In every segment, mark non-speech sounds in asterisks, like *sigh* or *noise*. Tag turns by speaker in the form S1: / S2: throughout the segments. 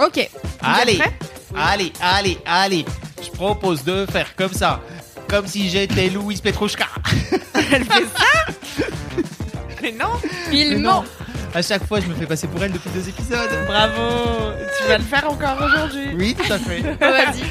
S1: Ok.
S2: Allez,
S1: prêt
S2: allez, allez, allez. Je propose de faire comme ça. Comme si j'étais Louise Petrouchka.
S1: Elle fait ça Mais non Il
S2: *laughs* Non.
S1: ment
S2: À chaque fois, je me fais passer pour elle depuis
S1: *laughs*
S2: deux épisodes.
S1: Bravo Tu vas le faire encore aujourd'hui
S2: Oui, tout à fait.
S1: *laughs* Vas-y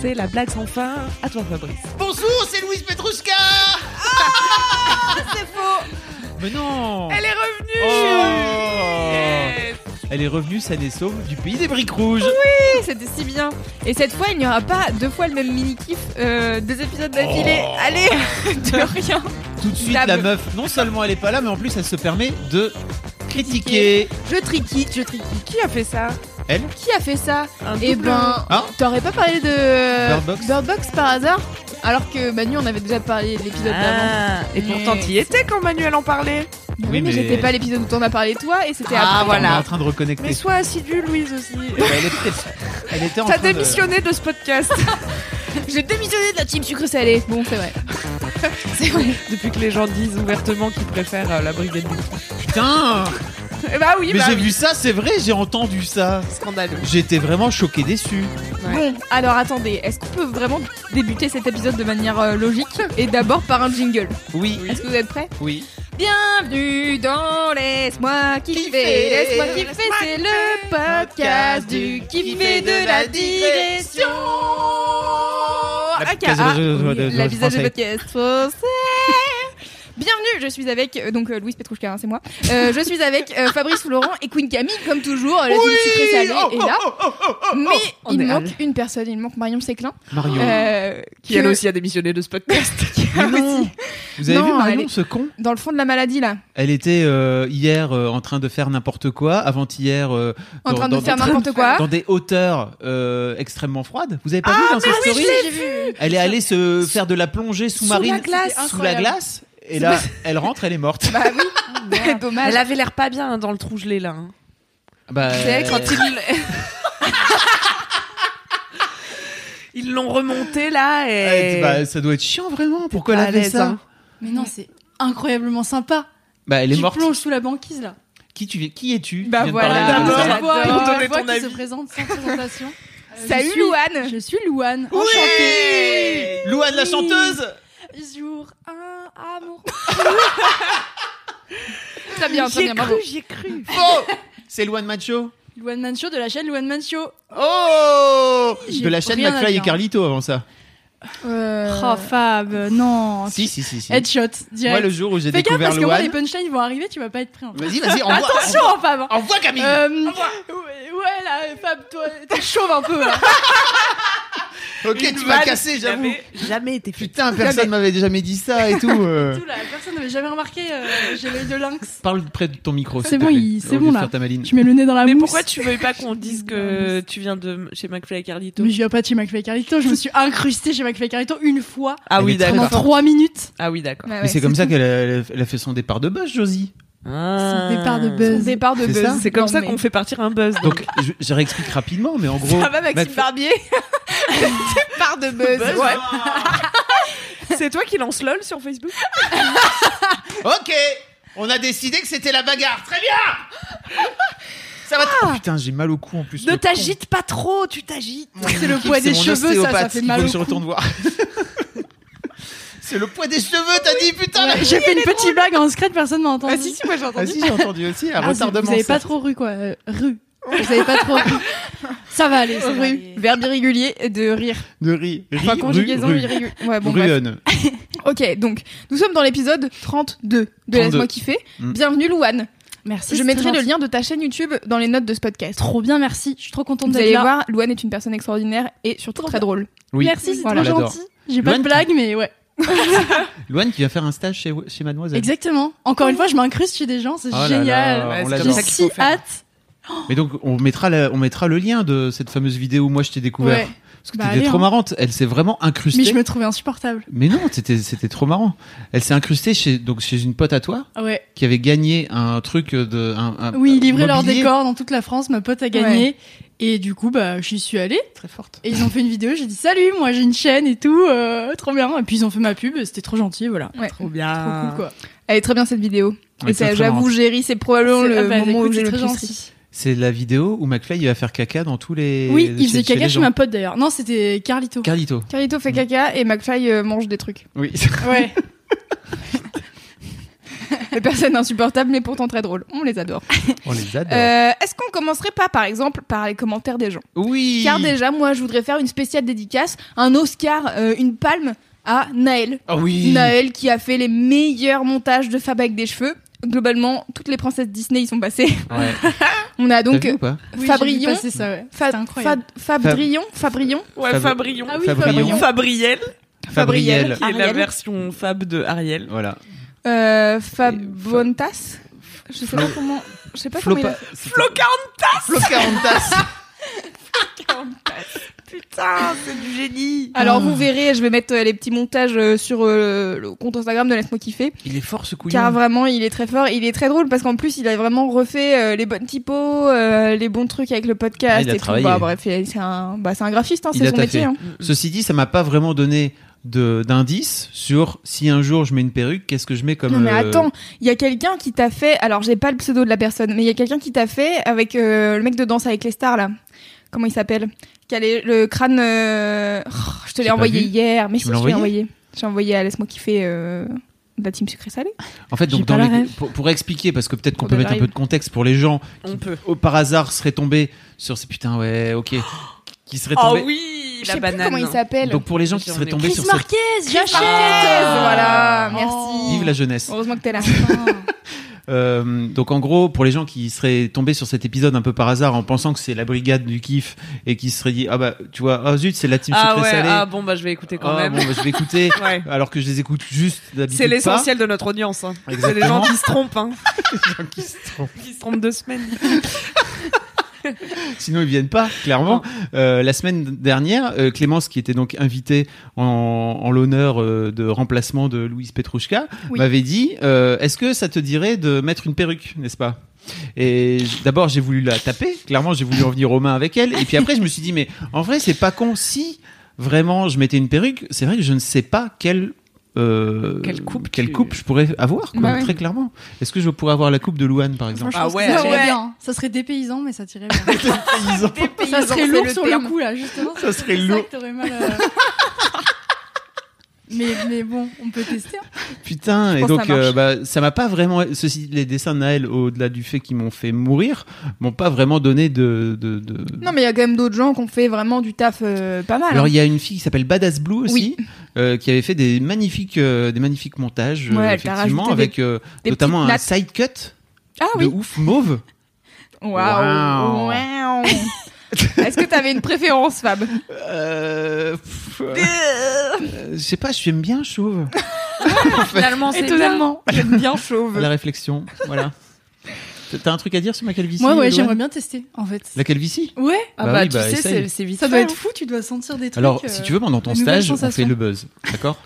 S3: C'est la blague sans fin. À toi, Fabrice.
S2: Bonjour, c'est Louise Petrouchka
S1: Ah, C'est faux
S2: Mais non
S1: Elle est revenue
S2: Oh.
S1: Yes.
S2: Elle est revenue saine et sauve du pays des briques rouges.
S1: Oui, C'était si bien Et cette fois, il n'y aura pas deux fois le même mini-kiff euh, Deux épisodes d'affilée
S2: Oh.
S1: Allez *laughs* De rien
S2: Tout de suite,
S1: La
S2: la
S1: me-
S2: meuf, non seulement elle est pas là, mais en plus, elle se permet de critiquer.
S1: Je triquite, je triquite Qui a fait ça
S2: Elle
S1: Qui a fait ça
S3: Un
S1: Eh
S3: double-
S1: ben,
S2: Hein
S1: t'aurais pas parlé de
S2: Bird Box
S1: par hasard Alors que Manu, on avait déjà parlé de l'épisode d'avant.
S3: Ah, et pourtant,
S1: Mais-
S3: t'y étais quand Manuel en parlait.
S1: Oui,
S2: Oui,
S1: mais,
S2: mais-
S1: j'étais pas à l'épisode où t'en as parlé toi et c'était
S3: Ah,
S1: après.
S3: voilà.
S2: On est en train de reconnecter.
S3: Mais sois assidue, Louise aussi.
S2: Ouais, Elle, est peut-être- elle était en
S3: T'as
S2: train de-
S3: démissionné de ce podcast
S1: J'ai démissionné de la team sucre salé. Bon, c'est vrai. c'est vrai.
S3: *laughs* depuis que les gens disent ouvertement qu'ils préfèrent euh, la brigade du
S2: Putain
S3: Eh bah oui,
S2: Mais
S3: bah
S2: j'ai
S3: oui.
S2: vu ça, c'est vrai, j'ai entendu ça.
S3: Scandaleux.
S2: J'étais vraiment choqué, déçu.
S3: Ouais.
S1: Bon, alors attendez, est-ce qu'on peut vraiment débuter cet épisode de manière euh, logique et d'abord par un jingle
S2: Oui,
S1: Est-ce que vous êtes prêts
S2: oui.
S1: Bienvenue dans Laisse-moi kiffer,
S2: Kiffer,
S1: laisse-moi kiffer, c'est le podcast du kiffer de la digression. Oh,
S2: La
S1: AKA,
S2: visage de- de- de-
S1: Ah, la
S2: de-
S1: visage de
S2: français.
S1: podcast français. Bienvenue, je suis avec euh, donc euh, Louise Petrouchka, hein, c'est moi. Euh, je suis avec euh, Fabrice Florent et Queen Camille comme toujours. La team sucrée salée
S2: Oh,
S1: est
S2: oh,
S1: là,
S2: oh, oh, oh, oh,
S1: mais
S3: on
S1: il
S3: est
S1: manque
S3: allé.
S1: une personne, il manque Marion Séclin,
S2: Marion.
S1: euh,
S3: Qui
S1: que- *laughs*
S3: elle aussi a démissionné de ce podcast.
S2: Mais non. Vous avez
S1: Non,
S2: vu Marion,
S1: elle est-
S2: ce con
S1: dans le fond de la maladie là,
S2: Elle était euh, hier euh, en train de faire n'importe quoi, avant-hier euh,
S1: en
S2: dans-
S1: train
S2: dans-
S1: de faire
S2: dans-
S1: n'importe quoi. *laughs* Ah,
S2: dans des hauteurs euh, extrêmement froides. Vous avez pas vu dans cette story
S1: vu.
S2: Elle est allée se faire de la plongée sous-marine
S3: la glace.
S2: sous la glace, et là, elle rentre, elle est morte.
S1: Bah oui, dommage.
S3: Ah, Elle avait l'air pas bien hein, dans le trou gelé là. hein.
S2: Bah,
S1: C'est quand il
S3: Ils l'ont remonté là et.
S2: elle- bah, ça doit être chiant vraiment. Pourquoi elle
S3: Pas à
S2: a fait
S3: l'aise,
S2: ça
S3: hein.
S4: Mais non, c'est incroyablement sympa.
S2: Bah, elle est
S4: tu
S2: morte.
S4: plonges sous la banquise là.
S2: Qui tu viens- Qui
S1: Bah
S2: es-tu Tu viens de
S1: voilà,
S2: parler de la
S3: d'abord.
S2: personne.
S4: la voix,
S3: Pour
S4: la
S3: donner
S4: voix
S3: ton
S4: qui
S3: avis.
S4: se présente sans présentation. Euh,
S1: *laughs*
S4: je
S1: Salut
S4: suis-
S1: Louane.
S4: Je suis Louane,
S2: Oui
S4: enchantée.
S2: Louane la chanteuse
S4: Jour 1, amour.
S1: Très bien, très
S3: J'ai
S1: bien, bravo.
S3: cru, j'ai cru.
S2: Oh C'est Louane Macho
S4: Louane Mancho de la chaîne Louane Mancho.
S2: Oh
S4: J'ai
S2: De la chaîne
S4: rien à
S2: McFly et
S4: dire.
S2: Carlito avant ça.
S1: Euh,
S4: Oh Fab, euh, non.
S2: Si, si, si, si.
S4: Headshot,
S2: Moi,
S4: direct.
S2: le jour où j'ai
S4: Fais gaffe
S2: découvert
S4: parce que moi, les
S2: Louane.
S4: punchlines ils vont arriver, tu vas pas être pris. hein.
S2: Vas-y, vas-y, envoie.
S1: Oh,
S4: Attention, hein, Fab. hein.
S2: Envoie Camille
S4: Euh, ouais, ouais, là, Fab, toi, t'es chauve un peu. là.
S2: Ok, tu m'as cassé, j'avoue.
S3: Jamais été fait.
S2: Putain, personne m'avait jamais dit ça et tout. euh.
S4: Tout, là, Personne n'avait jamais remarqué. euh, J'ai l'œil de lynx.
S2: *laughs* Parle près de ton micro.
S4: C'est
S2: s'il te
S4: bon,
S2: plaît,
S4: il- c'est
S2: au lieu
S4: bon,
S2: de
S4: là.
S2: faire ta maline.
S4: Je mets le nez dans la
S3: Mais
S4: mousse.
S3: pourquoi tu veux pas qu'on dise *laughs* que tu viens de chez McFly et Carlito
S4: Mais je viens pas de chez McFly Carlito, je me suis incrustée chez McFly Carlito une fois
S3: Ah
S2: oui, Elle
S3: oui,
S2: est très
S4: pendant
S2: d'accord.
S3: d'accord.
S4: 3 minutes.
S3: Ah oui, d'accord.
S1: bah
S2: Mais
S1: ouais.
S2: c'est comme ça qu'elle a- elle a fait son départ de buzz, Josie.
S4: Son départ de buzz.
S1: Départ de
S2: C'est
S1: buzz.
S2: ça
S3: Ah. C'est comme
S1: Non,
S3: ça
S1: mais-
S3: qu'on fait partir un buzz.
S2: Donc, je, je réexplique rapidement, mais en gros.
S1: Ça va, Maxime
S2: Mc-
S1: Barbier Départ de buzz.
S3: Buzz,
S1: ouais.
S3: *laughs* C'est toi qui lance LOL sur Facebook
S2: *laughs* Ok, on a décidé que c'était la bagarre. Très bien. Ça va.
S4: Ah.
S2: Oh, putain, j'ai mal au cou en plus.
S3: Ne
S2: le con.
S3: t'agite pas trop, tu t'agites.
S2: Mon
S4: C'est le
S2: kiff,
S4: poids
S2: c'est
S4: des
S2: mon
S4: cheveux, ça, ça
S2: ostéopathe.
S4: fait
S2: Il
S4: mal
S2: faut
S4: au
S2: que je
S4: cou.
S2: retourne voir. C'est le poids des cheveux, t'as dit putain. la-
S4: Ouais, J'ai fait une petite blague en secret, personne m'a entendu.
S1: Ah si, si, moi j'ai
S2: Ah
S1: entendu.
S2: si, j'ai entendu aussi. À
S4: Ah, vous
S2: retardement.
S4: avez
S2: ça.
S4: pas trop rue quoi, euh, rue. Vous avez pas trop
S1: *laughs*
S4: rue. Ça va aller, ça va
S1: Rue.
S4: aller.
S1: Verbe irrégulier de rire.
S2: De riz. Riz,
S1: Enfin,
S2: rue,
S1: conjugaison
S2: rue.
S1: irrégulière. Ouais, bon, bref.
S2: Ruonne.
S1: Ok, donc, nous sommes dans l'épisode 32 de Laisse-moi
S2: 32.
S1: kiffer.
S2: Mm.
S1: Bienvenue, Louane.
S4: Merci.
S1: Je
S4: c'est
S1: mettrai
S4: très
S1: le
S4: gentil.
S1: lien de ta chaîne YouTube dans les notes de ce podcast.
S4: Trop bien, merci. Je suis trop contente
S1: Vous
S4: d'être
S1: allez
S4: là.
S1: voir, Louane est une personne extraordinaire et surtout
S4: Trop
S1: très
S4: bien.
S1: drôle.
S2: Oui.
S4: Merci, c'est
S1: Voilà.
S4: trop
S2: J'adore.
S4: gentil. J'ai pas de
S2: Loin de-
S4: blague, mais ouais.
S2: Loane qui vient faire un stage chez, chez Mademoiselle.
S4: Exactement. Encore une fois, je m'incruste chez des gens, c'est
S2: Oh là
S4: génial.
S2: là,
S3: Ouais,
S2: on
S3: c'est
S2: l'adore.
S3: comme
S4: J'ai
S3: ça qu'il faut
S4: si
S3: faire.
S4: hâte.
S2: Mais donc, on mettra, la- on mettra le lien de cette fameuse vidéo où moi je t'ai découvert.
S4: Ouais.
S2: Parce que
S4: Bah,
S2: t'étais
S4: allez,
S2: trop
S4: hein.
S2: marrante. Elle s'est vraiment incrustée.
S4: Mais je me trouvais insupportable.
S2: Mais non, c'était c'était trop marrant. Elle s'est incrustée chez, donc, chez une pote à toi
S4: Ah Ouais.
S2: qui avait gagné un truc de. Un, un-
S4: Oui, ils livraient leurs
S2: mobilier.
S4: décors dans toute la France. Ma pote a gagné. Et du coup, bah, j'y suis allée.
S2: Très forte.
S4: Et ils ont fait une vidéo. J'ai dit salut, moi j'ai une chaîne et tout. euh, trop bien. Et puis ils ont fait ma pub. C'était trop gentil. Voilà.
S1: Ouais.
S4: Trop bien.
S2: Ah.
S4: Trop cool quoi.
S1: Elle est très bien cette vidéo.
S2: Ouais,
S1: et ça,
S2: c'est très marrant.
S1: j'avoue, Géry, c'est probablement
S4: C'est-
S1: le
S4: ah bah,
S1: moment
S4: écoute,
S1: où j'ai
S4: c'est
S1: le
S4: très
S1: plus
S4: gentil.
S1: ri.
S2: C'est la vidéo où McFly il va faire caca dans tous les.
S4: Oui, il faisait
S2: chez- chez
S4: caca
S2: les
S4: chez
S2: gens.
S4: ma pote d'ailleurs. Non, c'était Carlito.
S2: Carlito.
S1: Carlito fait caca et McFly euh, mange des
S4: *laughs*
S1: trucs.
S2: Oui.
S4: Ouais.
S1: Des personnes insupportables, mais pourtant très drôles. On les adore.
S2: *laughs* on les adore.
S1: Euh, Est-ce qu'on commencerait pas, par exemple, par les commentaires des gens
S2: *laughs* oui.
S1: Car déjà, moi, je voudrais faire une spéciale dédicace, un Oscar, euh, une palme à Naël.
S2: Ah oui.
S1: Naël qui a fait les meilleurs montages de Fab avec des cheveux. Globalement, toutes les princesses Disney y sont passées.
S2: Ouais.
S1: On a
S2: T'as
S1: donc
S2: vu ou pas
S4: Oui, j'ai vu
S1: Fabrion,
S4: passer ça, ouais.
S1: Fa-
S4: C'était incroyable.
S1: Fa- Fabrion, Fabrion,
S3: Ouais,
S2: Fab-
S3: Fabrion.
S4: Ah oui,
S2: Fabrion.
S4: Fabrion.
S3: Fabriel,
S4: euh,
S2: Fabriel.
S3: qui est la
S1: Ariel.
S3: version Fab de Ariel.
S2: Voilà.
S1: euh, Fabontas. Je sais pas comment. Je sais pas comment. il a-
S3: Flocantas
S2: Flocarantas.
S3: Putain, c'est du génie
S1: Alors
S4: Ah.
S1: vous verrez, je vais mettre euh, les petits montages euh, sur euh, le compte Instagram de Laisse-moi kiffer.
S2: Il est fort ce couillon.
S1: Car vraiment, il est très fort. Il est très drôle parce qu'en plus, il a vraiment refait euh, les bonnes typos, euh, les bons trucs avec le
S2: Ah,
S1: podcast
S2: il a
S1: et
S2: travaillé.
S1: tout. Bah, bref, il- c'est un, bah, c'est un graphiste, hein,
S2: Il
S1: c'est
S2: a
S1: son
S2: taffé.
S1: métier. hein.
S2: Ceci dit, ça m'a pas vraiment donné de- d'indice sur si un jour je mets une perruque, qu'est-ce que je mets comme.
S1: Non mais
S2: euh,
S1: attends, il y a quelqu'un qui t'a fait. Alors j'ai pas le pseudo de la personne, mais il y a quelqu'un qui t'a fait avec euh, le mec de Danse avec les stars là. Comment il s'appelle Qui a les- le crâne. euh, oh, je te
S2: J'ai
S1: l'ai
S2: pas
S1: envoyé
S2: vu.
S1: hier, mais si
S2: me l'as
S1: je l'ai
S2: envoyé
S1: envoyé. J'ai envoyé à laisse-moi kiffer euh, de la team sucré salé.
S2: En fait, donc
S4: J'ai pas
S2: dans
S4: la
S2: les-
S4: ref.
S2: pour, pour expliquer, parce que peut-être qu'on
S1: Oh,
S2: peut
S1: bah,
S2: mettre un peu
S1: j'arrive.
S2: de contexte pour les gens qui,
S3: On peut.
S2: au- par hasard, seraient tombés sur ces putains, ouais, ok, qui seraient
S3: Oh
S2: tombés.
S3: oui,
S1: Je
S3: la
S1: sais plus
S3: banane.
S1: comment il s'appelle.
S2: Donc pour les gens qui
S3: J'en
S2: seraient
S3: ai-
S2: tombés
S4: Chris
S2: sur cette
S4: Marquez, j'achète.
S3: Oh.
S1: Voilà,
S2: Ah.
S1: merci.
S2: vive la jeunesse.
S1: Heureusement que t'es là. *laughs*
S2: Euh, donc en gros, pour les gens qui seraient tombés sur cet épisode un peu par hasard en pensant que c'est la brigade du kiff et qui se seraient dit ah bah tu vois ah zut c'est la team
S3: Ah
S2: sucré
S3: ouais,
S2: salé.
S3: ah bon, bah je vais écouter quand
S2: Ah,
S3: même.
S2: bon, bah, je vais
S3: *laughs*
S2: écouter
S3: Ouais.
S2: alors que je les écoute juste d'habitude.
S3: C'est l'essentiel de notre audience. hein. C'est les
S2: Exactement.
S3: gens qui se
S2: *laughs*
S3: trompent. Hein.
S2: pas. Qui se trompent.
S3: Qui se trompent deux semaines.
S2: Sinon ils viennent pas clairement. Euh, la semaine dernière, euh, Clémence qui était donc invitée en, en l'honneur euh, de remplacement de Louise Petrouchka
S1: Oui.
S2: m'avait dit euh, est-ce que ça te dirait de mettre une perruque n'est-ce pas et j- d'abord j'ai voulu la taper clairement j'ai voulu en venir aux mains avec elle et puis après je me suis dit mais en vrai c'est pas con si vraiment je mettais une perruque c'est vrai que je ne sais pas quelle euh,
S3: Quelle coupe
S2: quelle
S3: tu-
S2: coupe je pourrais avoir quoi,
S1: Bah ouais.
S2: très clairement est-ce que je pourrais avoir la coupe de Louane par exemple
S3: Ah ouais.
S4: Ça tirait
S1: Ouais.
S4: bien. Ça serait dépaysant, mais ça tirait *laughs* bien.
S1: *laughs*
S2: Paysan.
S4: ça serait lourd sur
S1: le
S4: le coup là, justement.
S2: Ça serait
S4: C'est
S2: lourd.
S4: que t'aurais
S2: *laughs*
S4: mal. euh. mais mais bon, on peut tester. hein.
S2: Putain, et
S1: pense
S2: donc
S1: que ça
S2: euh, bah, ça m'a pas vraiment. Ceci, les dessins de Naël, au-delà du fait qu'ils m'ont fait mourir, m'ont pas vraiment donné de. de, de-
S1: Non mais il y a quand même d'autres gens qui ont fait vraiment du taf euh, pas mal.
S2: Alors
S1: hein.
S2: il y a une fille qui s'appelle Badass Blue aussi, euh, qui avait fait des magnifiques, euh, des magnifiques montages, euh,
S1: Ouais, elle t'a
S2: effectivement,
S1: rajouté
S2: avec euh,
S1: des
S2: notamment
S1: petites
S2: un
S1: nattes.
S2: side cut
S1: Ah oui.
S2: de
S1: *laughs*
S2: ouf mauve.
S1: Waouh.
S2: Waouh.
S3: *laughs*
S1: Waouh. Est-ce que t'avais une préférence Fab
S2: Euh, pff, euh, euh, je sais pas, je aime bien chauve.
S3: Finalement,
S1: Étonnamment.
S3: j'aime bien chauve.
S2: La réflexion, voilà. T'as un truc à dire sur ma calvitie
S4: Moi, ouais,
S2: Loane
S4: j'aimerais bien tester, en fait.
S2: La calvitie
S4: Ouais.
S3: Ah
S2: Bah
S3: bah,
S2: oui,
S3: tu
S2: bah,
S3: sais,
S2: essaye.
S3: c'est c'est vite.
S4: Ça
S3: fait,
S4: doit être
S3: hein.
S4: fou. Tu dois sentir des trucs.
S2: Alors,
S4: euh,
S2: si tu veux, pendant ton
S4: des nouvelles
S2: stage, on fait
S4: sensations.
S2: le buzz, d'accord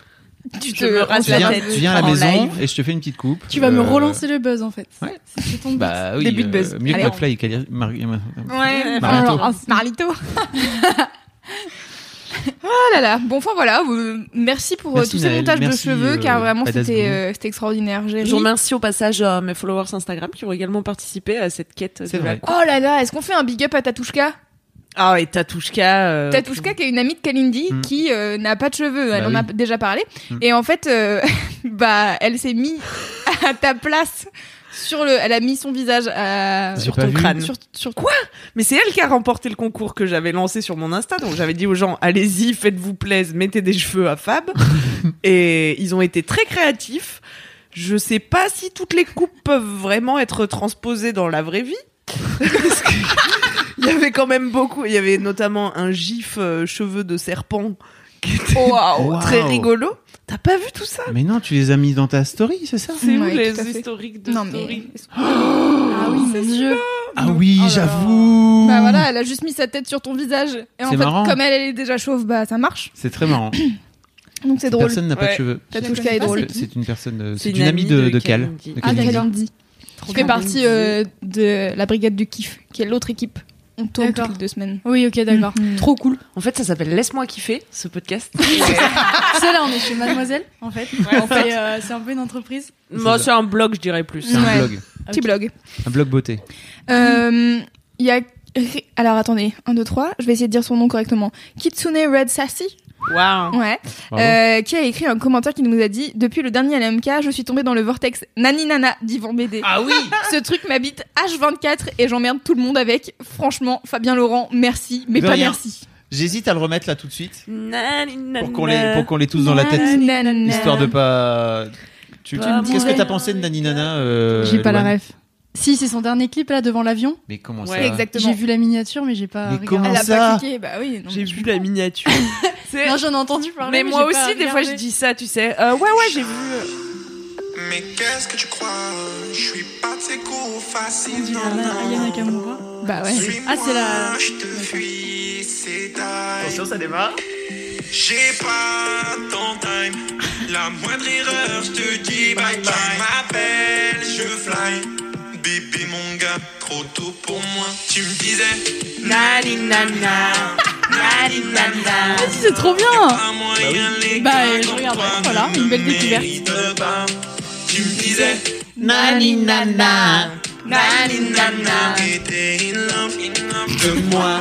S1: Tu
S3: Je me rase
S2: tu
S3: la
S2: viens,
S3: tête.
S2: tu viens à la
S3: En
S2: maison
S3: live.
S2: et je te fais une petite coupe.
S4: Tu vas me
S2: Euh,
S4: relancer le buzz, en fait.
S2: ouais.
S4: C'est ton but.
S2: Bah oui.
S1: Début de
S2: euh,
S1: buzz.
S2: mieux que
S1: Allez,
S2: McFly et Cali- Mar- euh,
S3: Ouais,
S2: Marito.
S1: Alors, Marlito. *laughs* ah là là. Bon, enfin voilà. euh, merci pour euh,
S2: Merci,
S1: tous ces
S2: Naël.
S1: montages de
S2: Merci,
S1: cheveux, car
S2: euh,
S1: vraiment
S2: Badass
S1: c'était
S2: Blue.
S1: euh, c'était extraordinaire. J'ai
S3: Je
S1: ri.
S3: remercie au passage euh, mes followers Instagram qui ont également participé à cette quête
S2: C'est
S3: de la
S2: vrai.
S1: Oh là là, est-ce qu'on fait un big up à Tatouchka
S3: Ah ouais, Tatouchka. euh,
S1: Tatouchka qui est une amie de Kalindi
S2: Mm.
S1: qui euh, n'a pas de cheveux, elle
S2: Bah
S1: en a
S2: oui.
S1: déjà parlé.
S2: Mm.
S1: Et en fait, euh, *laughs* bah, elle s'est mise *laughs* à ta place sur le. Elle a mis son visage à.
S2: J'ai
S3: Sur
S2: pas
S3: ton
S2: vu.
S3: crâne.
S1: Sur, sur
S3: Mais c'est elle qui a remporté le concours que j'avais lancé sur mon Insta. Donc j'avais dit aux gens, allez-y, faites-vous plaisir, mettez des cheveux à Fab. et ils ont été très créatifs. Je sais pas si toutes les coupes peuvent vraiment être transposées dans la vraie vie. Parce que *laughs* Il y avait quand même beaucoup. Il y avait notamment un gif euh, cheveux de serpent qui était
S1: Waouh.
S3: très
S2: Waouh.
S3: rigolo. T'as T'as pas vu tout ça
S2: Mais non, tu les as mis dans ta story, c'est ça
S3: C'est où
S1: Ouais,
S3: les
S1: tout à fait.
S3: historiques de
S1: Non, mais.
S3: story
S4: Ah oui, mon dieu.
S2: Ah oui,
S3: Oh là là.
S2: j'avoue.
S1: Bah voilà, elle a juste mis sa tête sur ton visage. Et en
S2: C'est
S1: fait,
S2: marrant.
S1: comme elle, elle est déjà chauve, bah ça marche.
S2: C'est très marrant.
S1: Donc c'est drôle.
S2: Personne n'a pas de
S3: Ouais.
S2: cheveux.
S1: Tatouchka est
S4: Ah,
S1: drôle.
S2: C'est- C'est une personne, euh, c'est une amie de, de Cal.
S3: Kalindi.
S2: de
S4: Ah,
S2: Kalindi.
S4: d'accord.
S1: Qui fait partie euh, de la brigade du kiff, qui est l'autre équipe. On tourne
S4: D'accord.
S1: toutes les deux semaines.
S4: Oui, ok, d'accord.
S3: Mm.
S4: *laughs* Trop cool.
S3: En fait, ça s'appelle Laisse-moi kiffer, ce podcast.
S4: Ça, là, on est chez Mademoiselle, en fait.
S3: en fait.
S4: Et, euh, c'est un peu une entreprise.
S3: Moi, c'est un blog, je dirais plus. hein.
S2: C'est un
S1: Ouais.
S2: blog,
S1: Petit
S4: Ok.
S1: blog.
S2: un blog beauté.
S1: Euh, Il y a. Alors attendez, 1, 2, 3, je vais essayer de dire son nom correctement. Kitsune Red Sassy,
S3: Waouh.
S1: ouais,
S2: Bravo.
S1: euh, qui a écrit un commentaire qui nous a dit Depuis le dernier LMK, je suis tombée dans le vortex Nani Nana d'Yvan BD.
S2: Ah oui,
S1: Ce truc m'habite H24 et j'emmerde tout le monde avec. Franchement, Fabien Laurent, merci, mais
S2: De
S1: pas
S2: rien.
S1: merci.
S2: j'hésite à le remettre là tout de suite pour
S3: Pour
S2: qu'on les pour qu'on les tous dans la tête,
S1: Nanana.
S2: histoire de pas. Tu,
S3: Pas
S2: tu- Qu'est-ce que
S3: mauvais.
S2: t'as pensé de Nani Nana euh,
S4: J'ai pas la
S2: Loane
S4: ref. Si, c'est son dernier clip, là, devant l'avion.
S2: Mais comment
S3: Ouais,
S2: ça
S1: Exactement.
S4: J'ai vu la miniature, mais j'ai pas
S2: Mais
S4: regardé.
S2: comment
S1: Elle a
S2: ça
S1: pas cliqué, bah oui. non, mais
S3: J'ai vu
S1: je
S3: la
S1: comprends.
S3: miniature. C'est-
S4: Non, j'en ai entendu parler.
S3: mais moi
S4: j'ai pas
S3: aussi, des fois, je
S4: regardé.
S3: dis ça, tu sais. Euh, ouais, ouais, j'ai vu.
S5: Mais qu'est-ce que tu crois Je suis pas de ces coups faciles,
S4: J'ai
S5: non,
S4: regardé Bah,
S5: non.
S4: Aya Nakamura.
S1: Bah ouais.
S5: Suis-moi,
S4: Ah, c'est la-
S5: Je te fuis, c'est taille. Attention, ça démarre. J'ai pas ton time. La moindre erreur, je te dis bye bye. M'appelle, je fly. Bébé, mon gars, trop tôt pour moi. Tu me disais,
S3: Nani,
S5: *laughs*
S3: nana. Nani, nana.
S4: Ah, si, c'est trop bien
S5: pas moyen, les
S4: Bah,
S5: gars,
S4: euh, je
S5: comme
S4: regarde,
S5: toi,
S4: voilà,
S5: ne
S4: une belle découverte.
S5: mérite pas. Tu me disais,
S2: Nani Nana.
S3: Nani,
S4: Ah.
S3: nana.
S5: t'étais in love, in love.
S2: De moi,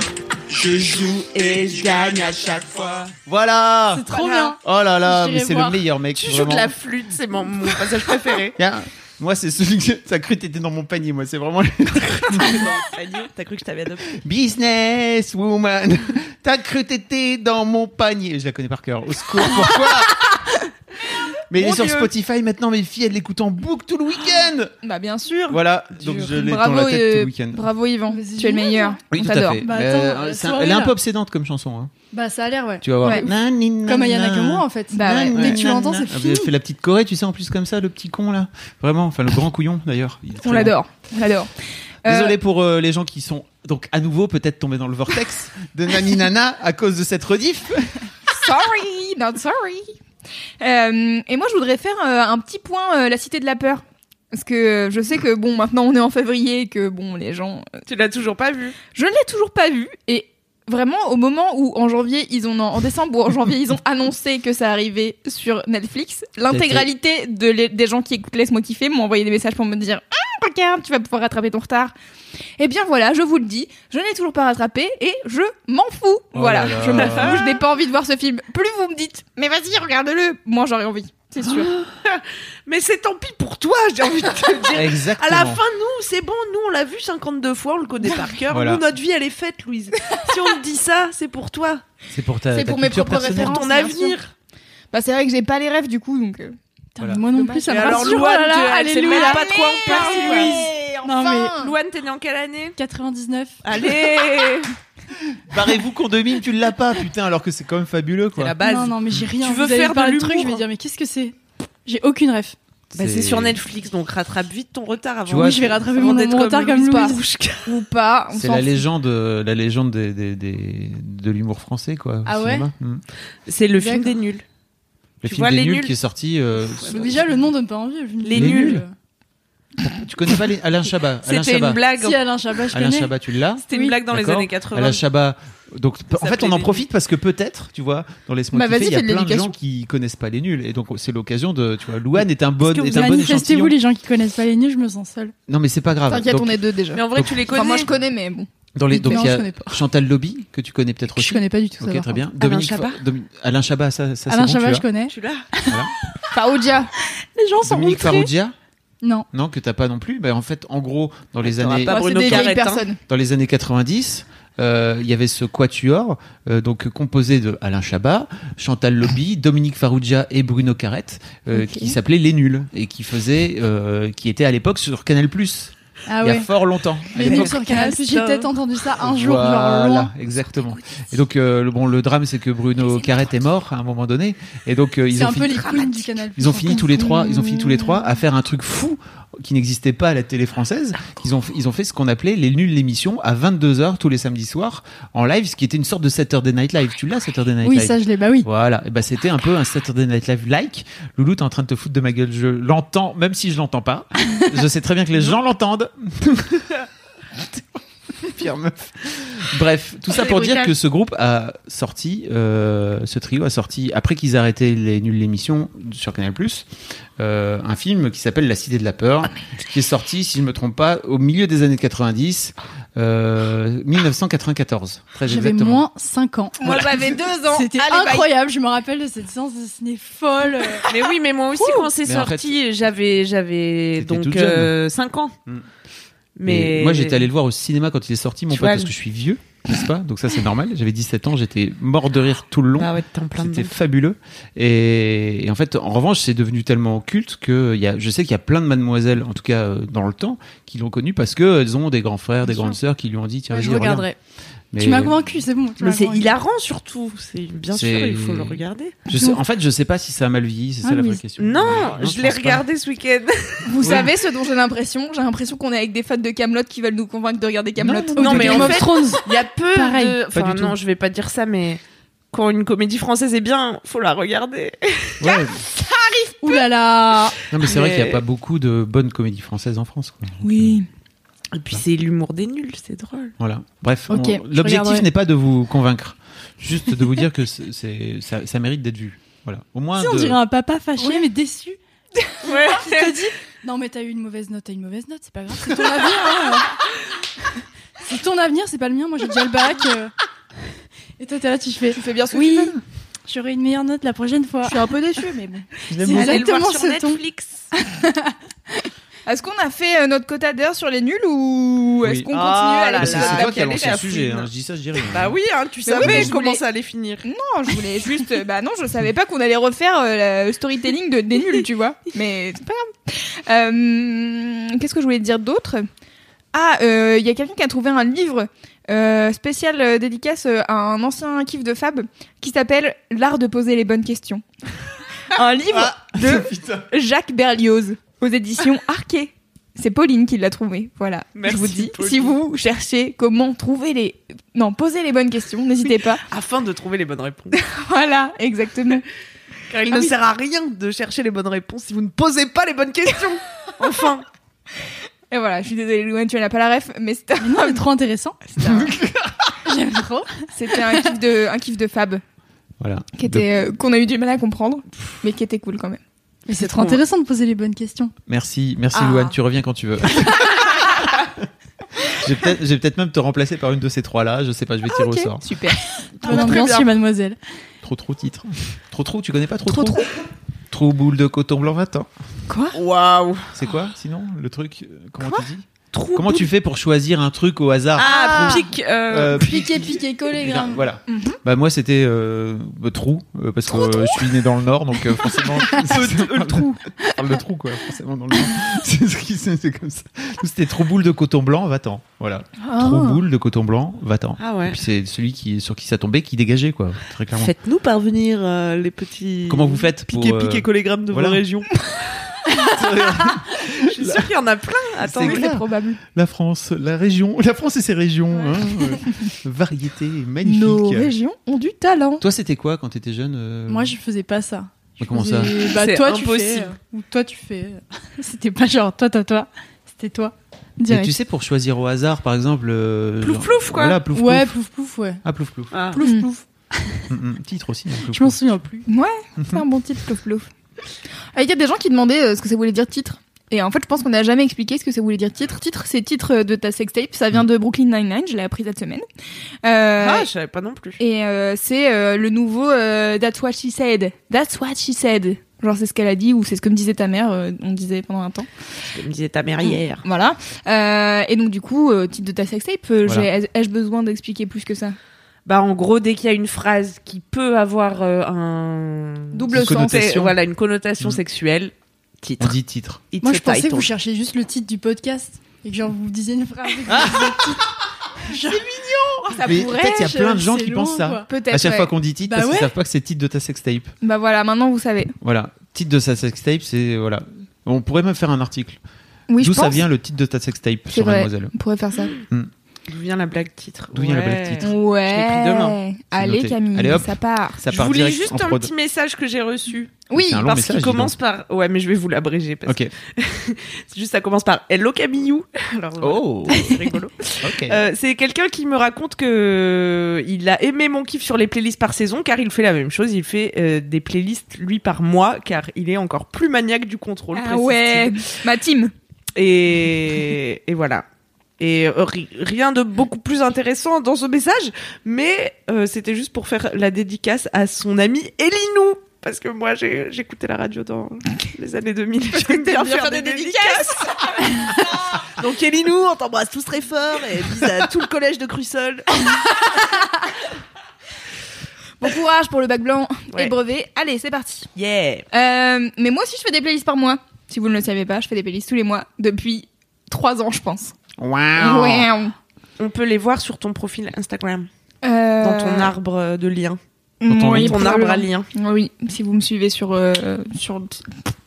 S5: Je joue
S3: Et je gagne à chaque fois.
S2: *laughs* voilà.
S4: C'est trop
S3: Voilà.
S4: bien
S2: Oh là là,
S4: J'irai
S2: mais c'est le
S4: voir.
S2: meilleur mec.
S3: Tu joues
S2: vraiment.
S3: de la flûte, c'est mon, mon passage *laughs* préféré.
S2: Tiens, moi c'est celui que t'as cru t'étais dans mon panier. Moi c'est vraiment le *laughs*
S3: Agnew, T'as cru que je t'avais adopté
S2: business woman. *laughs* T'as cru t'étais dans mon panier. Je la connais par cœur. Au secours, pourquoi Mais elle est
S1: Mon
S2: sur
S1: Dieu.
S2: Spotify maintenant. Mes filles, elles l'écoutent en boucle tout le week-end.
S1: Bah bien sûr.
S2: Voilà, donc je l'ai dans
S1: Bravo,
S2: la tête tout
S1: euh,
S2: le week-end.
S1: Bravo Yvan,
S4: Mais c'est
S1: tu es le
S4: génial,
S1: meilleur.
S2: Oui,
S1: On
S2: tout à
S1: t'adore.
S2: fait.
S4: Bah,
S2: Mais,
S4: attends,
S2: euh,
S4: la
S2: c'est un-
S4: soirée,
S2: elle est un
S4: là.
S2: peu obsédante comme chanson. hein.
S4: Bah, ça a l'air, ouais.
S2: Tu vas voir.
S1: Ouais.
S4: Comme Aya Nakamura, en fait.
S1: Bah ouais.
S4: Dès que tu l'entends, c'est fini.
S2: Elle Ah, fait la petite Corée, tu sais, en plus comme ça, le petit con là. Vraiment, enfin le grand couillon d'ailleurs. Il est très
S1: On
S2: bon.
S1: l'adore, on l'adore. Euh,
S2: Désolé pour euh, les gens qui sont donc à nouveau peut-être tombés dans le vortex de Nani Nana à cause de cette rediff.
S1: sorry, not sorry. Euh, et moi, je voudrais faire euh, un petit point euh, la cité de la peur. Parce que euh, je sais que bon, maintenant on est en février, et que bon, les gens. euh,
S3: Tu l'as toujours pas vu.
S1: Je ne l'ai toujours pas vu. Et vraiment, au moment où en janvier, ils ont. En décembre ou en janvier, ils ont annoncé que ça arrivait sur Netflix, l'intégralité de les- des gens qui écoutent Laisse-moi kiffer m'ont envoyé des messages pour me dire Hum, regarde, tu vas pouvoir rattraper ton retard. Eh bien voilà, je vous le dis, je n'ai toujours pas rattrapé et je m'en fous.
S2: Oh
S1: voilà,
S2: là là.
S1: je m'en fous, je n'ai pas envie de voir ce film. Plus vous me dites, mais vas-y, regarde-le, moi j'aurais envie, c'est sûr.
S3: Mais c'est tant pis pour toi, j'ai envie de te *laughs* dire.
S2: Exactement.
S3: À la fin, nous, c'est bon, nous, on l'a vu 52 fois, on le connaît *laughs* par cœur.
S2: Voilà.
S3: Nous, notre vie, elle est faite, Louise. si on te dit ça, c'est pour toi,
S2: c'est pour ta,
S1: C'est
S2: ta
S1: pour mes
S2: culture
S1: propres
S2: personnelle.
S1: références.
S3: ton
S1: bien
S3: avenir.
S1: *gasps* Bah c'est vrai que j'ai pas les rêves du coup, donc... euh,
S4: Putain,
S2: Voilà.
S4: mais Moi non plus, ça
S3: Et
S4: me
S3: alors,
S4: rassure.
S3: Louane,
S4: oh là
S3: tu-
S4: là,
S3: elle sait
S4: alléluia.
S3: même pas de quoi on parle,
S1: Allez,
S3: Louise.
S4: Non,
S1: enfin.
S3: Louane, t'es née en quelle année
S4: 99.
S3: *laughs* Allez
S2: Barrez-vous qu'on domine, tu l'as pas, putain, alors que c'est quand même fabuleux
S3: C'est
S2: quoi.
S3: la base.
S4: Non, non, mais j'ai rien.
S3: Tu veux
S4: Vous allez
S3: faire
S4: me parler
S3: de
S4: de truc, je vais
S3: l'humour
S4: dire, mais qu'est-ce que c'est J'ai aucune ref.
S3: Bah, c'est sur Netflix, donc rattrape vite ton retard avant.
S2: Tu vois,
S4: oui, je vais rattraper
S3: avant
S4: mon,
S3: d'être
S4: mon
S3: comme
S4: retard comme
S3: Louise
S4: Louise.
S1: Ou pas, on
S2: C'est
S1: s'en
S2: la
S1: fout.
S2: légende, euh, la légende des, des- des- de l'humour français quoi. au
S4: Ah ouais
S2: cinéma. Mm.
S3: C'est le film
S4: D'accord.
S3: des nuls.
S2: Le
S3: Tu
S2: film
S3: vois,
S2: des
S3: Les
S2: nuls
S3: Nuls.
S2: qui est sorti. euh,
S4: Mais Déjà, le nom donne pas envie. je me dis,
S3: Les
S4: euh,
S3: nuls.
S2: tu connais pas les- Alain Chabat Alain
S3: C'était
S2: Chabat.
S3: une blague. hein.
S4: Si, Alain Chabat, je
S2: Alain
S4: connais.
S2: Chabat, tu l'as
S3: C'était une
S4: Oui.
S3: blague dans les
S2: D'accord.
S3: années
S2: Alain
S3: 80.
S2: Chabat. Donc, p- en fait,
S3: s'appelait
S2: on en
S3: les
S2: profite parce que peut-être, tu vois, dans les
S1: Bah,
S2: Smokey
S1: vas-y,
S2: il y a
S1: fais de
S2: plein de
S1: l'éducation.
S2: gens qui connaissent pas les nuls. Et donc, c'est l'occasion de, tu vois, Louane est un bon,
S3: que
S2: est
S3: vous
S2: un bon
S4: Manifestez-vous
S2: échantillon.
S4: les gens qui connaissent pas les nuls, je me sens seule. Ah bah,
S2: Non, mais c'est pas grave.
S1: T'inquiète,
S2: Donc,
S1: on est deux déjà.
S3: Mais en vrai, tu les connais.
S1: Enfin, moi je connais, mais bon.
S2: dans les, donc,
S4: Non,
S2: il y
S4: je
S2: a
S4: connais pas.
S2: Chantal Lobby, que tu connais peut-être aussi.
S4: Je connais pas du tout ça.
S2: Ok,
S4: par
S2: très
S4: contre.
S2: bien.
S3: Alain
S2: Dominique
S3: Chabat
S2: Fa- Domi- Alain Chabat, ça, ça c'est
S4: Alain
S2: bon,
S4: Chabat,
S2: tu
S4: je connais.
S3: Tu l'as
S2: as. Voilà.
S1: Faroudia.
S4: Les gens sont
S2: Dominique
S4: outrés.
S2: Farrugia,
S4: Non.
S2: non, que t'as pas non plus. Bah, en fait, en gros, dans les
S3: T'auras
S2: années,
S3: pas
S1: Bah, c'est
S3: Bruno
S1: des vieilles
S3: Carrette, hein.
S1: personnes.
S2: dans les années 90, euh, il y avait ce quatuor euh, donc composé de Alain Chabat, Chantal Lobby, Dominique Farrugia et Bruno Carrette euh,
S1: Ok.
S2: qui s'appelait Les Nuls et qui faisait euh, qui était à l'époque sur Canal+.
S4: Ah
S2: il y a
S4: ouais.
S2: fort longtemps. à
S4: Les
S2: l'époque.
S4: nuls sur Canal+, j'ai
S1: Stop.
S4: peut-être entendu ça un jour,
S2: Voilà,
S4: genre loin.
S2: exactement. Et donc euh, le bon le drame c'est que Bruno Carrette est mort à un moment donné et donc euh, ils
S4: C'est
S2: ont
S4: un peu
S2: fini
S4: les queens du Canal+.
S2: ils ont fini tous les trois, ils ont fini tous les trois à faire un truc fou qui n'existait pas à la télé
S4: Ah,
S2: française. Ils ont ils ont fait ce qu'on appelait les nuls l'émission à 22h tous les samedis soirs en live ce qui était une sorte de Saturday Night Live. Tu l'as Saturday Night
S4: Oui,
S2: Live
S4: ça je l'ai, bah oui.
S2: voilà, et ben c'était un peu un Saturday Night Live like. Loulou, t'es en train de te foutre de ma gueule. Je l'entends, même si je l'entends pas. je sais très bien que les gens l'entendent. Pire meuf. Bref, tout ça
S1: C'est
S2: pour dire
S1: brutal.
S2: que ce groupe a sorti, euh, ce trio a sorti après qu'ils arrêtaient les nuls l'émission sur Canal euh, un film qui s'appelle La Cité de la peur, qui est sorti, si je me trompe pas, au milieu des années 90, euh, 1994. Très
S4: J'avais
S2: exactement.
S4: moins 5 ans.
S1: Moi, j'avais deux ans.
S4: C'était
S1: Allez, bye.
S4: incroyable, je me rappelle de cette séance de ciné folle. *laughs*
S3: Mais oui, mais moi aussi, quand c'est
S2: Mais en fait,
S3: sorti, j'avais, j'avais
S2: t'étais
S3: donc
S2: toute jeune.
S3: 5 ans.
S2: Mm.
S3: Mais
S2: Et moi, j'étais allé le voir au cinéma quand il est sorti, mon
S3: Tu
S2: pote,
S3: vois,
S2: parce que je suis vieux, n'est-ce pas Donc ça, c'est normal. J'avais 17 ans, j'étais mort de rire tout le long.
S3: Ah ouais, t'es en plein
S2: C'était
S3: dedans.
S2: fabuleux. Et, et en fait, en revanche, c'est devenu tellement culte que il y a, je sais qu'il y a plein de mademoiselles, en tout cas euh, dans le temps, qui l'ont connu parce que elles ont des grands frères, des grandes sœurs qui lui ont dit tiens,
S4: je
S2: vas-y, regarde.
S4: regarderai.
S2: hein. Mais
S4: Tu m'as convaincu, c'est bon. tu
S3: Mais
S4: m'as
S3: c'est
S4: convaincu.
S3: hilarant surtout. C'est bien sûr,
S2: C'est-
S3: il faut le regarder.
S2: je sais- en fait, je sais pas si ça a mal vieilli, c'est
S4: Ah,
S2: ça la
S4: mais-
S2: vraie question.
S3: Non, je l'ai
S2: pense pas.
S3: regardé ce week-end.
S1: Vous savez ce dont j'ai l'impression J'ai l'impression qu'on est avec des fans de Camelot qui veulent nous convaincre de regarder Camelot.
S3: non,
S4: Ou de
S3: mais
S4: Game
S3: en
S4: of
S3: fait-
S4: Thrones.
S3: Il y a peu
S4: Pareil,
S3: de.
S2: pas
S3: Enfin,
S2: du
S3: non,
S2: tout.
S3: je vais pas dire ça, mais quand une comédie française est bien, faut la regarder.
S2: Ouais.
S4: Ouh là là.
S2: Non, mais c'est vrai
S3: Mais-
S2: qu'il y a pas beaucoup de bonnes comédies françaises en France. quoi.
S4: Oui.
S3: Et puis c'est l'humour des nuls, c'est drôle.
S2: Voilà. Bref,
S4: Ok,
S2: on-
S4: je
S2: l'objectif
S4: regarderai.
S2: n'est pas de vous convaincre, juste de vous dire que c'est- c'est ça, ça mérite d'être vu. Voilà. Au moins.
S4: Si on
S2: de-
S4: dirait un papa fâché mais déçu.
S3: Ouais.
S4: Tu t'as dit Non mais t'as eu une mauvaise note, t'as eu une mauvaise note, c'est pas grave, c'est ton avenir.
S1: *laughs*
S4: hein. C'est ton avenir, c'est pas le mien. Moi j'ai déjà le bac. euh. Et toi t'es là, tu fais.
S1: Tu fais bien ce que
S4: Oui.
S1: tu veux.
S4: J'aurai une meilleure note la prochaine fois.
S1: Je suis un peu déçue, mais bon.
S4: C'est
S3: Allez le voir
S4: exactement
S3: sur
S4: ce ton.
S3: Netflix.
S1: Est-ce qu'on a fait euh, notre quota d'heures sur les nuls ou est-ce
S2: Oui.
S1: qu'on
S3: Oh
S1: continue à
S4: Ah
S3: là
S1: l'épisode
S2: Bah, c'est
S3: là,
S2: c'est toi
S1: d'après
S2: qui as
S3: quelle
S2: lancé
S3: est
S2: le
S3: la
S2: sujet.
S3: fouine
S2: hein, Je dis ça, je dis rien. *laughs*
S3: Bah oui, hein, tu
S1: Mais oui,
S3: savais
S1: mais je
S3: comment
S1: voulais- Hmm
S3: ça allait finir.
S1: Non, je voulais juste. euh, Bah non, je savais pas qu'on allait refaire euh, le storytelling de des nuls, tu vois. Mais c'est pas grave. Euh, Qu'est-ce que je voulais te dire d'autre Ah, euh, il y a quelqu'un qui a trouvé un livre euh, spécial euh, dédicace euh, à un ancien kiff de Fab qui s'appelle L'art de poser les bonnes
S3: *laughs*
S1: questions. un livre
S3: Ah.
S1: de Jacques Berlioz aux
S3: *laughs*
S1: éditions Arquet. C'est Pauline qui l'a trouvé. Voilà.
S3: Merci,
S1: je vous dis,
S3: Pauline.
S1: si vous cherchez comment trouver les. Non, poser les bonnes questions, n'hésitez
S3: *laughs*
S1: pas.
S3: Afin de trouver les bonnes réponses. Ah
S1: Voilà, exactement.
S3: *laughs* Car il ne sert à rien de chercher les bonnes réponses si vous ne posez pas les bonnes questions. *laughs* Enfin.
S1: Et voilà, je suis désolée, Louane, tu n'as pas la ref, mais c'était un,
S4: Mais non, c'est trop intéressant.
S1: c'était un- Ah,
S4: J'aime trop.
S1: *laughs* c'était un kiff de, un kiff de Fab,
S2: Voilà.
S1: qui était, euh, qu'on a eu du mal à comprendre, mais qui était cool quand même.
S4: Mais c'est trop intéressant de poser les bonnes questions.
S2: Donc, merci, merci
S1: Ah.
S2: Louane, tu reviens quand tu veux. Je vais peut-être peut même te remplacer par une de ces trois-là, je sais pas, je vais tirer
S1: Ok,
S2: au sort.
S1: *laughs* super.
S4: Bonne
S1: Ah, très
S4: ambiance
S1: bien.
S4: chez Mademoiselle.
S2: Trop trop titre. Trop trop, tu connais pas trop trop Trop, boule de coton blanc 20 ans.
S3: Waouh.
S2: C'est quoi sinon le truc euh, Comment tu dis
S3: Trou.
S2: Comment tu fais pour choisir un truc au hasard
S3: Ah,
S4: Ah.
S3: pique. euh,
S2: Euh,
S4: Piqué, piqué, collé,
S2: Bien,
S4: gramme.
S2: Voilà. Bah moi c'était euh, euh, trou euh, parce que euh, je suis né dans le nord donc euh, forcément le, trou. le trou quoi forcément dans le nord. *laughs* c'est ce qui c'est c'est comme ça. Nous, C'était trop boule de coton blanc va-t'en. Voilà.
S1: Ah,
S4: Ah.
S2: Trop boule de coton blanc va-t'en.
S3: Ah
S2: Et
S3: ouais.
S2: puis c'est celui qui sur qui ça tombait qui dégageait quoi très clairement.
S3: Faites-nous parvenir euh, les petits.
S2: Comment vous faites pour,
S3: Piquer,
S2: euh,
S3: piquer, collégramme de
S2: voilà.
S3: vos régions. *laughs* Je suis sûre qu'il y en a plein. Attends,
S2: C'est
S3: oui,
S2: clair.
S3: c'est probable.
S2: La France, la région, la France et ses régions. hein, euh, variété magnifique.
S1: Nos régions ont du talent.
S2: Toi c'était quoi quand t'étais jeune euh,
S4: Moi, je faisais pas ça.
S2: Mais comment ça
S4: faisais, bah,
S3: C'est
S4: toi, tu fais.
S3: impossible.
S4: euh, Ou toi, tu fais. euh. *laughs* C'était pas genre toi, toi, toi. C'était toi.
S2: Mais
S4: Direct.
S2: tu sais pour choisir au hasard par exemple. euh,
S3: Plouf,
S2: genre-
S3: plouf, quoi.
S2: Voilà plouf plouf.
S4: ouais, plouf plouf, ouais.
S2: Ah plouf plouf.
S3: Ah.
S4: Plouf
S1: Mm.
S4: plouf.
S2: Mm, mm, Titre aussi. hein, plouf,
S4: Je m'en
S2: plouf.
S4: souviens plus.
S1: C'est un bon titre, plouf plouf. Ah, Il y a des gens qui demandaient euh, ce que ça voulait dire titre. Et en fait, je pense qu'on n'a jamais expliqué ce que ça voulait dire titre. Titre, c'est titre euh, de ta sextape. Ça vient de Brooklyn Nine-Nine, je l'ai appris cette semaine. Euh,
S3: Ah, je savais pas non plus.
S1: Et euh, c'est euh, le nouveau euh, That's what she said. That's what she said. Genre c'est ce qu'elle a dit ou c'est ce que me disait ta mère, euh, on disait pendant un temps.
S3: Je me disais ta mère hein. hier.
S1: Voilà. Euh, et donc du coup, euh, titre de ta sextape, euh,
S2: Voilà.
S1: j'ai- ai-je besoin d'expliquer plus que ça
S3: Bah, en gros, dès qu'il y a une phrase qui peut avoir euh, un.
S1: Double
S2: Une
S1: sens.
S3: C'est-
S2: connotation.
S3: Voilà, une connotation
S2: Mm.
S3: sexuelle.
S2: On
S3: Titre.
S2: dit titre.
S3: It's
S4: Moi,
S3: a
S4: je pensais que
S3: title.
S4: vous cherchiez juste le titre du podcast. et que genre vous disiez une phrase. et que
S1: *laughs* Oh, Ça
S2: Ah Mais
S1: pourrait.
S2: peut-être il y a
S4: je-
S2: plein de gens
S4: c'est
S2: qui pensent
S4: loin,
S2: ça.
S4: quoi.
S1: Peut-être.
S2: À chaque
S1: ouais.
S2: fois qu'on dit titre,
S4: Bah
S2: parce qu'ils
S4: ouais.
S2: savent pas que c'est titre de ta sextape.
S1: Bah voilà, maintenant vous savez.
S2: Voilà. Titre de sa sextape, c'est. Voilà. On pourrait même faire un article.
S1: Oui,
S2: D'où
S1: je pense.
S2: ça vient le titre de ta sextape
S1: C'est
S2: sur
S1: vrai.
S2: Mademoiselle
S1: On pourrait faire ça.
S3: D'où vient la blague titre
S2: D'où vient la blague
S3: Ouais. Mm.
S2: titre
S1: Ouais.
S3: demain.
S1: Allez
S2: noté.
S1: Camille,
S2: Allez, hop.
S1: ça part.
S2: Ça
S3: je
S2: part
S3: vous lis
S2: direct
S3: juste
S2: en
S3: un
S2: prod.
S3: petit message que j'ai reçu.
S1: Oui,
S2: C'est un long
S3: parce
S2: message,
S3: qu'il
S2: dis donc.
S3: commence par. Ouais, mais je vais vous l'abréger. Parce
S2: Ok.
S3: que juste, ça commence par Hello Camillou. *laughs* Alors, voilà,
S2: Oh.
S3: c'est rigolo.
S2: Ok.
S3: Euh, c'est quelqu'un qui me raconte que euh, il a aimé mon kiff sur les playlists par saison car il fait la même chose. Il fait euh, des playlists lui par mois car il est encore plus maniaque du contrôle.
S1: Ah
S3: précise-t-il.
S1: ouais, ma team.
S3: Et, et voilà. Et euh, ri- rien de beaucoup plus intéressant dans ce message, mais euh, c'était juste pour faire la dédicace à son ami Elinou. Parce que moi, j'ai- j'écoutais la radio dans les années 2000. J'aime bien, faire, des, dédicaces. *laughs* Donc Elinou, on t'embrasse tous très fort et bise à tout le collège de Crussol.
S1: Bon courage pour le bac blanc et
S3: Ouais.
S1: le brevet. Allez, c'est parti.
S3: Yeah.
S1: Euh, mais moi aussi, je fais des playlists par mois. Si vous ne le savez pas, je fais des playlists tous les mois depuis trois ans, je pense.
S2: Wow.
S1: Ouais.
S3: On peut les voir sur ton profil Instagram,
S1: Euh,
S3: dans ton arbre de lien,
S2: Dans ton
S1: oui,
S2: lit.
S3: ton arbre à lien.
S1: Oui, si vous me suivez sur, euh, sur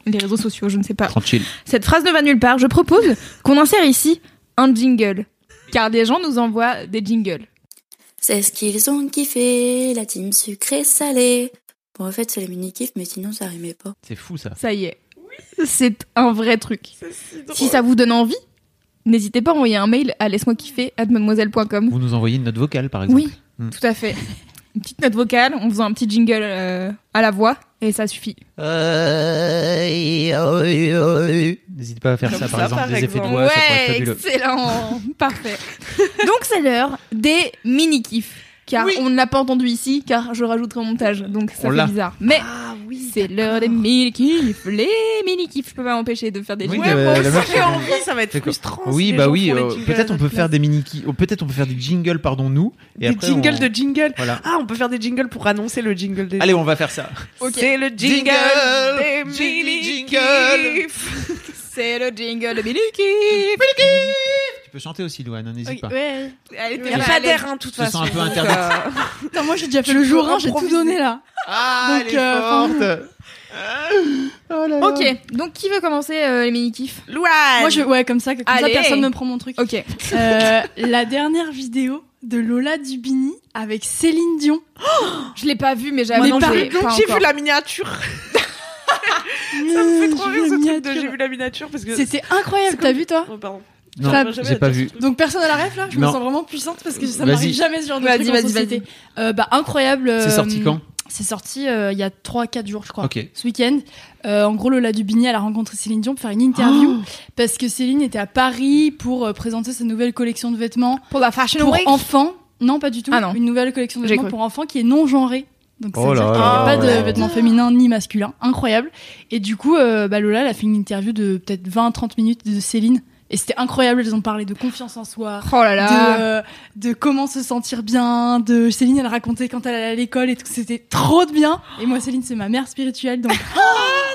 S1: les réseaux sociaux, je ne sais pas.
S2: Tranquille.
S1: Cette phrase ne va nulle part. Je propose qu'on insère ici un jingle. Car des gens nous envoient des jingles.
S6: C'est ce qu'ils ont kiffé, la team sucrée salée. Bon, en fait, c'est les mini-kiffs, mais sinon, ça rimait pas.
S2: C'est fou ça.
S1: Ça y est. C'est un vrai truc. Si ça vous donne envie, n'hésitez pas à envoyer un mail à laisse-moi kiffer at mademoiselle.com.
S2: Vous nous envoyez une note vocale par exemple.
S1: Oui,
S2: Mm.
S1: tout à fait. Une petite note vocale, on faisant un petit jingle euh, à la voix, et ça suffit.
S2: Euh, N'hésitez pas à faire
S3: Comme
S2: ça par
S3: ça,
S2: exemple,
S3: par
S2: des effets de
S3: exemple.
S2: voix, ça pourrait être fabuleux. *laughs*
S1: excellent, parfait. Donc c'est l'heure des mini kifs, car
S3: Oui.
S1: on ne l'a pas entendu ici, car je rajouterai au montage, donc ça
S2: On
S1: fait
S2: l'a.
S1: bizarre. Mais
S3: Ah oui.
S1: c'est l'heure des mini kifs, les mini kifs. Je peux pas m'empêcher de faire des
S2: Oui,
S1: jingles.
S2: la- la meuf,
S3: J'ai
S2: elle-
S3: envie, ça va être
S2: D'accord.
S3: frustrant. si
S2: Oui,
S3: les
S2: bah
S3: gens
S2: oui,
S3: font les
S2: euh,
S3: jingles à
S2: peut-être on
S3: notre
S2: peut faire
S3: place.
S2: des mini qui- oh, peut-être on peut faire des jingles pardon nous et
S3: des
S2: après,
S3: jingles
S2: on-
S3: de jingle.
S2: *laughs*
S3: *laughs*
S2: voilà.
S3: Ah, on peut faire des jingles pour annoncer le jingle des.
S2: Allez, on va faire ça.
S3: C'est le jingle,
S2: Jingle,
S3: des
S2: jingle,
S3: mini
S2: jingle.
S3: kiffs.
S1: *laughs* C'est le jingle de mini kifs.
S2: Tu peux chanter aussi Louane, n'hésite
S4: Ok,
S2: pas.
S4: ouais.
S1: Allez,
S3: Il
S1: t'es
S3: y a
S1: là,
S3: pas
S1: allez.
S3: d'air, hein, de toute
S2: Je te
S3: façon.
S2: sens un peu
S3: Donc,
S2: internet.
S3: *laughs* euh,
S4: Putain, moi j'ai déjà fait le jour 1, j'ai tout donné là.
S2: Ah,
S4: Donc, euh,
S1: Ok, donc qui veut commencer euh, les mini kifs
S3: Louane.
S4: Moi je ouais comme ça, comme ça
S1: Allez.
S4: personne ne me prend mon truc.
S1: Ok.
S4: Euh, la dernière vidéo de Lola Dubini avec Céline Dion.
S1: Je l'ai pas vu, mais
S3: Moi
S1: j'avais
S3: non
S1: pas,
S3: plus.
S1: pas
S3: J'ai
S1: encore.
S3: vu la miniature. Ça me fait trop
S4: J'ai
S3: rire ce
S4: la
S3: truc de
S4: miniature.
S3: Euh, j'ai vu la miniature parce que.
S4: C'était incroyable,
S3: C'est
S4: t'as vu toi
S3: Oh, pardon.
S2: Non,
S4: J'arrive
S3: jamais
S2: j'ai
S3: à
S2: pas
S3: dire
S2: vu.
S3: ce truc.
S4: Donc personne à la ref là, je me
S2: Non.
S4: sens vraiment puissante parce que ça
S2: Vas-y.
S4: m'arrive jamais ce genre de
S1: Vas-y,
S4: truc en
S1: vas-y,
S4: société. Euh, bah incroyable. euh,
S2: C'est sorti quand
S4: C'est sorti euh, il y a 3-4 jours, je crois.
S2: Ok.
S4: Ce week-end. Euh, en gros, Lola Dubini, elle a rencontré Céline Dion pour faire une interview.
S1: Ah.
S4: Parce que Céline était à Paris pour euh, présenter sa nouvelle collection de vêtements
S1: Pour la Fashion
S4: pour
S1: Week.
S4: enfants. Non, pas du tout.
S1: Ah non.
S4: Une nouvelle collection de
S1: J'ai
S4: vêtements
S1: cru.
S4: pour enfants qui est non genrée. Donc, ça
S2: Oh
S4: veut
S2: là
S4: dire qu'il n'y
S2: là
S4: a pas
S2: là
S4: de
S2: là.
S4: vêtements féminins ni masculins. Incroyable. Et du coup, euh, bah, Lola, elle a fait une interview de peut-être 20-30 minutes de Céline. Et c'était incroyable. Elles ont parlé de confiance en soi,
S1: Oh là là.
S4: de, de comment se sentir bien, de Céline, elle racontait quand elle allait à l'école et tout, c'était trop de bien. Et moi, Céline, c'est ma mère spirituelle, donc,
S3: Ah,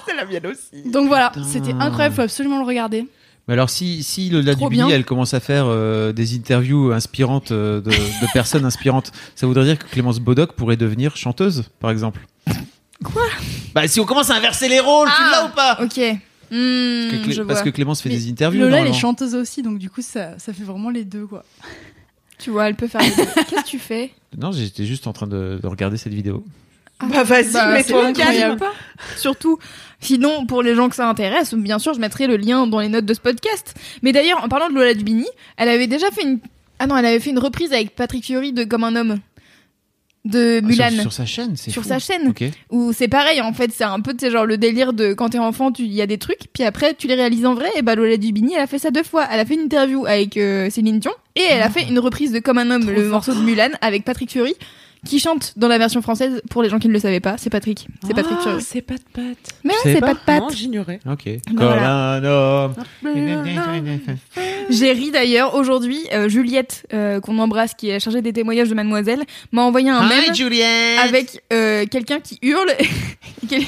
S3: c'est la mienne aussi.
S4: donc voilà,
S2: Putain.
S4: c'était incroyable, faut absolument le regarder.
S2: Mais alors si si Lola
S4: Trop
S2: Dubini
S4: bien.
S2: elle commence à faire euh, des interviews inspirantes euh, de, de personnes inspirantes, ça voudrait dire que Clémence Bodoc pourrait devenir chanteuse par exemple. Quoi Bah si on commence à inverser les rôles,
S4: Ah.
S2: tu l'as ou pas
S1: Ok. Hmm,
S2: Parce que Clé-
S1: je
S2: Parce
S1: vois.
S2: que Clémence fait
S4: Mais
S2: des interviews.
S4: Lola, elle est
S2: normalement.
S4: chanteuse aussi, donc du coup, ça, ça fait vraiment les deux, quoi.
S1: *laughs* Tu vois, elle peut faire. les deux. Qu'est-ce que tu fais
S2: Non, j'étais juste en train de, de regarder cette vidéo.
S3: Bah vas-y,
S1: Bah, c'est
S3: mets-toi au
S1: incroyable.
S3: calme.
S1: Surtout, sinon, pour les gens que ça intéresse, bien sûr, je mettrai le lien dans les notes de ce podcast. Mais d'ailleurs, en parlant de Lola Dubini, elle avait déjà fait une. Ah non, elle avait fait une reprise avec Patrick Fiori de Comme un homme de
S2: Ah, sur-
S1: Mulan.
S2: Sur, sa chaîne, c'est
S1: Sur
S2: fou.
S1: sa chaîne.
S2: Ok.
S1: Où c'est pareil, en fait, c'est un peu, tu sais, genre le délire de quand t'es enfant, tu- il y a des trucs, puis après, tu les réalises en vrai. Et bah, Lola Dubini, elle a fait ça deux fois. Elle a fait une interview avec euh, Céline Dion, et elle
S2: Ah.
S1: a fait une reprise de Comme un homme, le morceau de Mulan, avec Patrick Fury, qui chante dans la version française, pour les gens qui ne le savaient pas, c'est Patrick. C'est Patrick
S3: Ah,
S1: Fury.
S3: C'est pas de pâte. Bah,
S1: Mais ouais,
S2: savais
S1: c'est
S2: pas
S1: pas de patte.
S3: Non, j'ignorais.
S2: Ok. Comme
S1: voilà.
S2: un homme.
S1: J'ai ri d'ailleurs, aujourd'hui, euh, Juliette, euh, qu'on embrasse, qui est chargée des témoignages de Mademoiselle, m'a envoyé un mail.
S2: Juliette.
S1: avec euh, quelqu'un qui hurle. *laughs* et quel-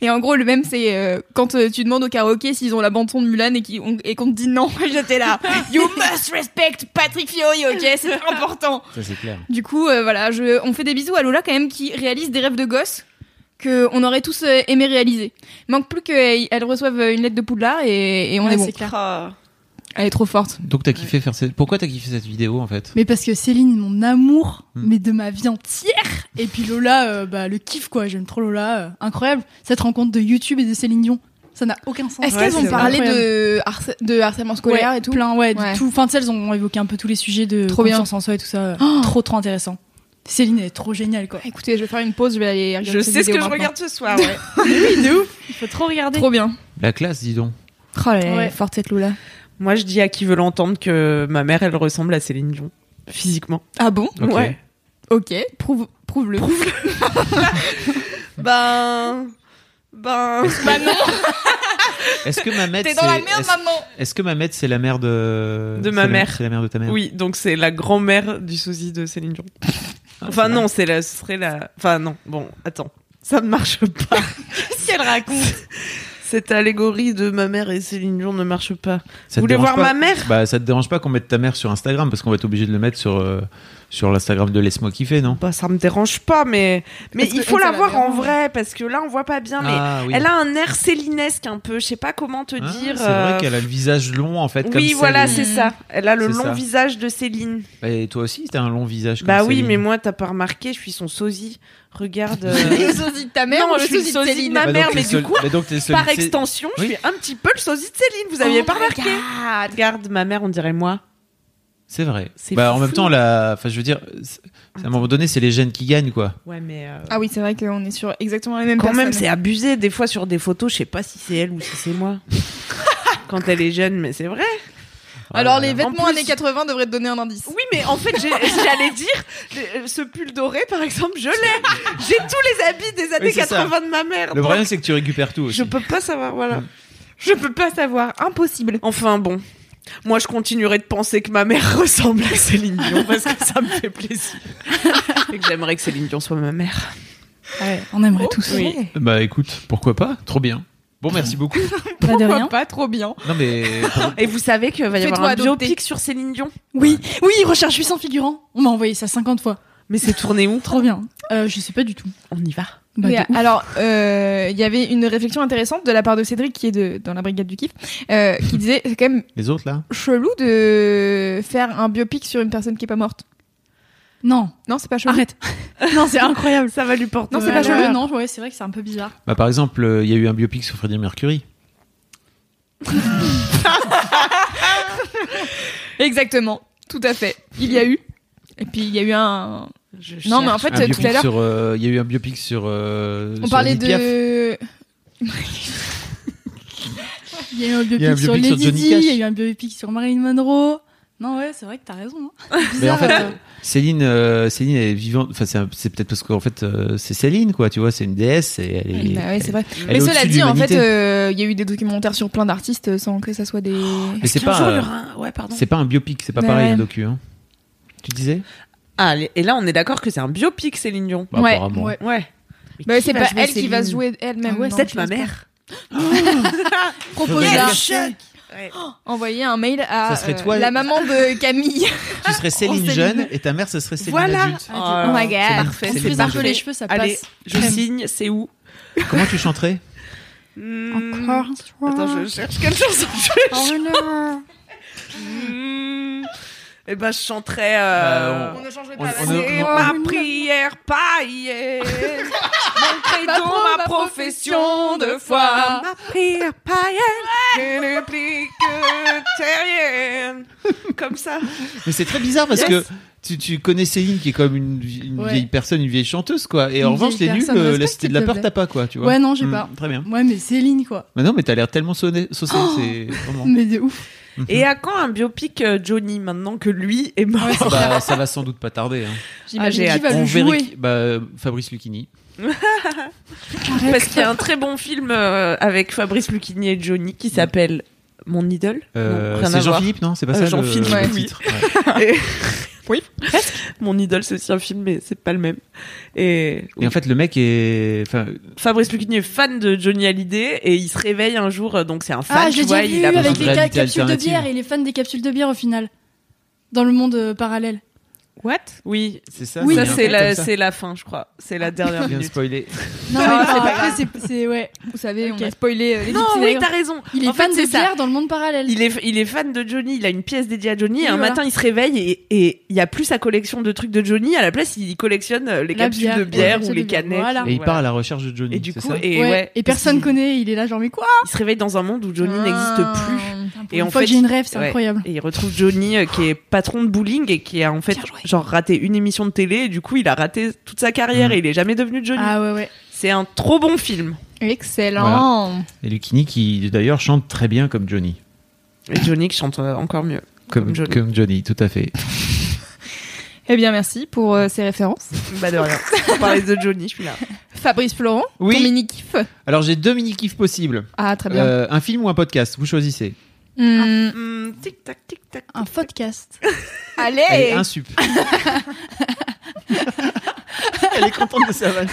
S1: Et en gros, le même, c'est euh, quand euh, tu demandes au karaoké s'ils ont la bande-son de Mulan et qu'ils- on- et qu'on te dit non, *laughs* j'étais là. You must respect Patrick Fiori, ok C'est important.
S2: Ça, c'est clair.
S1: Du coup, euh, voilà, je, on fait des bisous à Lola quand même qui réalise des rêves de gosse qu'on aurait tous euh, aimé réaliser. Manque plus qu'elle reçoive euh, une lettre de Poudlard et, et on
S4: Ouais,
S1: est bon.
S4: c'est clair.
S3: Ah.
S1: Elle est trop forte.
S2: Donc, t'as kiffé faire cette. Pourquoi t'as kiffé cette vidéo en fait
S4: Mais parce que Céline, mon amour,
S2: Hmm.
S4: mais de ma vie entière. Et puis Lola, euh, bah, le kiff quoi, j'aime trop Lola, euh, incroyable. Cette rencontre de YouTube et de Céline Dion, ça n'a aucun sens.
S1: Est-ce
S3: Ouais,
S1: qu'elles ont
S3: c'est
S1: parlé
S4: incroyable.
S1: de, harce- de harcèlement scolaire
S4: Ouais,
S1: et tout
S4: Plein, ouais, de
S1: Ouais.
S4: tout. Enfin, tu sais, elles ont évoqué un peu tous les sujets de
S1: Trop bien. Oh
S4: confiance en soi et tout ça. trop, trop intéressant. Céline, elle est trop géniale quoi.
S1: Écoutez, je vais faire une pause, je vais aller regarder
S3: Je
S1: ces
S3: sais ce que
S1: vidéos
S3: je
S1: maintenant.
S3: regarde ce soir. ouais.
S4: Il faut trop regarder.
S1: Trop bien.
S2: La classe, dis donc.
S1: Oh là là,
S4: Ouais.
S1: forte cette Lola.
S3: Moi, je dis à qui veut l'entendre que ma mère, elle ressemble à Céline Dion, physiquement.
S1: Ah bon
S2: Ok.
S3: Ouais.
S1: Ok, prouve, prouve-le.
S3: Ben. Ben.
S1: bah non,
S2: Est-ce que Mamet,
S1: t'es dans la
S2: c'est-
S1: merde,
S2: est-ce-
S1: maman
S2: Est-ce que Mamet, c'est la mère de.
S3: De ma
S2: c'est la-
S3: mère.
S2: C'est la mère de ta mère.
S3: Oui, donc c'est la grand-mère du sosie de Céline Dion. Enfin, non, c'est la, ce serait la. Enfin, non, bon, attends. Ça ne marche *laughs* pas. Qu'est-ce qu'elle raconte Cette allégorie de ma mère et Céline Dion ne marche pas.
S2: Ça te
S3: Vous voulez
S2: dérange
S3: voir
S2: pas
S3: ma mère
S2: Bah, ça te dérange pas qu'on mette ta mère sur Instagram parce qu'on va être obligé de le mettre sur, euh, sur l'Instagram de Laisse-moi kiffer, non
S3: Bah, ça me dérange pas, mais. Mais
S1: Parce
S3: il
S1: que
S3: faut
S1: ça
S3: la
S1: la
S3: voir en
S1: dérange.
S3: vrai, parce que là, on voit pas bien, mais.
S2: Ah, oui.
S3: Elle a un air célinesque un peu, je sais pas comment te
S2: Ah,
S3: dire.
S2: C'est
S3: euh,
S2: vrai qu'elle a le visage long en fait. comme
S3: Oui, voilà,
S2: Céline.
S3: c'est ça. Elle a le
S2: C'est
S3: long
S2: ça.
S3: visage de Céline.
S2: Et toi aussi, t'as un long visage. Comme
S3: bah oui,
S2: Céline.
S3: mais moi, t'as pas remarqué, je suis son sosie.
S2: *laughs*
S3: Regarde. euh,
S1: Les sosies de ta mère
S3: Non,
S1: ou le
S3: je suis
S1: sosie de
S3: sosie de
S1: Céline
S3: ma
S2: Bah,
S3: mère,
S2: donc,
S3: mais
S2: t'es
S3: du
S2: sol-
S3: coup,
S2: bah, donc, t'es
S3: Par
S2: sollicité-
S3: extension,
S2: Oui.
S3: je suis un petit peu le sosie de Céline. Vous aviez
S1: Oh
S3: pas
S1: my
S3: remarqué Regarde, ma mère, on dirait moi.
S2: C'est vrai.
S3: C'est
S2: Bah, en
S3: fou. hein.
S2: même temps, la... enfin, je veux dire, c'est- à un moment donné, c'est les gènes qui gagnent, quoi.
S3: Ouais, mais euh,
S1: Ah oui, c'est vrai qu'on est sur exactement la même
S3: quand
S1: personne.
S3: même, c'est abusé. Des fois, sur des photos, je sais pas si c'est elle ou si c'est moi. *laughs* Quand elle est jeune, mais c'est vrai.
S1: Alors les vêtements
S3: En plus-
S1: années 80 devraient te donner un indice.
S3: Oui, mais en fait, j'ai- *laughs* j'allais dire, euh, ce pull doré, par exemple, je l'ai. J'ai tous les habits des années
S2: Oui, c'est ça.
S3: 80 de ma mère.
S2: Le
S3: donc
S2: problème, c'est que tu récupères tout aussi.
S3: je peux pas savoir, voilà.
S2: Mm.
S3: Je peux pas savoir, impossible. Enfin bon, moi je continuerai de penser que ma mère *laughs* ressemble à Céline Dion parce que ça me fait plaisir. *laughs* Et que j'aimerais que Céline Dion soit ma mère.
S4: On aimerait tous.
S2: Bah écoute, pourquoi pas Trop bien. Bon, merci beaucoup.
S3: *laughs*
S4: Pas de rien.
S1: pas trop bien.
S2: Non mais pour-
S3: Et vous savez qu'il va y avoir
S1: Fais-toi
S3: un
S1: adopter.
S3: biopic sur Céline Dion
S4: Oui, oui, il recherche 800 figurants. On m'a envoyé ça 50 fois.
S3: Mais c'est tourné où
S4: Trop bien. Euh, je sais pas du tout.
S3: On *laughs* y va.
S4: Bah,
S1: Mais,
S4: de ouf.
S1: alors, euh, il y avait une réflexion intéressante de la part de Cédric qui est de, dans la brigade du kiff, euh, qui disait c'est quand même
S2: les autres là
S1: chelou de faire un biopic sur une personne qui est pas morte.
S4: Non,
S1: Non, c'est pas chelou.
S4: arrête. non, c'est incroyable.
S3: Ça va lui porter.
S1: Non, c'est pas
S3: malheur.
S1: chelou.
S4: Non, ouais, c'est vrai que c'est un peu bizarre.
S2: Bah par exemple, euh, il y a eu un biopic sur Freddie Mercury.
S1: *laughs* Exactement, tout à fait. Il y a eu. Et puis il y a eu un.
S3: Je
S1: Non, mais en
S3: cherche.
S1: fait, tout
S2: un
S1: à
S2: biopic
S1: l'heure,
S2: sur euh, il y a eu un biopic sur euh,
S1: on
S2: sur
S1: parlait
S2: Edith Piaf.
S1: de.
S4: Il y a eu un
S2: y a
S4: biopic,
S2: un
S4: sur
S2: biopic sur
S4: Lady
S2: Johnny
S4: Di,
S2: Cash.
S4: il y a eu un biopic sur Marilyn Monroe. Non, ouais, c'est vrai que t'as raison. hein.
S2: Mais en
S4: Bizarre,
S2: fait,
S4: euh.
S2: Céline euh, Céline est vivante, enfin c'est, un- c'est peut-être parce qu'en fait euh, c'est Céline quoi, tu vois, c'est une déesse et elle est
S1: Bah ouais, c'est vrai.
S2: elle
S1: Mais
S2: est
S1: cela
S2: au-dessus de
S1: dit, en fait,
S2: l'humanité.
S1: euh, il y a eu des documentaires sur plein d'artistes sans que ça soit des.
S2: mais c'est
S3: Est-ce qu'un
S2: pas
S3: jour, il y
S2: euh,
S3: aura un- Ouais, pardon.
S2: c'est pas un biopic, c'est pas
S1: Ouais,
S2: pareil
S1: ouais.
S2: un docu hein. Tu disais
S3: Ah, et là, on est d'accord que c'est un biopic, Céline Dion.
S2: Bah,
S1: Ouais,
S2: apparemment.
S4: ouais.
S3: Ouais.
S1: Bah, c'est pas elle qui va se jouer elle-même.
S4: Ah ouais,
S1: Non,
S3: Peut-être
S1: je
S3: ma
S1: pense pas.
S3: mère.
S1: *laughs* Propose
S2: Quel
S1: à-
S3: choc
S1: envoyer un mail à
S2: Ça serait
S1: euh,
S2: toi,
S1: la
S2: elle-
S1: maman de Camille.
S2: Tu serais Céline
S1: Céline.
S2: jeune et ta mère ce serait Céline
S3: Voilà.
S2: adulte.
S1: oh my god.
S2: Céline-
S3: parfait.
S4: On
S2: Céline
S4: frise
S3: pas
S4: un
S2: Dion.
S4: peu
S3: parfait.
S4: les cheveux, ça
S3: Allez,
S4: passe.
S3: je signe, c'est où
S2: Comment tu chanterais
S3: Encore. Hmm. Attends, je cherche quelque chose.
S4: Oh non.
S3: Et ben, je chanterai.
S2: Euh,
S3: Euh...
S2: On
S1: ne changerait
S2: pas on- la- on-
S3: C'est
S2: on-
S3: ma
S4: on-
S3: prière païenne, mon credo,
S4: pro-
S3: ma
S4: ma
S3: profession de foi. Ma prière païenne, je ne plie que terrienne. Comme ça.
S2: Mais c'est très bizarre parce
S3: Yes.
S2: que tu, tu connais Céline qui est comme une, vie- une
S4: Ouais.
S2: vieille personne, une vieille chanteuse quoi. Et
S4: Une
S2: en revanche,
S4: vieille
S2: les nuls,
S4: personne,
S2: euh, la
S4: respecte,
S2: cité de la
S4: s'il te
S2: peur,
S4: plaît.
S2: t'as pas quoi, tu vois.
S4: Ouais, non, j'ai
S2: Hmm,
S4: pas.
S2: Très bien.
S4: Ouais, mais Céline, quoi.
S2: Mais non, mais t'as l'air tellement sonné, saucé,
S4: Oh
S2: c'est vraiment.
S4: Mais de ouf.
S3: Et à quand un biopic euh, Johnny maintenant que lui est mort
S4: Ouais, c'est clair.
S2: Bah, ça va sans doute pas tarder. hein.
S4: J'imagine
S3: j'ai
S4: qui
S3: hâte.
S4: va
S2: On
S4: le
S2: verra.
S4: jouer.
S2: qui- Bah, Fabrice Lucchini.
S3: Parce qu'il y a un très bon film euh, avec Fabrice Lucchini et Johnny qui s'appelle Mon idole.
S2: Euh,
S3: non, rien à
S2: c'est
S3: voir.
S4: Euh,
S2: Jean-Philippe, non C'est pas
S3: Euh,
S2: ça *laughs*
S3: Jean-Philippe,
S2: le,
S3: ouais.
S2: le titre Ouais.
S3: mon idole, c'est aussi un film, mais c'est pas le même. Et,
S2: Et en fait, le mec est. Enfin,
S3: Fabrice Lucchini est fan de Johnny Hallyday et il se réveille un jour, euh, donc c'est un fan,
S4: Ah, je
S3: tu
S4: l'ai
S3: vois,
S4: déjà
S3: il
S4: vu
S3: a
S4: avec
S2: besoin
S4: les
S2: de
S4: ca-
S2: réalité
S4: capsules de
S2: alternative.
S4: bière. Il est fan des capsules de bière au final. Dans le monde euh, parallèle.
S3: What Oui,
S2: c'est ça.
S3: ça c'est la,
S2: c'est
S3: c'est la fin, je crois. C'est la dernière
S2: Bien
S3: minute.
S2: spoilé.
S4: Non,
S1: Ah,
S4: mais
S1: c'est
S4: par-
S1: pas
S4: après, c'est- c'est. Ouais.
S1: Vous savez,
S4: Ok.
S1: on a spoilé euh, les
S3: Non,
S1: Gypsy
S3: oui,
S1: Diaries.
S3: t'as raison.
S4: Il est
S3: En fait,
S4: fan
S3: c'est
S4: de
S3: ça.
S4: bière dans le monde parallèle.
S3: Il est, il est fan de Johnny, il a une pièce dédiée à Johnny.
S4: Oui,
S3: et un
S4: voilà.
S3: matin, il se réveille et, et il y a plus sa collection de trucs de Johnny. À la place, il collectionne euh, les
S4: La
S3: capsules
S4: bière,
S3: de
S4: la
S3: bière
S4: capsule
S3: ou les
S4: de bière,
S3: canettes.
S4: voilà.
S2: Et il
S3: Voilà.
S2: part à la recherche de Johnny.
S3: Et du
S2: c'est
S3: coup,
S2: ça
S3: et
S4: Ouais.
S3: ouais,
S4: Et
S3: parce
S4: personne
S3: qu'il-
S4: connaît. Il est là, genre, mais quoi
S3: Il se réveille dans un monde où Johnny n'existe plus.
S4: Pour
S3: en
S4: une fois
S3: fait,
S4: que j'ai une rêve, c'est
S3: ouais.
S4: incroyable.
S3: Et il retrouve Johnny euh, qui est patron de bowling et qui a en fait
S4: Bien joué.
S3: genre raté une émission de télé et du coup il a raté toute sa carrière
S2: Mm.
S3: et il est jamais devenu Johnny.
S4: Ah ouais, ouais.
S3: C'est un trop bon film.
S1: Excellent.
S2: Et Lucchini qui d'ailleurs chante très bien comme Johnny.
S3: Et Johnny qui chante euh, encore mieux.
S2: Comme,
S3: Comme Johnny.
S2: comme Johnny, tout à fait.
S1: Eh bien, merci pour euh, ces références.
S3: Bah de rien. On parlait de Johnny, je suis là.
S1: Fabrice Florent,
S2: Oui.
S1: ton mini-kiff.
S2: Alors j'ai deux mini-kifs possibles.
S1: Ah, très bien.
S2: Euh, un film ou un podcast, vous choisissez.
S1: Hmm,
S4: Mm,
S3: Hmm, tic tac tic tac.
S1: Ah,
S4: Un podcast.
S1: *laughs* Allez,
S2: Allez, un sup. Elle est contente de sa vanne.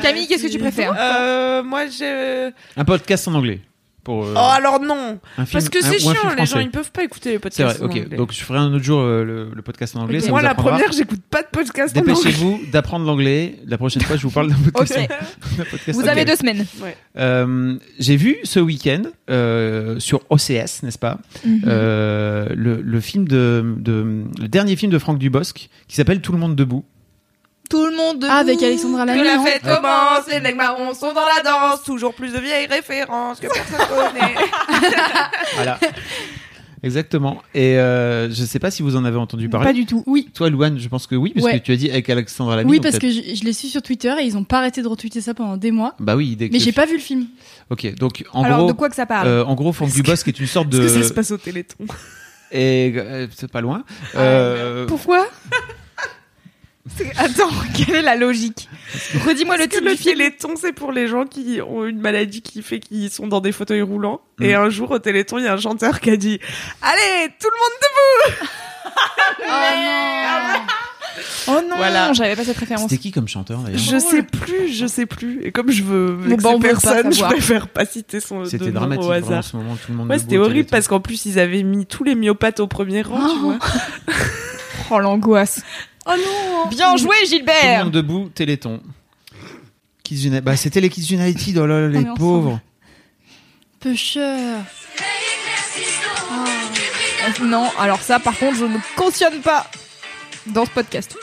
S1: Camille, qu'est-ce que tu préfères
S3: Euh, moi j'ai.
S2: Un podcast en anglais. Pour, euh,
S3: Oh alors non.
S2: un film,
S3: Parce que
S2: un-
S3: c'est
S2: ou un film
S3: chiant, les gens
S2: français.
S3: ils peuvent pas écouter les
S2: C'est vrai,
S3: podcasts. en
S2: ok.
S3: anglais.
S2: Donc je ferai un autre jour euh, le, le podcast en anglais.
S4: Ok.
S2: ça
S3: moi
S2: vous
S3: la
S2: apprendra.
S3: première j'écoute pas de podcast en anglais.
S2: Dépêchez-vous d'apprendre l'anglais. La prochaine fois, je vous parle
S3: *laughs*
S2: d'un podcast.
S1: Ok.
S2: d'un podcast
S1: Vous
S2: anglais.
S1: avez deux semaines.
S2: Euh, J'ai vu ce week-end euh, sur OCS, n'est-ce pas, euh, le, le film de, de- le dernier film de Franck Dubosc qui s'appelle Tout le monde debout.
S1: Tout le monde.
S4: Ah, avec Alexandra
S3: Que
S4: Lamy.
S3: la
S4: non
S3: fête commence, les mecs marrons sont dans la danse, toujours plus de vieilles références
S2: *laughs*
S3: que personne connaît.
S2: Voilà. Exactement. Et euh, je ne sais pas si vous en avez entendu parler.
S4: Pas du tout. Oui.
S2: Toi, Louane, je pense que oui, parce
S4: Ouais.
S2: que tu as dit avec Alexandra Lamy.
S4: Oui,
S2: donc
S4: parce
S2: t'as-
S4: que je, je les suis sur Twitter et ils ont pas arrêté de retweeter ça pendant des mois.
S2: Bah oui, dès que-
S4: Mais j'ai pas vu le film.
S2: Ok, donc en
S1: Alors,
S2: gros,
S1: de quoi que ça parle
S2: euh, en gros, Franck
S3: Est-ce que-
S2: Dubosc est une sorte de.
S3: Est-ce que ça se passe au Téléthon
S2: Et euh, c'est pas loin. Euh,
S1: Pourquoi *laughs* C'est- Attends, *laughs* quelle est la logique Redis-moi le
S3: Est-ce que
S1: titre
S3: le
S1: du film.
S3: Téléthon, c'est pour les gens qui ont une maladie qui fait qu'ils sont dans des fauteuils roulants.
S2: Mm.
S3: Et un jour, au Téléthon, il y a un chanteur qui a dit « Allez, tout le monde
S4: Oh non
S1: Oh non,
S3: Voilà.
S1: j'avais pas cette référence.
S2: C'était qui comme chanteur
S3: debout !»
S2: d'ailleurs
S3: Je sais plus, je sais plus. Et comme je veux
S1: Bon, bah, on veut
S3: vexer
S1: pas
S3: personne, je
S1: savoir.
S3: préfère pas citer son de
S2: C'était
S3: nom
S2: dramatique
S3: au
S2: vraiment,
S3: hasard.
S2: ce moment tout le monde.
S3: Ouais, c'était horrible parce qu'en plus, ils avaient mis tous les myopathes au premier rang, tu
S4: Oh.
S3: vois.
S1: Oh l'angoisse.
S4: Oh non
S1: Bien joué
S2: tout le
S1: Gilbert
S2: monde debout, Téléthon. Kids United. Bah, c'était les Kids United, oh là là, les
S4: est ensemble.
S2: pauvres.
S4: Pusher.
S1: Euh, Non, alors ça par contre je ne cautionne pas dans ce podcast.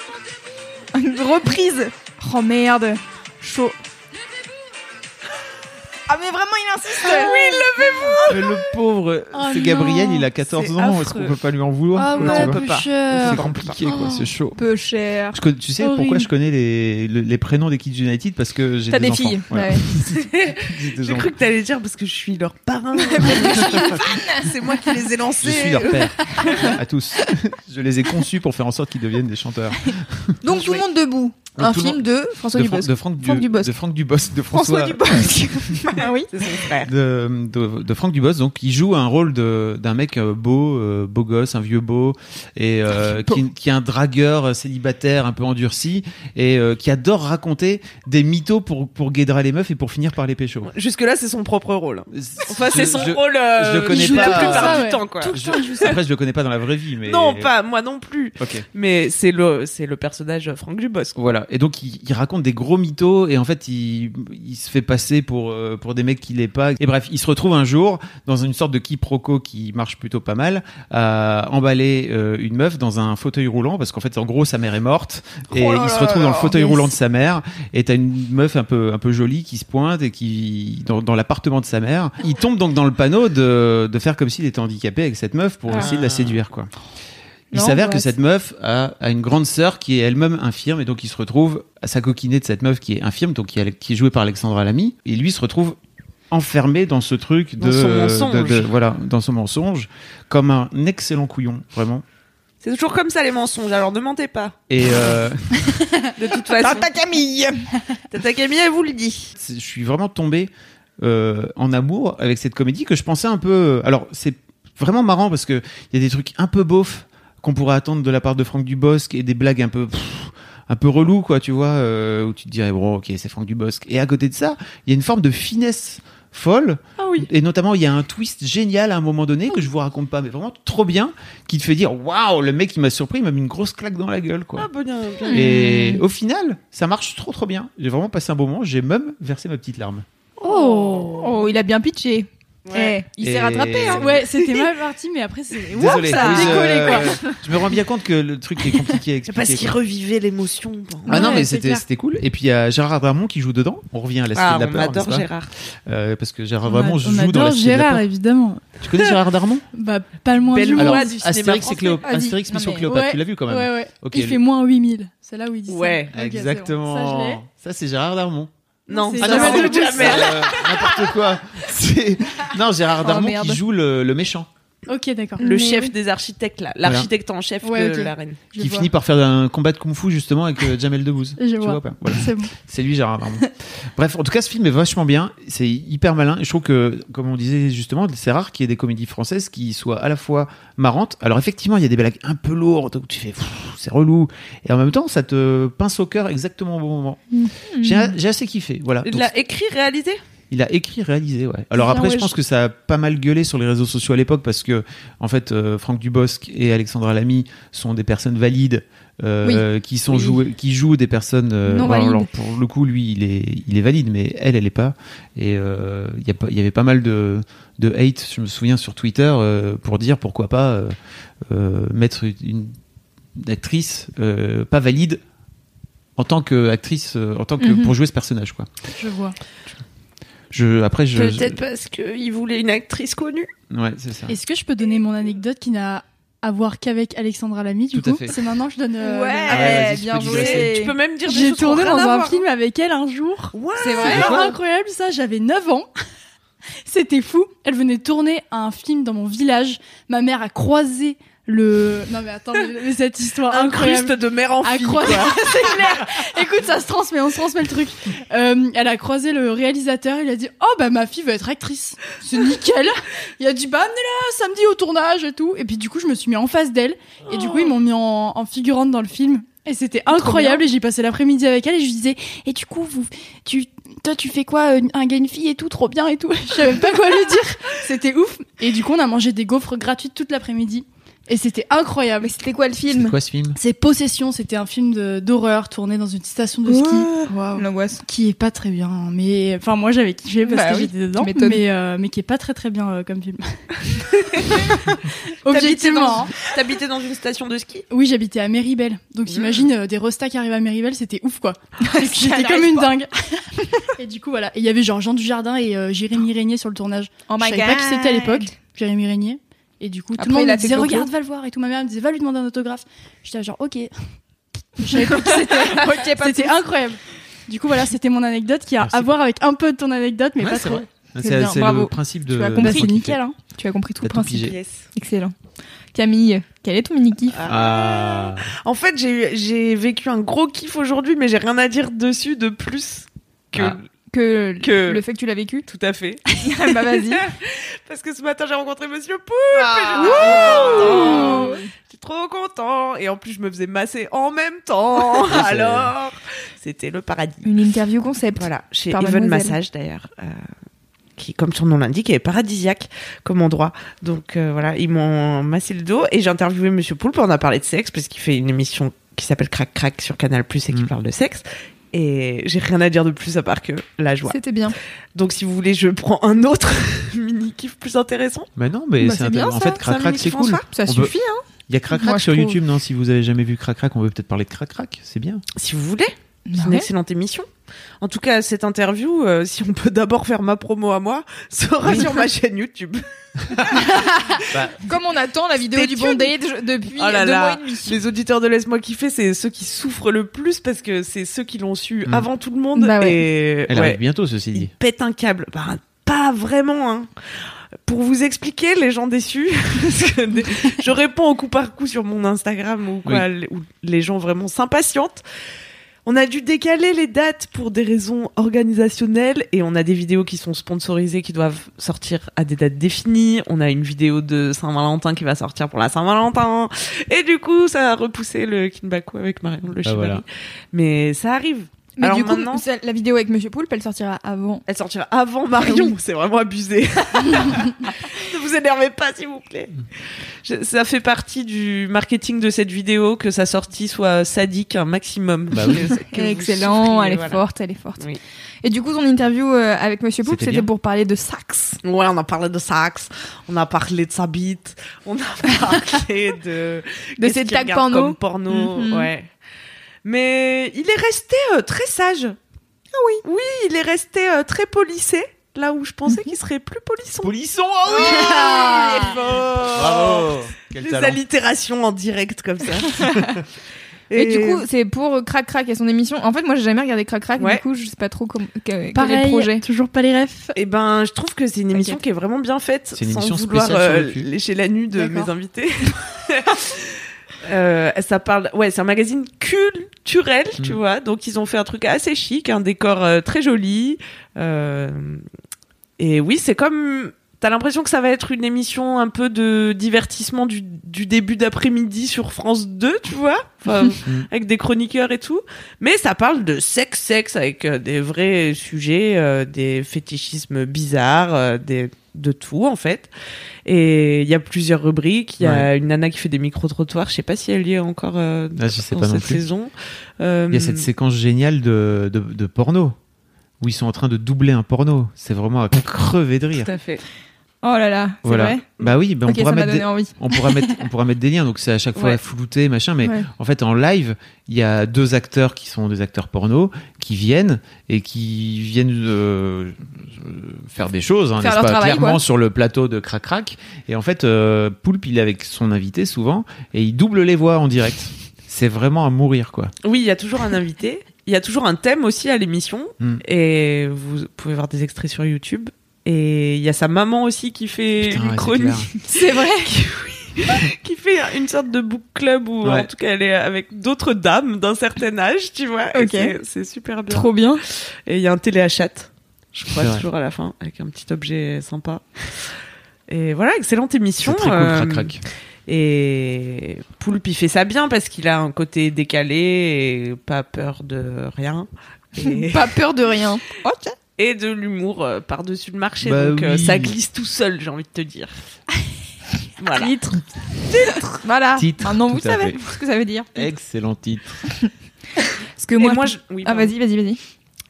S1: Une reprise Oh merde Chaud. Ah mais vraiment il insiste
S2: Mais le pauvre,
S4: Oh
S2: c'est Gabriel,
S4: non,
S2: il a 14
S3: c'est
S2: ans,
S3: affreux.
S2: est-ce qu'on peut pas lui en vouloir
S4: Ah
S2: quoi,
S3: non,
S2: tu
S3: on
S4: ouais,
S2: vois
S3: peut pas.
S4: Pusher.
S2: C'est compliqué quoi,
S4: Oh.
S2: c'est chaud.
S1: Peu cher.
S2: Je connais- tu sais
S4: Horrible.
S2: pourquoi je connais les, le- les prénoms des Kids United parce que j'ai
S1: T'as des
S2: enfants.
S1: filles.
S2: Voilà.
S1: ouais.
S2: J'ai des
S3: J'ai
S2: enfants.
S3: cru que t'allais dire parce que je suis leur *laughs* parrain. c'est moi qui les ai
S2: Je
S3: lancés.
S2: suis leur père à tous. Je les ai conçus pour faire en sorte qu'ils deviennent des chanteurs.
S1: Donc tout le monde debout.
S2: Donc,
S1: Un
S2: tout le
S1: film de François
S2: de, Fran-
S1: Dubosc.
S2: de Franck,
S1: Franck
S2: Du-
S1: Dubosc.
S2: de Franck Dubosc, de
S1: François
S2: François,
S1: Dubosc. *laughs* ah oui.
S3: C'est son frère.
S2: de, de, de Franck Dubos, donc il joue un rôle de- d'un mec euh, beau, euh, beau gosse, un vieux beau, et euh, qui, qui est un dragueur euh, célibataire un peu endurci, et euh, qui adore raconter des mythos pour, pour guédrer les meufs et pour finir par les pécho.
S3: Jusque-là, c'est son propre rôle. Enfin, c'est
S2: Je-
S3: son
S2: je-
S3: rôle euh,
S2: je le connais
S3: joue la
S2: pas.
S3: plupart
S4: Ça,
S3: du
S4: ouais.
S3: temps, quoi.
S4: Tout le
S2: Je-
S4: temps, il joue ça.
S2: Après, je le connais pas dans la vraie vie, mais.
S3: Non, pas moi non plus.
S2: Ok.
S3: Mais c'est le, c'est le personnage euh, Franck Dubosc.
S2: Voilà. Et donc, il, il raconte des gros mythos et en fait, il, il se fait passer pour, euh, pour des mecs qu'il n'est pas. Et bref, il se retrouve un jour dans une sorte de quiproquo qui marche plutôt pas mal à emballer euh, une meuf dans un fauteuil roulant parce qu'en fait, en gros, sa mère est morte et
S3: Oh là
S2: il se
S3: là
S2: retrouve dans le
S3: là.
S2: fauteuil
S4: Yes.
S2: roulant de sa mère et t'as une meuf un peu, un peu jolie qui se pointe et qui, dans, dans l'appartement de sa mère, il tombe donc dans le panneau de, de faire comme s'il était handicapé avec cette meuf pour
S3: Ah.
S2: essayer de la séduire, quoi. Il
S1: Non,
S3: bah
S2: s'avère que
S1: ouais,
S2: cette meuf a, a une grande sœur qui est elle-même infirme et donc il se retrouve à s'acoquiner de cette meuf qui est infirme, donc qui, est- qui est jouée par Alexandra Lamy. Et lui se retrouve enfermé dans ce truc
S3: Dans
S2: de,
S3: son
S2: de-
S3: mensonge.
S2: de- voilà, dans son mensonge, comme un excellent couillon, vraiment.
S3: C'est toujours comme ça les mensonges, alors ne mentez pas.
S2: Et euh,
S3: De toute façon. Tata Camille Tata Camille, elle vous le dit.
S2: c'est- je suis vraiment tombé euh, en amour avec cette comédie que je pensais un peu. Alors c'est vraiment marrant parce que il y a des trucs un peu beaufs qu'on pourrait attendre de la part de Franck Dubosc et des blagues un peu. pff, un peu relou quoi tu vois euh, où tu te dirais bon ok c'est Franck Dubosc et à côté de ça il y a une forme de finesse folle
S3: Ah oui.
S2: et notamment il y a un twist génial à un moment donné que je vous raconte pas mais vraiment trop bien qui te fait dire waouh le mec il m'a surpris il m'a mis une grosse claque dans la gueule quoi
S3: Ah, bah, bien, bien.
S4: Hmm.
S2: et au final, ça marche trop trop bien. J'ai vraiment passé un bon moment. J'ai même versé ma petite larme.
S1: Oh. oh, il a bien pitché.
S3: Ouais.
S1: Eh, il s'est
S2: Et-
S1: rattrapé. Hein.
S4: Ouais, c'était mal parti, mais après, c'est. Oups,
S2: Désolé.
S4: ça a
S2: Oui,
S4: décollé,
S2: euh,
S4: quoi.
S2: Je me rends bien compte que le truc est
S4: *laughs*
S2: compliqué à expliquer.
S3: Parce qu'il
S2: quoi.
S3: revivait l'émotion. pendant-
S2: Ah non,
S4: Ouais,
S2: mais
S4: c'est
S2: c'était
S4: clair.
S2: c'était cool. Et puis il y a Gérard Darmon qui joue dedans. On revient à la Cité
S3: Ah,
S2: de la
S3: on
S2: Peur.
S3: adore
S2: n'est-ce pas
S3: Gérard.
S2: Euh, parce que Gérard
S4: On
S2: Darmon
S4: a- on
S2: joue dans la
S4: adore
S2: Cité de la
S4: Gérard,
S2: Peur.
S4: évidemment.
S2: Tu
S4: *laughs*
S2: connais Gérard Darmon
S4: Bah, pas le moins
S3: Belle
S4: du
S3: loi
S4: monde.
S3: du cinéma
S2: Astérix, et
S3: français.
S2: Cléop-
S1: Ah, dis-
S2: Astérix Mission
S1: non, mais-
S2: Cléopâtre,
S4: Ouais,
S2: tu l'as vu quand même.
S4: Ouais, ouais.
S2: Ok,
S4: il
S2: le-
S4: fait moins 8000. C'est là où il dit ça.
S3: Ouais.
S4: Ok, c'est bon. Ça, je l'ai.
S2: Exactement. Ça, c'est Gérard Darmon.
S3: Non,
S4: C'est
S3: ah,
S4: Jamel
S3: non,
S4: Debbouze.
S3: Jamel.
S2: Euh, N'importe quoi. *laughs* C'est- Non, Gérard
S1: Oh,
S2: Darmon
S1: merde.
S2: qui joue le, le méchant,
S4: Ok, d'accord.
S3: Le
S4: Mais
S3: chef
S4: oui,
S3: des architectes, là. L'architecte en chef
S4: Ouais,
S3: de
S4: ok.
S3: la reine.
S4: je
S2: qui
S4: vois.
S2: finit par faire un combat de kung-fu justement avec euh, Jamel Debbouze.
S4: Je
S2: Tu
S4: vois.
S2: vois pas Voilà.
S4: C'est bon.
S2: C'est lui, Gérard
S4: *laughs*
S2: Darmon. Bref, en tout cas, ce film est vachement bien. C'est hyper malin. Et je trouve que, comme on disait justement, c'est rare qu'il y ait des comédies françaises qui soient à la fois marrantes. Alors, effectivement, il y a des blagues un peu lourdes où tu fais Pfff, c'est relou. Et en même temps, ça te pince au cœur exactement au bon moment.
S4: Mm.
S2: J'ai j'ai assez kiffé. Voilà.
S3: Il
S2: Donc,
S3: l'a écrit, réalisé
S2: il a écrit, réalisé, ouais. Alors
S4: bien,
S2: après,
S4: ouais,
S2: je pense que ça a pas mal gueulé sur les réseaux sociaux à l'époque parce que, en fait, euh, Franck Dubosc et Alexandra Lamy sont des personnes valides euh, qui sont
S1: Oui.
S2: jouées- qui jouent des personnes. euh,
S1: Non valides.
S2: pour le coup, lui, il est, il est valide, mais elle, elle est pas. Et euh, il y, a pas- il y avait pas mal de, de hate, je me souviens sur Twitter, euh, pour dire pourquoi pas euh, euh, mettre une, une actrice euh, pas valide en tant qu'actrice, euh, en tant que
S4: Mhm.
S2: pour jouer ce personnage, quoi.
S4: Je vois.
S2: Je, après, je, je-
S3: Peut-être parce qu'il voulait une actrice connue.
S2: Ouais, c'est ça.
S4: Est-ce que je peux donner mon anecdote qui n'a à voir qu'avec Alexandra Lamy du
S2: Tout à
S4: coup
S2: fait.
S4: C'est maintenant que je donne. euh,
S1: Ouais,
S2: Ah ouais, vas-y, tu
S1: bien
S2: peux
S1: joué.
S2: digresser.
S3: Tu peux même dire
S4: le-
S3: des
S4: J'ai
S3: choses qui ont
S4: tourné
S3: rien
S4: dans
S3: à
S4: un
S3: voir.
S4: film avec elle un jour.
S3: Ouais.
S1: C'est vrai.
S4: Alors, incroyable ça, j'avais 9 ans. *laughs* C'était fou. Elle venait tourner un film dans mon village. Ma mère a croisé le. Non mais attends, mais, mais cette histoire
S3: Un
S4: incroyable.
S3: cruste de mère en
S4: A
S3: fille.
S4: croisé- *laughs* c'est clair. Écoute, ça se transmet, on se transmet le truc. Euh, elle a croisé le réalisateur, il a dit Oh bah ma fille veut être actrice. C'est nickel. Il a dit Bah amenez-la samedi au tournage et tout. Et puis du coup, je me suis mis en face d'elle. Et du coup, ils m'ont mis en, en figurante dans le film. Et c'était incroyable. Et j'ai passé l'après-midi avec elle et je lui disais Et du coup, vous, tu, toi, tu fais quoi euh, Un gars, une fille et tout, trop bien et tout. Je savais même pas quoi lui dire. C'était ouf. Et du coup, on a mangé des gaufres gratuites toute l'après-midi. Et c'était incroyable.
S1: Mais c'était quoi le
S2: C'est
S1: film
S2: quoi ce film
S4: C'est Possession, c'était un film de- d'horreur tourné dans une station de ski. Waouh.
S1: L'angoisse.
S4: Qui est pas très bien, hein, mais enfin moi j'avais kiffé parce
S1: Bah
S4: que
S1: oui,
S4: j'étais dedans,
S1: tu m'étonnes.
S4: mais euh, mais qui est pas très très bien euh,
S1: *laughs*
S4: comme film. *laughs*
S3: T'habitais dans,
S4: Objectivement. hein.
S3: t'habitais dans une station de ski
S4: Oui, j'habitais à Méribel,
S1: Mmh.
S4: donc t'imagines euh, des restas qui arrivent à Méribel, c'était
S1: *laughs*
S4: ouf quoi. j'étais comme une dingue. *laughs* et du coup voilà, Et il y avait genre Jean Dujardin et euh, Jérémy Régnier sur le tournage.
S1: Oh
S4: Je
S1: my
S4: savais pas qui c'était à
S1: God.
S4: l'époque, Jérémy Régnier. Et du coup, tout
S1: Après,
S4: le monde
S1: il a
S4: me
S1: fait
S4: disait
S1: Coco.
S4: regarde, va le voir et tout. Ma mère me disait va lui demander un autographe. J'étais là, genre ok. Je
S1: *laughs*
S4: savais pas qui c'était.
S1: *laughs* Ok, pas
S4: C'était incroyable. Du coup, voilà, c'était mon anecdote qui a
S2: Merci.
S4: à voir avec un peu de ton anecdote, mais
S2: Ouais,
S4: pas
S2: c'est
S4: trop.
S2: vrai.
S1: C'est
S2: C'est
S1: bien,
S2: c'est le
S1: bravo.
S2: principe de.
S1: Tu as
S2: de
S1: compris.
S4: Bah,
S2: Franck
S4: c'est
S2: Kiffé.
S4: nickel, hein.
S1: Tu as compris tout
S2: T'as
S1: le
S2: tout
S1: principe.
S2: pigé.
S3: Yes.
S1: Excellent. Camille, quel est ton mini-kiff
S2: Ah.
S3: En fait, j'ai j'ai vécu un gros kiff aujourd'hui, mais j'ai rien à dire dessus de plus que
S2: Ah.
S1: que,
S3: Que-
S1: le fait que tu l'as vécu
S3: tout à *laughs* fait.
S1: *laughs*
S4: Ah,
S1: Bah vas-y.
S3: Parce que ce matin, j'ai rencontré Monsieur Poulpe.
S1: Ouh.
S3: J'étais trop content. Et en plus, je me faisais masser en même *laughs* temps. Alors, c'était le paradis.
S1: Une interview concept.
S3: Voilà, chez
S1: Par
S3: Even
S1: Mademoiselle.
S3: Massage d'ailleurs, euh, qui, comme son nom l'indique, est paradisiaque comme endroit. Donc euh, voilà, ils m'ont massé le dos et j'ai interviewé Monsieur Poulpe. On a parlé de sexe parce qu'il fait une émission qui s'appelle Crac Crac sur Canal Plus et qui
S2: Mm.
S3: parle de sexe. Et j'ai rien à dire de plus à part que la joie.
S1: C'était bien.
S3: Donc si vous voulez, je prends un autre *laughs* mini kiff plus intéressant.
S2: Mais non, mais
S1: Bah,
S2: c'est
S1: c'est bien,
S2: intéressant. En
S1: ça.
S2: fait, Crac
S3: C'est un
S2: Crac,
S3: mini
S2: c'est cool.
S3: François.
S1: Ça
S2: On peut-
S1: suffit, hein
S2: Il y a Crac
S1: Moi,
S2: Crac
S1: je
S2: sur
S1: trouve.
S2: YouTube, non Si vous avez jamais vu Crac Crac, on peut peut-être parler de Crac Crac. C'est bien.
S3: Si vous voulez, c'est une
S1: Ah Ouais.
S3: excellente émission. En tout cas, cette interview, euh, si on peut d'abord faire ma promo à moi, sera sur ma chaîne
S1: *laughs*
S3: YouTube.
S1: Comme on attend la vidéo
S3: Stay
S1: du bon
S3: tuned.
S1: date depuis
S3: Oh là
S1: deux
S3: là.
S1: mois et demi.
S3: Les auditeurs de Laisse-moi kiffer, c'est ceux qui souffrent le plus parce que c'est ceux qui l'ont su
S2: Mm.
S3: avant tout le monde.
S1: Bah ouais.
S3: Et
S2: Elle
S3: ouais,
S2: arrive bientôt, ceci
S3: ils
S2: dit.
S3: pètent un câble. Bah, pas vraiment, hein. Pour vous expliquer, les gens déçus, *laughs* parce que des- je réponds au coup par coup sur mon Instagram ou quoi, les- où les gens vraiment s'impatientent. On a dû décaler les dates pour des raisons organisationnelles et on a des vidéos qui sont sponsorisées qui doivent sortir à des dates définies. On a une vidéo de Saint-Valentin qui va sortir pour la Saint-Valentin. Et du coup, ça a repoussé le Kinbaku avec Marion Le
S2: Ah, voilà.
S3: Shibari. Mais ça arrive.
S1: Mais
S3: Alors
S1: du coup,
S3: maintenant-
S1: celle- la vidéo avec Monsieur Poulpe, elle sortira avant.
S3: Elle sortira avant Marion. C'est vraiment *laughs* abusé. ne vous énervez pas, s'il vous plaît. Je- ça fait partie du marketing de cette vidéo que sa sortie soit sadique un maximum.
S2: Bah oui.
S3: Que- que vous
S1: Excellent,
S3: souffriez,
S1: elle est
S3: voilà.
S1: forte, elle est forte.
S3: Oui.
S1: Et du coup, ton interview euh, avec Monsieur Poulpe,
S2: C'était
S1: c'était
S2: bien.
S1: pour parler de sax.
S3: Ouais, on a parlé de sax, on a parlé de sa bite,
S1: *laughs*
S3: on a parlé de
S1: De
S3: qu'est-ce
S1: ses
S3: qu'il
S1: tags
S3: regarde
S1: porno.
S3: comme porno,
S1: Mhm.
S3: ouais. Mais il est resté euh, très sage. Ah oui. Oui, il est resté euh, très polissé, là où je
S1: Mm-hmm.
S3: pensais qu'il serait plus polisson.
S2: Polisson, oh oui
S3: Ah, il est fort.
S2: Bravo Quel
S3: Les
S2: talent.
S3: allitérations en direct comme ça.
S1: *laughs* Et, euh, du coup, c'est pour Crac Crac et son émission. En fait, moi, j'ai jamais regardé Crac Crac,
S3: Ouais.
S1: du coup, je sais pas trop comment, que- quel est le
S4: Pareil,
S1: projet.
S4: toujours pas les refs.
S3: eh ben, je trouve que c'est une émission
S1: T'inquiète.
S3: qui est vraiment bien faite,
S2: C'est une
S3: sans
S2: émission
S3: vouloir
S2: spéciale sur le
S3: euh,
S2: cul.
S3: lécher la nu de
S1: D'accord.
S3: mes invités. *laughs* Euh, ça parle, ouais, c'est un magazine culturel, tu
S2: Mm.
S3: vois. Donc ils ont fait un truc assez chic, un décor euh, très joli. Euh, Et oui, c'est comme, t'as l'impression que ça va être une émission un peu de divertissement du, du début d'après-midi sur France 2, tu vois,
S2: *laughs*
S3: Enfin,
S2: Mm.
S3: avec des chroniqueurs et tout. Mais ça parle de sexe, sexe avec euh, des vrais sujets, euh, des fétichismes bizarres, euh, des de tout en fait et il y a plusieurs rubriques il y a une nana qui fait des micro trottoirs je sais pas si elle y est encore euh,
S2: Ah, je sais
S3: dans
S2: pas non
S3: cette
S2: plus.
S3: saison Euh,
S2: Il y a cette séquence géniale de, de, de porno où ils sont en train de doubler un porno. C'est vraiment à crever de rire.
S3: tout à fait
S1: Oh là là, c'est
S2: Voilà.
S1: vrai
S2: Bah oui, bah on
S1: Ok, ça
S2: pourra
S1: m'a
S2: mettre
S1: donné
S2: des-
S1: envie.
S2: on pourra mettre on pourra mettre des liens donc c'est à chaque fois
S1: Ouais.
S2: flouté machin mais
S1: Ouais.
S2: en fait en live il y a deux acteurs qui sont des acteurs porno qui viennent et qui viennent euh, euh, faire des choses hein,
S1: Faire
S2: n'est-ce
S1: leur
S2: pas
S1: travail,
S2: clairement
S1: quoi.
S2: sur le plateau de crac crac et en fait euh, Poulpe il est avec son invité souvent et il double les voix en direct c'est vraiment à mourir quoi
S3: Oui, il y a toujours un invité. Il y a toujours un thème aussi à l'émission.
S2: Mm.
S3: Et vous pouvez voir des extraits sur YouTube. Et il y a sa maman aussi qui fait
S2: Putain, ouais,
S3: une
S2: c'est
S3: *laughs*
S2: clair.
S3: chronique.
S1: C'est vrai
S3: qui fait une sorte de book club où
S2: Ouais.
S3: en tout cas elle est avec d'autres dames d'un certain âge, tu vois. Et
S1: Ok.
S3: c'est- C'est super bien.
S1: Trop bien.
S3: Et il y a un téléachat, je crois,
S2: C'est vrai.
S3: toujours à la fin, avec un petit objet sympa. Et voilà, excellente émission.
S2: c'est très cool
S3: Euh,
S2: crac crac
S3: Et Poulpe, il fait ça bien parce qu'il a un côté décalé et pas peur de rien. Et,
S1: Pas peur de rien.
S3: et de l'humour euh, par-dessus le marché.
S2: Bah
S3: donc euh,
S2: oui.
S3: ça glisse tout seul, j'ai envie
S1: *laughs*
S3: de te dire. voilà.
S1: Titre. Titre. Voilà.
S2: Titre,
S1: Maintenant, vous
S2: tout à
S1: savez
S2: fait.
S1: ce que ça veut dire.
S2: excellent titre
S1: Parce que
S3: Et
S1: moi,
S3: moi,
S1: je-
S3: je... oui,
S1: Ah,
S3: pardon.
S1: vas-y, vas-y, vas-y.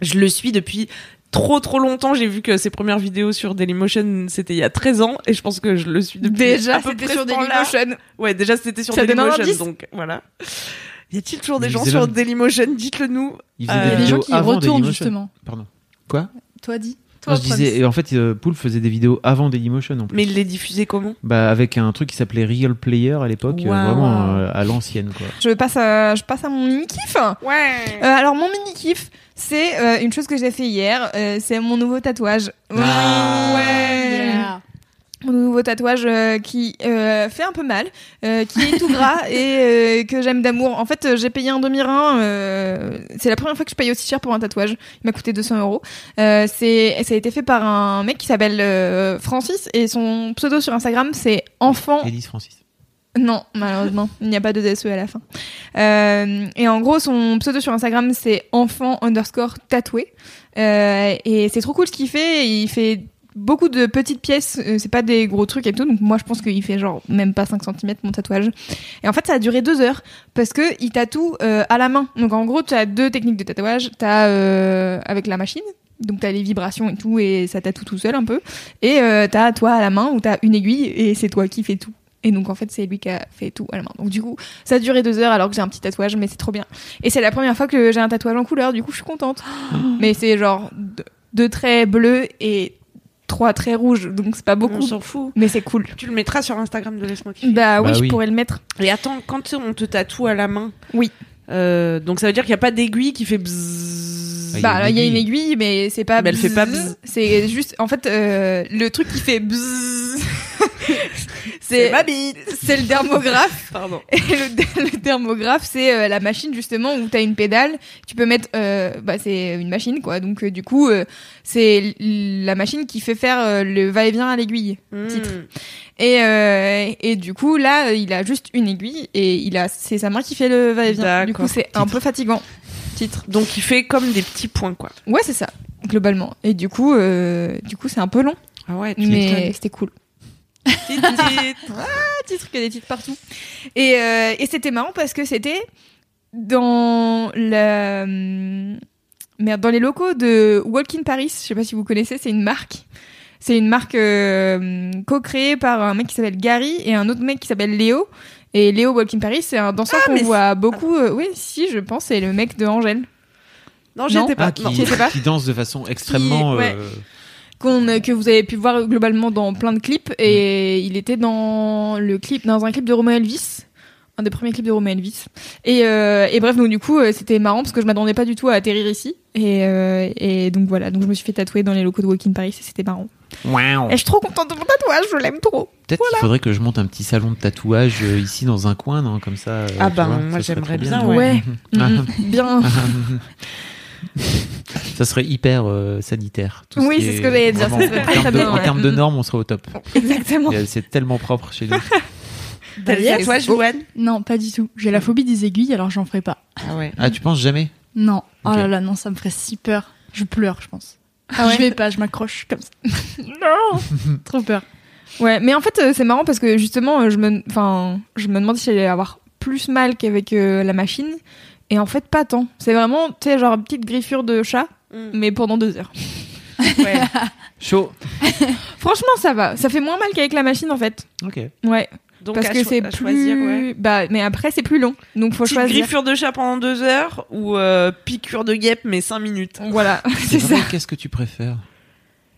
S3: Je le suis depuis trop trop longtemps. J'ai vu que ses premières vidéos sur Dailymotion, c'était il y a 13 ans. Et je pense que je le suis depuis à
S2: Ah,
S1: Déjà,
S3: peu
S1: c'était
S3: près
S1: sur
S3: ce temps-là.
S1: Dailymotion.
S3: Ouais, déjà c'était sur
S1: Ça donne un indice.
S3: Dailymotion, donc voilà. Y a-t-il toujours des
S2: New
S3: gens sur
S2: Zealand.
S3: Dailymotion Dites-le nous.
S2: il
S3: Euh,
S2: faisait
S4: Il y
S2: des
S4: a des gens
S2: vidéos
S4: qui
S2: avant
S4: retournent
S2: Dailymotion.
S4: justement.
S2: pardon quoi
S4: Toi, dis.
S2: Non, je disais et en fait euh, Poulpe faisait des vidéos avant Dailymotion en plus
S3: Mais il les diffusait comment
S2: Bah, avec un truc qui s'appelait Real Player à l'époque, euh,
S3: Waouh.
S2: vraiment euh, à l'ancienne quoi.
S1: Je passe à, je passe à mon mini-kiff.
S3: Ouais.
S1: Euh, alors, mon mini-kiff, c'est euh, une chose que j'ai fait hier. euh, c'est mon nouveau tatouage.
S2: Ah.
S1: Ouais. Mon nouveau tatouage euh, qui euh, fait un peu mal, euh, qui est tout gras et euh, que j'aime d'amour. En fait, euh, j'ai payé un demi-rein. euh, c'est la première fois que je paye aussi cher pour un tatouage. Il m'a coûté 200 euros. Euh, c'est- Ça a été fait par un mec qui s'appelle euh, Francis et son pseudo sur Instagram, c'est Enfant
S2: Élise Francis.
S1: non, malheureusement, il n'y a pas de DSE à la fin. Euh, et en gros, son pseudo sur Instagram, c'est enfant underscore tatoué. Euh, et c'est trop cool ce qu'il fait. Il fait beaucoup de petites pièces, euh, c'est pas des gros trucs et tout. Donc moi, je pense qu'il fait genre même pas 5 cm mon tatouage. Et en fait, ça a duré deux heures parce que il tatoue euh, à la main. Donc en gros, tu as deux techniques de tatouage. Tu as avec la machine. Donc t'as les vibrations et tout et ça tatoue tout seul un peu et euh, t'as toi à la main où t'as une aiguille et c'est toi qui fais tout et donc en fait c'est lui qui a fait tout à la main. Donc du coup ça a duré deux heures alors que j'ai un petit tatouage mais c'est trop bien. Et c'est la première fois que j'ai un tatouage en couleur du coup je suis contente. *gasps* mais c'est genre deux, deux traits bleus et trois traits rouges donc c'est pas
S3: On
S1: beaucoup
S3: s'en fout.
S1: mais c'est cool.
S3: Tu le mettras sur Instagram de Laisse-moi kiffer.
S1: Bah, oui,
S2: Bah
S1: je
S2: oui.
S1: pourrais le mettre.
S3: Et attends, quand on te tatoue à la main.
S1: Oui.
S3: euh, donc ça veut dire qu'il n'y a pas d'aiguille qui fait bzzz.
S2: Ah, il y a
S1: bah
S2: une
S1: là, il y a une
S2: aiguille.
S1: aiguille mais c'est pas
S3: Mais elle fait pas
S1: bzzz.
S3: bzzz.
S1: c'est juste en fait euh, le truc qui fait bzzz C'est
S3: ma bite.
S1: c'est le dermographe.
S3: Pardon.
S1: Et le, le dermographe, c'est euh, la machine justement où t'as une pédale. Tu peux mettre, euh, bah, c'est une machine quoi. Donc euh, du coup, euh, c'est l- la machine qui fait faire euh, le va-et-vient à l'aiguille.
S3: Mm.
S1: Titre. Et, euh, et du coup, là, euh, il a juste une aiguille et il a, c'est sa main qui fait le va-et-vient. Du
S3: D'accord.
S1: coup, c'est un peu fatigant. Titre.
S3: Donc il fait comme des petits points quoi.
S1: Ouais, c'est ça, globalement. Et du coup, euh, du coup, c'est un peu long,
S3: Ah ouais.
S1: mais c'était cool.
S3: Titre.
S1: titres que des titres partout. Et, euh, et c'était marrant parce que c'était dans la hum, merde dans les locaux de Walk in Paris. Je sais pas si vous connaissez, c'est une marque. C'est une marque euh, hum, co-créée par un mec qui s'appelle Gary et un autre mec qui s'appelle Léo. Et Léo Walk in Paris, c'est un danseur
S3: mais
S1: qu'on voit beaucoup. euh, oui, si, je pense, c'est le mec de Angèle.
S3: Non, j'étais
S1: Bah, Non.
S3: pas.
S2: Ah, qui,
S3: non.
S1: je sais pas.
S2: qui danse de façon extrêmement.
S1: ouais.
S2: euh,
S1: qu'on euh, que vous avez pu voir globalement dans plein de clips et il était dans le clip dans un clip de Romain Elvis un des premiers clips de Romain Elvis et, euh, et bref donc du coup euh, c'était marrant parce que je m'attendais pas du tout à atterrir ici et, euh, et donc voilà donc je me suis fait tatouer dans les locaux de Walking Paris et c'était marrant et je suis trop contente de mon tatouage je l'aime trop
S2: Peut-être qu'il faudrait que je monte un petit salon de tatouage euh, ici dans un coin, non Comme ça. euh,
S3: Ah
S2: tu
S1: ben,
S3: bah,
S2: vois,
S3: moi,
S2: ça serait
S3: j'aimerais
S2: trop
S3: bien, ouais.
S1: Mm, mm,
S2: *laughs*
S1: bien
S2: ça serait hyper euh, sanitaire. tout
S1: Oui,
S2: qui
S1: c'est ce
S2: est
S1: que j'allais dire, ça
S2: vraiment-
S1: serait
S2: en
S1: très,
S2: termes
S1: très
S2: de-
S1: bien,
S2: En
S1: ouais.
S2: termes de normes, on serait au top.
S1: exactement
S2: Et, euh, C'est tellement propre chez nous.
S3: T'as
S4: Yes.
S3: le tatouage,
S4: Oh.
S3: Louane
S4: Non, pas du tout.
S2: Mm.
S4: J'ai la phobie des aiguilles, alors j'en ferai pas.
S3: Ah ouais.
S2: Ah, tu penses jamais
S4: Non. Oh
S2: Ok.
S4: là là, non, ça me ferait si peur. Je pleure, je pense.
S1: Ah
S4: Je vais pas, je m'accroche comme ça. non Trop peur.
S1: Ouais, mais en fait, euh, c'est marrant parce que justement, euh, je me, enfin, je me demande si j'allais avoir plus mal qu'avec euh, la machine. Et en fait, pas tant. C'est vraiment, tu sais, genre une petite griffure de chat, mais pendant deux heures.
S3: Mm. Ouais.
S2: Chaud.
S1: Franchement, ça va. Ça fait moins mal qu'avec la machine, en fait.
S2: Ok.
S1: Ouais,
S3: Donc
S1: parce
S3: à
S1: que
S3: cho-
S1: c'est
S3: à
S1: plus.
S3: choisir, ouais.
S1: Bah, mais après, c'est plus long. Donc, faut
S3: Petite
S1: choisir.
S3: griffure de chat pendant deux heures ou euh, piqûre de guêpe mais cinq minutes.
S1: *laughs* Voilà, *laughs* c'est ça.
S2: Vraiment, Qu'est-ce que tu préfères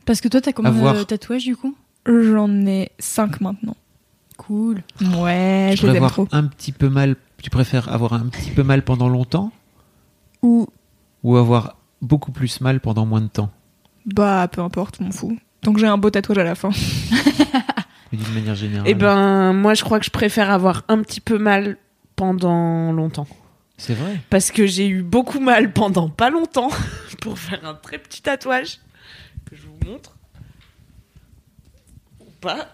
S4: Parce que toi, t'as combien
S2: voir.
S4: de tatouages du coup
S1: J'en ai cinq maintenant.
S4: Cool.
S1: Ouais,
S2: Tu
S1: je les aime
S2: préfères
S1: trop.
S2: un petit peu mal. Tu préfères avoir un petit peu mal pendant longtemps
S1: Ou,
S2: ou avoir beaucoup plus mal pendant moins de temps
S1: bah, peu importe, m'en fous. Tant que j'ai un beau tatouage à la fin.
S2: Mais D'une manière générale.
S3: Eh ben, moi, je crois que je préfère avoir un petit peu mal pendant longtemps.
S2: C'est vrai.
S3: Parce que j'ai eu beaucoup mal pendant pas longtemps *laughs* pour faire un très petit tatouage que je vous montre. Ou *laughs* pas.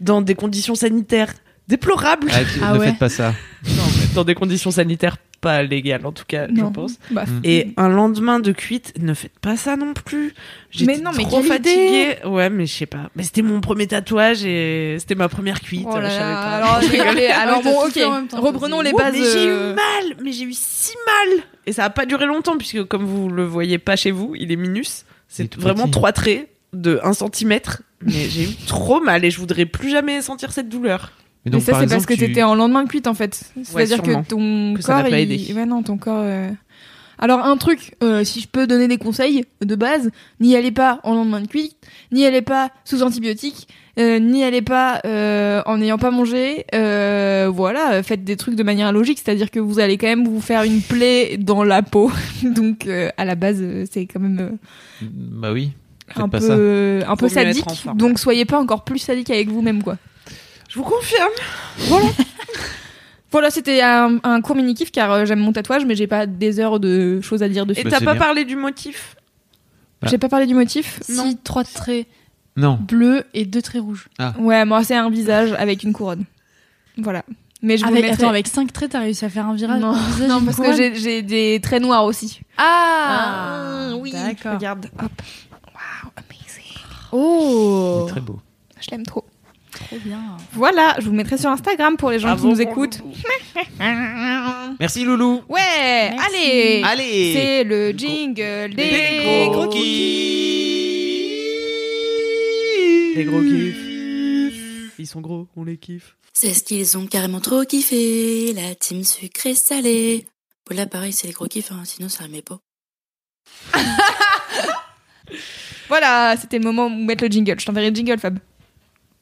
S3: Dans des conditions sanitaires déplorables.
S2: Ah,
S4: Ah
S2: ne
S4: ouais.
S2: faites pas ça.
S3: Non, mais dans des conditions sanitaires pas légales, en tout cas,
S1: Non.
S3: je pense.
S1: Bah,
S2: Mm.
S3: Et un lendemain de cuite, ne faites pas ça non plus.
S1: Mais
S3: J'étais
S1: non, mais
S3: trop
S1: quelle
S3: fatiguée. Ouais, mais je sais pas. Mais c'était mon premier tatouage et c'était ma première cuite.
S1: Oh là
S3: je savais
S1: là,
S3: pas.
S1: alors, *laughs*
S4: Je rigole.
S1: allez, alors
S4: Ouais, t'as
S1: bon,
S4: tout
S1: ok,
S4: fait en même temps,
S1: reprenons
S4: t'as
S1: les
S4: dit.
S3: Ouh,
S1: bases.
S3: Oh, Mais j'ai eu
S1: euh,
S3: mal, mais j'ai eu si mal. Et ça a pas duré longtemps puisque comme vous le voyez pas chez vous, il est minus.
S2: Il est
S3: C'est
S2: tout
S3: vraiment
S2: petit.
S3: trois traits de 1 cm. Mais
S4: *laughs*
S3: j'ai eu trop mal et je voudrais plus jamais sentir cette douleur.
S2: Mais
S1: Mais
S2: donc,
S1: ça,
S2: par
S1: c'est parce
S2: exemple,
S1: que
S2: tu-
S1: t'étais en lendemain de cuite, en fait. C'est-à-dire
S3: sûrement.
S1: que ton
S3: Que ça
S1: corps.
S3: n'a pas
S1: il-
S3: aidé.
S1: Ouais, non, ton corps. euh. Alors, un truc, euh, si je peux donner des conseils de base, n'y allez pas en lendemain de cuite, n'y allez pas sous antibiotiques, euh, n'y allez pas euh, en n'ayant pas mangé. euh, voilà, euh, faites des trucs de manière logique, c'est-à-dire que vous allez quand même vous faire une plaie dans la peau. *laughs* Donc, euh, à la base, euh, c'est quand même. euh,
S2: Bah oui. Faites
S1: un
S2: pas ça.
S1: peu, euh, un peu
S3: Vaut mieux être
S1: sadique.
S3: en forme.
S1: Donc soyez pas encore plus sadique avec vous-même, quoi.
S3: Je vous confirme.
S1: Voilà, c'était un, un court mini kiff car euh, j'aime mon tatouage, mais j'ai pas des heures de choses à dire
S3: Et
S1: dessus.
S2: Bah,
S3: t'as
S2: c'est
S3: pas
S2: bien.
S3: parlé du motif
S2: Ah.
S1: J'ai pas parlé du motif.
S3: Non.
S4: Si, trois traits
S2: Non.
S4: bleus et deux traits rouges.
S1: Ouais, moi c'est un visage avec une couronne. Voilà. Mais je vous
S4: Avec,
S1: mettrai-
S4: Attends, avec cinq traits, t'as réussi à faire un virage
S1: Non,
S4: un visage,
S1: non
S4: une
S1: parce que
S4: couronne
S1: j'ai- j'ai des traits noirs aussi.
S4: Ah,
S1: oui.
S4: D'accord.
S1: Regarde, hop. Wow, amazing.
S2: Il
S4: Oh
S2: est Très beau.
S1: Je l'aime trop.
S4: Trop bien.
S1: Voilà, je vous mettrai sur Instagram pour les gens qui
S3: Bravo,
S1: nous
S3: mon
S1: écoutent.
S3: loulou.
S2: Merci Loulou.
S1: Ouais, allez.
S2: Allez.
S1: C'est le jingle des,
S2: Des
S1: gros
S2: gros
S1: kiffs.
S3: Les gros kiffs. Ils sont gros, on les kiffe.
S6: C'est ce qu'ils ont carrément trop kiffé, la team sucrée salée. Bon là pareil c'est les gros kiffs, hein, sinon ça remet pas.
S1: Voilà, c'était le moment où mettre le jingle. Je t'enverrai le jingle, Fab.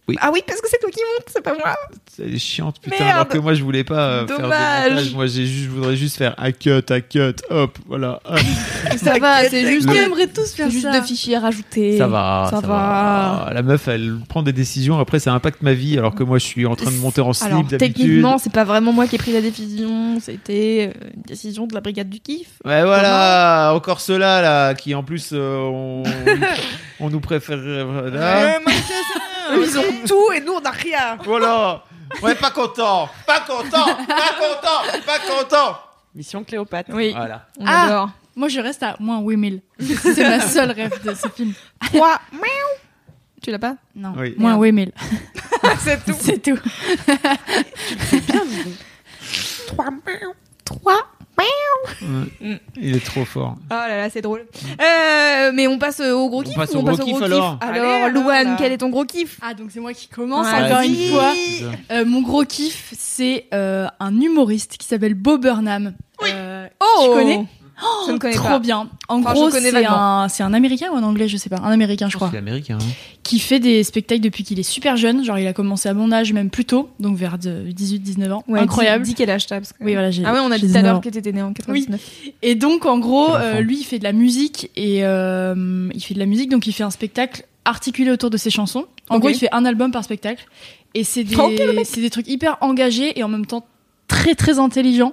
S2: Oui.
S1: Ah oui, parce que c'est toi qui monte, c'est pas moi.
S2: Elle est chiante, putain,
S1: Merde.
S2: alors que moi je voulais pas euh, faire de
S1: Dommage.
S2: montage. Moi j'ai juste- je voudrais juste faire à cut, à cut, hop, voilà. hop.
S4: Ça va, c'est juste.
S2: Le-
S4: aimerait tous
S1: C'est juste deux fichiers à rajouter.
S2: Ça va, ça,
S1: ça va.
S2: La meuf, elle prend des décisions, après ça impacte ma vie, alors que moi je suis en train de monter en slip
S1: Alors,
S2: d'habitude.
S1: techniquement, c'est pas vraiment moi qui ai pris la décision, c'était euh, une décision de la brigade du kiff.
S2: Ouais, voilà, encore ceux-là, là, qui en plus, euh, on, on nous préfère. Voilà.
S4: Ah,
S3: Eux, Ils ont tout et nous on a rien.
S2: voilà. Ouais, pas content, pas content, pas content, pas content.
S3: Mission Cléopâtre.
S1: Oui,
S2: Voilà.
S1: on
S4: Ah.
S1: adore.
S4: Moi, je reste à moins 8000. *laughs* C'est ma seule rêve de ce film.
S1: Quoi Tu l'as pas
S4: Non,
S2: Oui.
S4: moins
S1: *laughs*
S4: 8000.
S3: C'est tout.
S4: C'est tout.
S3: Trois mains.
S1: 3
S2: Il est trop fort.
S1: Oh là là, c'est drôle. Euh, mais on passe au gros
S2: On
S1: kiff
S2: passe
S1: ou
S2: au gros kiff, alors
S1: Alors,
S3: Allez, alors,
S1: Louane,
S3: là.
S1: quel est ton gros kiff
S4: Ah, donc c'est moi qui commence
S1: Ouais.
S4: encore une
S1: Vas-y.
S4: fois. Euh, mon gros kiff, c'est euh, un humoriste qui s'appelle Bob Burnham. Euh,
S1: Oh
S4: connais Oh,
S1: Je ne connais
S4: trop
S1: pas.
S4: bien. En
S1: Enfin,
S4: gros,
S1: je connais
S4: c'est
S1: vaguement.
S4: un, c'est un américain ou un anglais, je sais pas. Un américain, je crois.
S2: C'est américain. hein.
S4: Qui fait des spectacles depuis qu'il est super jeune. Genre, il a commencé à mon âge, même plus tôt. Donc vers 18-19 ans.
S1: Ouais,
S4: Incroyable.
S1: Dis, dis quel âge t'as, parce que-
S4: Oui, voilà, j'ai-
S1: Ah ouais, on a dit tout
S4: j'ai
S1: à
S4: 19
S1: l'heure
S4: ans.
S1: que t'étais né en 99.
S4: Et donc, en gros,
S2: Quel enfant.
S4: euh, lui, il fait de la musique et euh, il fait de la musique, donc il fait un spectacle articulé autour de ses chansons. En
S1: Ok.
S4: gros, il fait un album par spectacle. Et c'est des,
S1: Tranquille, le mec.
S4: c'est des trucs hyper engagés et en même temps très très intelligents.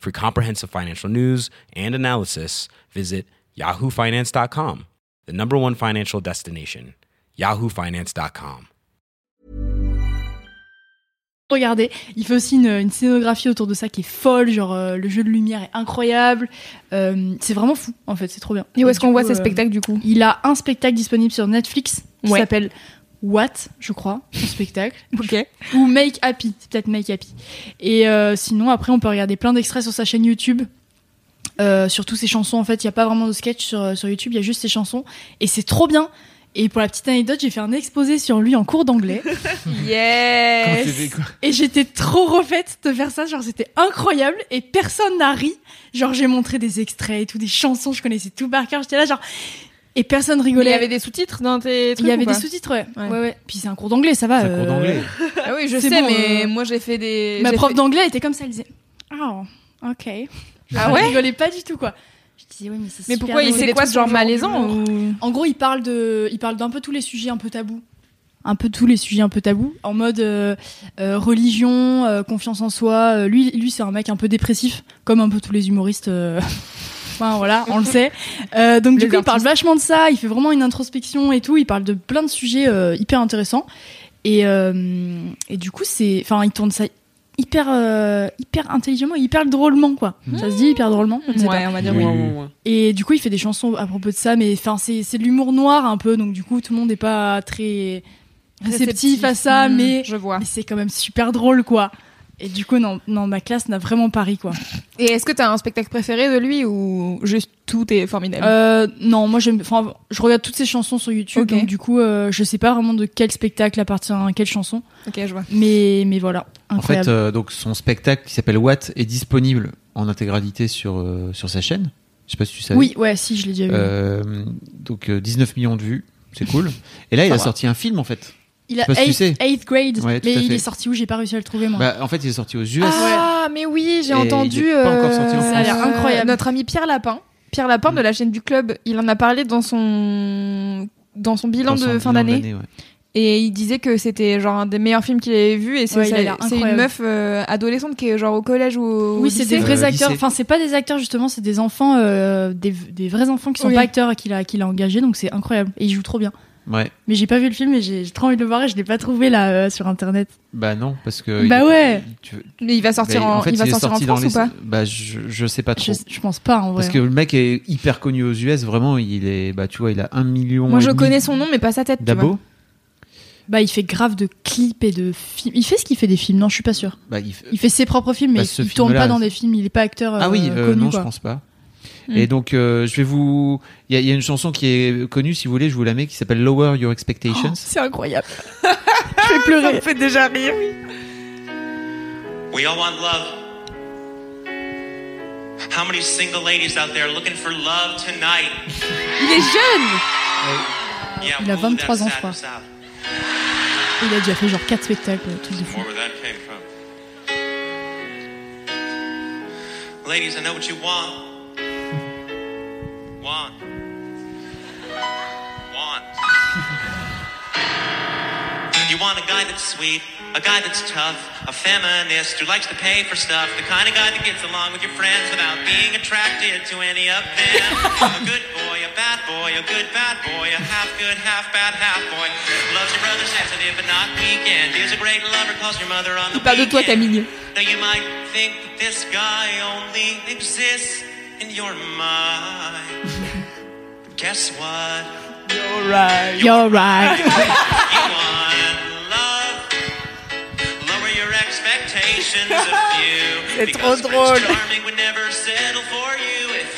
S7: For comprehensive financial news and analysis, visit yahoofinance.com, the number one financial destination, yahoofinance.com.
S4: regarder. Il fait aussi une, une scénographie autour de ça qui est folle. Genre, euh, le jeu de lumière est incroyable. Euh, c'est vraiment fou, en fait. C'est trop bien.
S1: Et où est-ce
S4: Du
S1: qu'on
S4: coup,
S1: voit ces
S4: euh,
S1: spectacles du coup
S4: Il a un spectacle disponible sur Netflix qui
S1: Ouais.
S4: s'appelle What, je crois, son spectacle.
S1: *laughs* Ok.
S4: ou Make Happy, c'est peut-être Make Happy. Et euh, sinon, après, on peut regarder plein d'extraits sur sa chaîne YouTube. Euh, sur toutes ses chansons, en fait, il n'y a pas vraiment de sketch sur, sur YouTube, il y a juste ses chansons. Et c'est trop bien. Et pour la petite anecdote, j'ai fait un exposé sur lui en cours d'anglais.
S1: Yes
S4: Et j'étais trop refaite de faire ça, genre c'était incroyable et personne n'a ri. Genre j'ai montré des extraits et tout, des chansons, je connaissais tout par cœur, j'étais là genre et personne
S1: Il y
S4: rigolait.
S1: avait des sous-titres dans tes trucs
S4: Il y avait
S1: ou pas
S4: des sous-titres, ouais.
S1: Ouais.
S4: ouais. ouais. Puis c'est un cours d'anglais, ça va.
S2: C'est un cours
S4: euh,
S2: d'anglais.
S1: Ah oui, je
S4: C'est
S1: sais,
S4: bon,
S1: mais
S4: euh,
S1: moi j'ai fait des.
S4: Ma
S1: j'ai
S4: prof
S1: fait-
S4: d'anglais était comme ça, elle disait "Oh, OK."
S1: Ah
S4: Elle
S1: ouais
S4: rigolait pas du tout quoi. Je disais "Oui, mais c'est
S1: Mais
S4: super
S1: pourquoi il
S4: drôle.
S1: c'est quoi ce genre malaisant ou...
S4: En gros, il parle de, il parle d'un peu tous les sujets un peu tabous, un peu tous les sujets un peu tabous, en mode euh, euh, religion, euh, confiance en soi. Euh, lui, lui, c'est un mec un peu dépressif, comme un peu tous les humoristes. euh, *laughs* Enfin voilà, on le sait. Euh, donc
S1: Les
S4: du coup, il parle
S1: artistes.
S4: vachement de ça. Il fait vraiment une introspection et tout. Il parle de plein de sujets euh, hyper intéressants. Et, euh, et du coup, c'est, enfin, il tourne ça hyper, euh, hyper intelligemment, et hyper drôlement quoi. Ça se dit hyper drôlement. Je ne sais pas.
S1: Ouais, on va dire.
S2: Oui.
S3: Ouais, ouais, ouais.
S4: Et du coup, il fait des chansons à propos de ça, mais enfin, c'est c'est de l'humour noir un peu, donc du coup, tout le monde n'est pas très réceptif à ça,
S1: Hmm,
S4: mais,
S1: Je vois.
S4: mais c'est quand même super drôle, quoi. Et du coup, non, non ma classe n'a vraiment pas ri, quoi.
S1: Et est-ce que t'as un spectacle préféré de lui ou juste tout est formidable
S4: Euh, non, moi, j'aime, enfin, je regarde toutes ses chansons sur YouTube,
S1: Ok.
S4: donc du coup, euh, je sais pas vraiment de quel spectacle appartient à quelle chanson,
S1: Ok, je vois.
S4: mais, mais voilà,
S2: En fait,
S4: incroyable.
S2: euh, donc son spectacle qui s'appelle What est disponible en intégralité sur, euh, sur sa chaîne. Je sais pas si tu savais.
S4: oui, ouais, si, je l'ai déjà vu.
S2: Euh, donc euh, 19 millions de vues, c'est cool. Et là, il a sorti un film en fait.
S4: il a
S2: je sais pas si tu sais.
S4: 8th grade,
S2: Ouais, tout à
S4: mais il
S2: fait.
S4: est sorti où J'ai pas réussi à le trouver, moi.
S2: Bah, en fait, il est sorti aux US.
S1: Ah, mais oui, j'ai
S2: Et
S1: entendu.
S2: il est pas encore sorti en Mm.
S4: Ça a l'air
S1: euh,
S4: incroyable.
S1: Notre ami Pierre Lapin, Pierre Lapin de la chaîne du club, il en a parlé dans son dans son bilan
S2: Dans son
S1: de fin
S2: bilan
S1: d'année
S2: ouais.
S1: et il disait que c'était genre un des meilleurs films qu'il avait vu et c'est
S4: Ouais, il a
S1: ça-
S4: l'air
S1: c'est une
S4: incroyable.
S1: meuf euh, adolescente qui est genre au collège ou au
S4: Oui, c'est
S1: lycée.
S4: des vrais
S2: Euh,
S4: acteurs.
S2: lycée.
S4: Enfin, c'est pas des acteurs justement, c'est des enfants, euh, des, des vrais enfants qui sont
S1: Oui.
S4: pas acteurs qu'il a, qu'il a engagés, donc c'est incroyable. Et ils jouent trop bien.
S2: Ouais.
S4: Mais j'ai pas vu le film, mais j'ai j'ai trop envie de le voir et je l'ai pas trouvé là euh, sur internet.
S2: Bah non, parce que.
S4: Bah
S2: il-
S4: ouais.
S2: tu- bah,
S1: Mais il va sortir en,
S2: en fait,
S1: il va
S2: est
S1: sortir en
S2: sorti
S1: France
S2: dans les-
S1: ou pas
S2: Bah je, je sais pas trop.
S4: Je, je pense pas en vrai.
S2: Parce que le mec est hyper connu aux US, vraiment, il est. Bah tu vois, il a un million.
S1: Moi
S2: et
S1: je
S2: demi
S1: connais son nom mais pas sa tête. tu vois.
S2: D'abo
S4: Bah, il fait grave de clips et de films. Il fait ce qu'il fait des films, non, je suis pas sûre.
S2: Bah, il fait-
S4: Il fait ses propres films, mais
S2: Bah,
S4: il-
S2: ce
S4: il tourne
S2: film-là,
S4: pas dans des films, il est pas acteur.
S2: Ah oui,
S4: euh,
S2: euh,
S4: connu,
S2: non,
S4: quoi.
S2: je pense pas.
S4: Mm.
S2: Et donc, euh, je vais vous. Il y, a- il y a une chanson qui est connue, si vous voulez, je vous la mets, qui s'appelle Lower Your Expectations.
S4: C'est incroyable. *laughs* je vais pleurer.
S3: fait déjà rire.
S5: We all want love. How many single ladies out there looking for love tonight?
S1: Il est jeune
S5: Yeah,
S4: Il a
S5: woo,
S4: 23
S5: that
S4: ans, je
S5: sadness out.
S4: Il a déjà fait genre 4 spectacles, euh, truc de fou.
S5: More where that came from. Ladies, I know what you want. Want. Want. You want a guy that's sweet, a guy that's tough, a feminist who likes to pay for stuff, the kind of guy that gets along with your friends without being attracted to any of them. a good boy, a bad boy, a good bad boy, a half good, half bad, half boy. Loves your brother sensitive but not weekend. Is a great lover, calls your mother on the
S1: Il parle de toi,
S5: weekend.
S1: Camille.
S5: Now you might think that this guy only exists in your mind. but guess what?
S4: You're right.
S5: You want love. Lower your expectations of you.
S3: C'est
S5: because
S3: trop drôle.
S5: Prince Charming would never settle for you if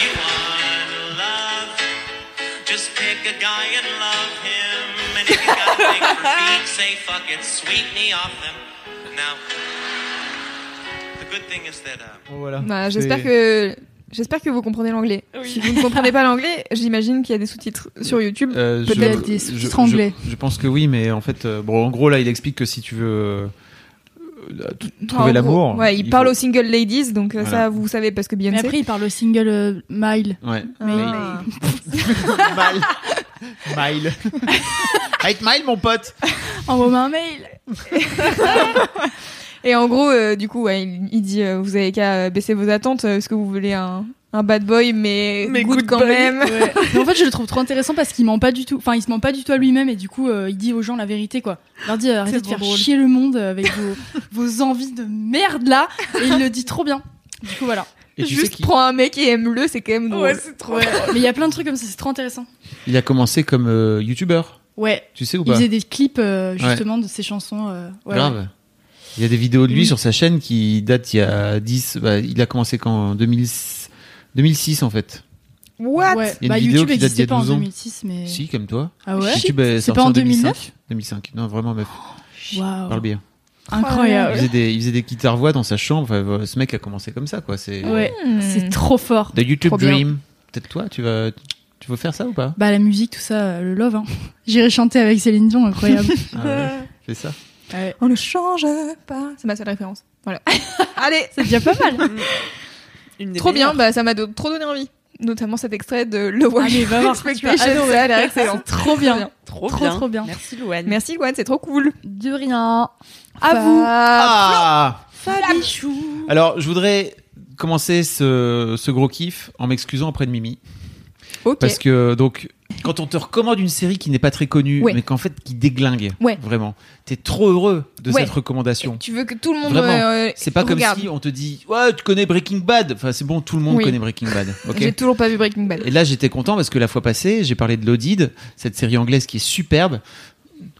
S5: you want love. Just pick a guy and love him. And if you got a thing for feet, say fuck it, sweep me off them. Now, the good thing is that. Uh,
S2: Voilà.
S1: Bah, J'espère que. J'espère que vous comprenez l'anglais. Si vous ne comprenez pas l'anglais, j'imagine qu'il y a des sous-titres sur YouTube.
S2: Euh, je-
S1: Peut-être
S4: des
S2: je-
S4: sous-titres anglais.
S2: Je, je pense que oui, mais en fait, euh, bon, en gros, là, il explique que si tu veux euh, t-
S1: Enfin, en gros,
S2: trouver l'amour.
S1: Ouais, il,
S2: faut-
S1: parle aux single ladies, donc euh,
S2: Voilà.
S1: ça, vous savez, parce que
S4: Mais
S1: Beyoncé.
S4: après, il parle au single euh, Mile.
S2: Ouais.
S1: Ah.
S2: *laughs* Mile. *laughs* Mile. Eight Mile, mon pote.
S4: Envoie-moi un mail.
S1: Et en gros, euh, du coup, ouais, il, il dit euh, Vous avez qu'à euh, baisser vos attentes, euh, parce que vous voulez un, un bad boy, mais,
S3: Mais
S1: good,
S3: good
S1: quand
S3: boy.
S1: même.
S4: Mais en fait, je le trouve trop intéressant parce qu'il ment pas du tout. Enfin, il se ment pas du tout à lui-même et du coup, euh, il dit aux gens la vérité, quoi. Il leur dit euh, arrêtez de
S1: trop
S4: faire
S1: drôle.
S4: chier le monde euh, avec *laughs* vos, vos envies de merde là. Et il le dit trop bien. Du coup, voilà.
S2: Et tu sais
S1: Juste
S2: qu'il
S1: prends un mec et aime-le, c'est quand même drôle.
S3: c'est
S4: Ouais. Mais il y a plein de trucs comme ça, c'est trop intéressant.
S2: il a commencé comme euh, youtubeur.
S4: Ouais.
S2: Tu sais ou
S4: Il
S2: pas
S4: faisait des clips euh, justement de ses chansons. euh, ouais, ouais.
S2: Grave. Il y a des vidéos de lui
S4: Mm.
S2: sur sa chaîne qui datent il y a 10. bah, il a commencé quand en 2006, 2006 en fait.
S1: *laughs* What
S4: Ouais.
S2: Il y a une
S4: Bah,
S2: vidéo
S4: YouTube
S2: qui date d'il y
S4: n'existait
S2: a
S4: pas en
S2: 12 ans.
S4: 2006, mais.
S2: Si, comme toi.
S4: Ah ouais
S2: YouTube est
S4: C'est
S2: sorti
S4: pas en
S2: 2005. 2005. Non, vraiment, meuf.
S4: Oh. Waouh.
S2: Parle bien. Il
S4: Incroyable.
S2: faisait des, il faisait des guitares-voix dans sa chambre. Enfin, voilà, ce mec a commencé comme ça, quoi. C'est
S4: Ouais.
S1: Hmm.
S4: C'est trop fort.
S2: The YouTube
S1: Trop bien.
S2: Dream. Peut-être toi, tu vas, tu veux faire ça
S1: *laughs*
S2: ou pas
S4: Bah la musique, tout ça, euh, le love. Hein. J'irai chanter avec Céline Dion, incroyable.
S2: Ah ouais, Fais ça.
S1: On ne change pas. C'est ma seule référence. Voilà. *laughs* Allez,
S4: C'est déjà pas mal.
S1: *laughs* trop bien, bah, ça m'a do- trop donné envie. Notamment cet extrait de Lower
S4: Allez, va voir.
S1: Expectations.
S4: Tu vas adorer.
S1: Ça a l'air
S4: *laughs*
S1: excellent.
S4: Trop bien.
S3: Trop,
S4: Trop,
S3: bien.
S4: trop bien.
S3: Merci Louane.
S1: Merci, Gwen, c'est trop cool.
S4: De rien.
S1: À
S4: Bah,
S1: vous.
S2: Ah Alors, je voudrais commencer ce, ce gros kiff en m'excusant auprès de Mimi.
S1: Ok.
S2: Parce que, donc, quand on te recommande une série qui n'est pas très connue,
S1: Ouais.
S2: mais qu'en fait, qui déglingue,
S1: Ouais.
S2: vraiment, t'es trop heureux de
S1: Ouais.
S2: cette recommandation.
S1: Tu veux que tout le monde
S2: Vraiment.
S1: euh,
S2: C'est pas comme
S1: regarde.
S2: si on te dit, ouais, tu connais Breaking Bad. Enfin, c'est bon, tout le monde
S1: Oui.
S2: connaît Breaking
S1: *laughs*
S2: Bad. ok
S1: J'ai toujours pas vu Breaking Bad.
S2: Et là, j'étais content parce que la fois passée, j'ai parlé de l'Audide, cette série anglaise qui est superbe.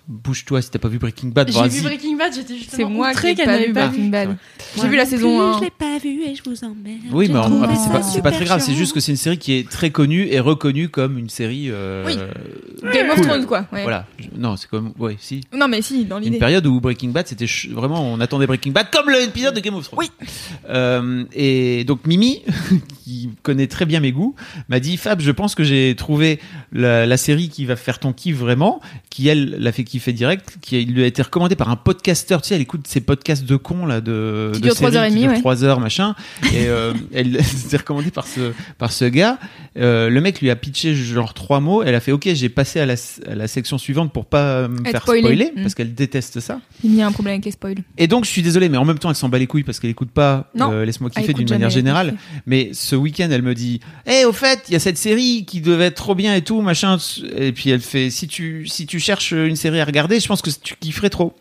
S2: Bouge-toi si t'as pas vu Breaking Bad,
S4: J'ai
S2: vas-y.
S4: vu Breaking Bad, j'étais
S1: C'est
S4: justement
S1: moi qui ai
S4: outrée qu'elle
S1: pas
S4: n'avait
S1: vu
S4: pas vu.
S1: Breaking Bad. J'ai vu la saison 1.
S8: pas vu et je vous emmerde.
S2: Oui, mais en- ah,
S4: trouvé
S2: c'est pas,
S4: ça
S2: c'est pas très
S8: super
S2: grave, c'est
S8: chiant.
S2: juste que c'est une série qui est très connue et reconnue comme une série. euh,
S1: Oui.
S2: euh,
S1: Game of
S2: cool.
S1: Thrones, quoi. ouais.
S2: Voilà. Je- Non, c'est comme. Ouais, si.
S1: Non, mais si, dans
S2: Une
S1: l'idée.
S2: période où Breaking Bad, c'était ch- vraiment. On attendait Breaking Bad comme l'épisode de Game of Thrones. Oui. et donc Mimi, *laughs* qui connaît très bien mes goûts, m'a dit Fab, je pense que j'ai trouvé la, la série qui va faire ton kiff vraiment, qui elle l'a fait kiffer direct, qui lui a été recommandée par un podcasteur. Tu sais, elle écoute ces podcasts de cons là de.
S1: Qui
S2: de
S1: durent
S2: séries
S1: trois heures et demie,
S2: durent
S1: ouais.
S2: trois heures, machin. Et euh, *laughs* elle s'est recommandée par ce, par ce gars. Euh, le mec lui a pitché genre trois mots. Elle a fait Ok, j'ai passé à la, à la section suivante pour pas me
S1: Être
S2: faire
S1: spoilée.
S2: spoiler,
S1: Mm.
S2: parce qu'elle déteste ça.
S1: Il y a un problème avec les spoils.
S2: Et donc, je suis désolé, mais en même temps, elle s'en bat les couilles parce qu'elle écoute pas
S1: Non.
S2: euh, Laisse-moi
S1: Elle
S2: kiffer
S1: écoute
S2: d'une manière
S1: jamais, elle
S2: générale.
S1: kiffe.
S2: Mais ce week-end, elle me dit Eh, au fait, il y a cette série qui devait être trop bien et tout, machin. Et puis elle fait Si tu, si tu cherches une série à regarder, je pense que tu kifferais trop.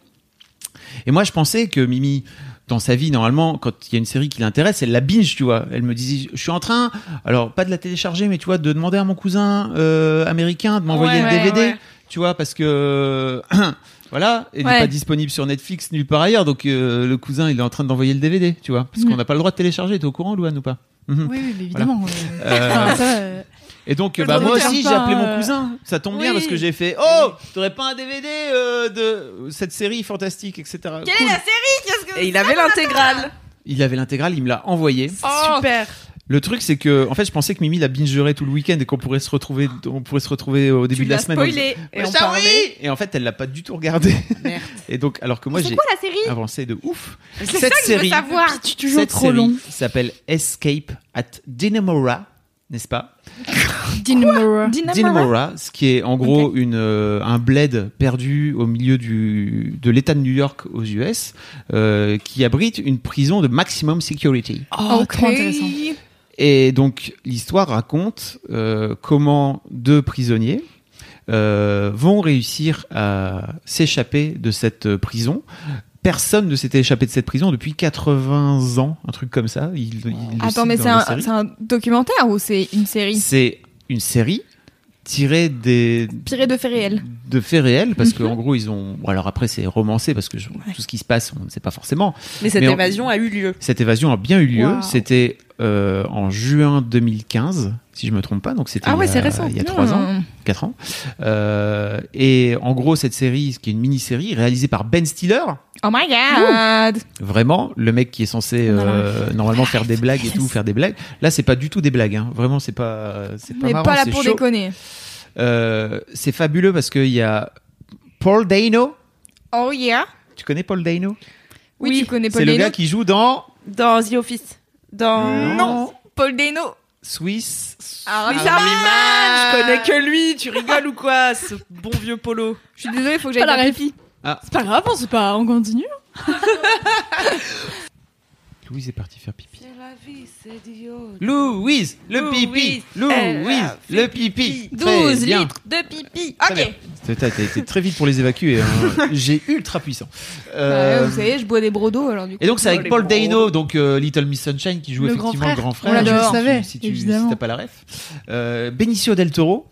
S2: Et moi, je pensais que Mimi, dans sa vie, normalement, quand il y a une série qui l'intéresse, elle la binge, tu vois. Elle me dit Je suis en train, alors pas de la télécharger, mais tu vois, de demander à mon cousin euh, américain de m'envoyer
S3: Ouais,
S2: le
S3: ouais,
S2: DVD.
S3: ouais.
S2: tu vois, parce que *clears throat* voilà, et n'est
S1: Ouais.
S2: pas disponible sur Netflix nulle part ailleurs. Donc euh, le cousin, il est en train d'envoyer le DVD, tu vois, parce
S1: Mm.
S2: qu'on n'a pas le droit de télécharger. T'es au courant, Louane,
S1: *laughs*
S2: ou pas Mhm.
S4: Oui, oui, mais évidemment. euh,
S2: Euh,
S4: enfin, ça, euh,
S2: Et donc,
S4: Le
S2: bah, moi
S4: droit de
S2: aussi, j'ai
S4: faire pas,
S2: appelé mon
S4: euh,
S2: cousin. Ça tombe bien
S4: oui.
S2: parce que j'ai fait Oh, t'aurais pas un DVD euh, de cette série fantastique, etc.
S1: Quelle
S2: Cool.
S1: est la série Qu'est-ce que
S3: Et il avait l'intégrale.
S2: Il avait l'intégrale, il me l'a envoyé.
S1: Oh.
S3: Super.
S2: Le truc, c'est que, en fait, je pensais que Mimi la bingerait tout le week-end et qu'on pourrait se retrouver, on pourrait se retrouver au début
S1: Tu
S2: de la
S1: l'as
S2: semaine.
S1: spoilé.
S2: Et
S3: Et on
S2: ça,
S3: parlait.
S2: oui Et en fait, elle l'a pas du tout regardé.
S3: Merde.
S2: Et donc, alors que moi,
S1: C'est
S2: j'ai
S1: quoi la série
S2: avancé de ouf.
S1: C'est ça que je veux savoir.
S4: tu toujours
S2: cette
S4: trop
S2: série
S4: long.
S2: s'appelle Escape at Dinamora, n'est-ce pas
S4: Dinamora.
S2: Dinamora, ce qui est en gros une, euh, un bled perdu au milieu du, de l'État de New York aux US, euh, qui abrite une prison de maximum security.
S4: Oh, trop intéressant.
S2: Et donc l'histoire raconte euh, comment deux prisonniers euh, vont réussir à s'échapper de cette euh, prison. Personne ne s'était échappé de cette prison depuis 80 ans, un truc comme ça. Il- il le
S1: Attends,
S2: cite
S1: mais
S2: dans
S1: c'est
S2: la
S1: un,
S2: série.
S1: c'est un documentaire ou c'est une série
S2: C'est une série tirée des,
S1: Pirée de faits réels. Mhm.
S2: de faits réels parce qu'en gros ils ont bon, alors après c'est romancé parce que je- tout ce qui se passe on ne sait pas forcément
S3: Mais cette
S2: Mais on-
S3: évasion a eu lieu.
S2: cette évasion a bien eu lieu
S1: Waouh.
S2: c'était euh, en juin 2015 si je me trompe pas donc c'était
S1: Ah ouais,
S2: il y a-
S1: c'est récent.
S2: il y a trois ans quatre ans Euh, et en gros cette série ce qui est une mini série réalisée par Ben Stiller
S1: Oh my god
S2: vraiment le mec qui est censé
S4: On a la
S2: euh, normalement
S1: *laughs*
S2: faire des blagues et tout faire des blagues là c'est pas du tout des blagues hein. vraiment c'est pas c'est pas
S1: Mais
S2: marrant
S1: pas là
S2: c'est
S1: pour
S2: chaud.
S1: déconner.
S2: Euh, c'est fabuleux parce qu'il y a Paul Dano
S1: Oh yeah
S2: tu connais Paul Dano
S1: Oui, tu connais Paul
S2: C'est le
S1: Dano
S2: gars qui joue dans
S3: Dans The Office. Dans.
S1: Non Paul Dano
S2: Swiss.
S1: Armie
S3: Armie Hammer, Ah, Je connais que lui, tu rigoles ou quoi Ce bon vieux polo.
S1: Je suis désolée, faut que
S4: Pas la
S1: j'aille
S4: réfi.
S2: Ah.
S4: C'est pas grave, on, sait pas, on continue.
S2: Louise est partie faire pipi. Louise, le
S3: Louise,
S2: pipi.
S3: elle
S2: Louise,
S3: a fait
S2: le pipi.
S1: 12
S2: Très bien.
S1: litres de pipi.
S2: Très bien.
S1: Ok.
S2: T'as- T'as t'as été très vite pour les évacuer. hein. J'ai ultra puissant. Euh,
S1: Bah, vous savez, je bois des brodos alors du coup.
S2: Et donc c'est avec
S3: Oh, les
S2: Paul
S3: gros.
S2: Dano, donc euh, Little Miss Sunshine qui joue
S4: Le grand
S2: effectivement le
S4: frère.
S2: grand
S4: On
S2: frère. si
S4: l'adore.
S2: tu-
S4: Je savais,
S2: si tu si
S4: évidemment.
S2: t'as pas la ref. Euh, Benicio del Toro.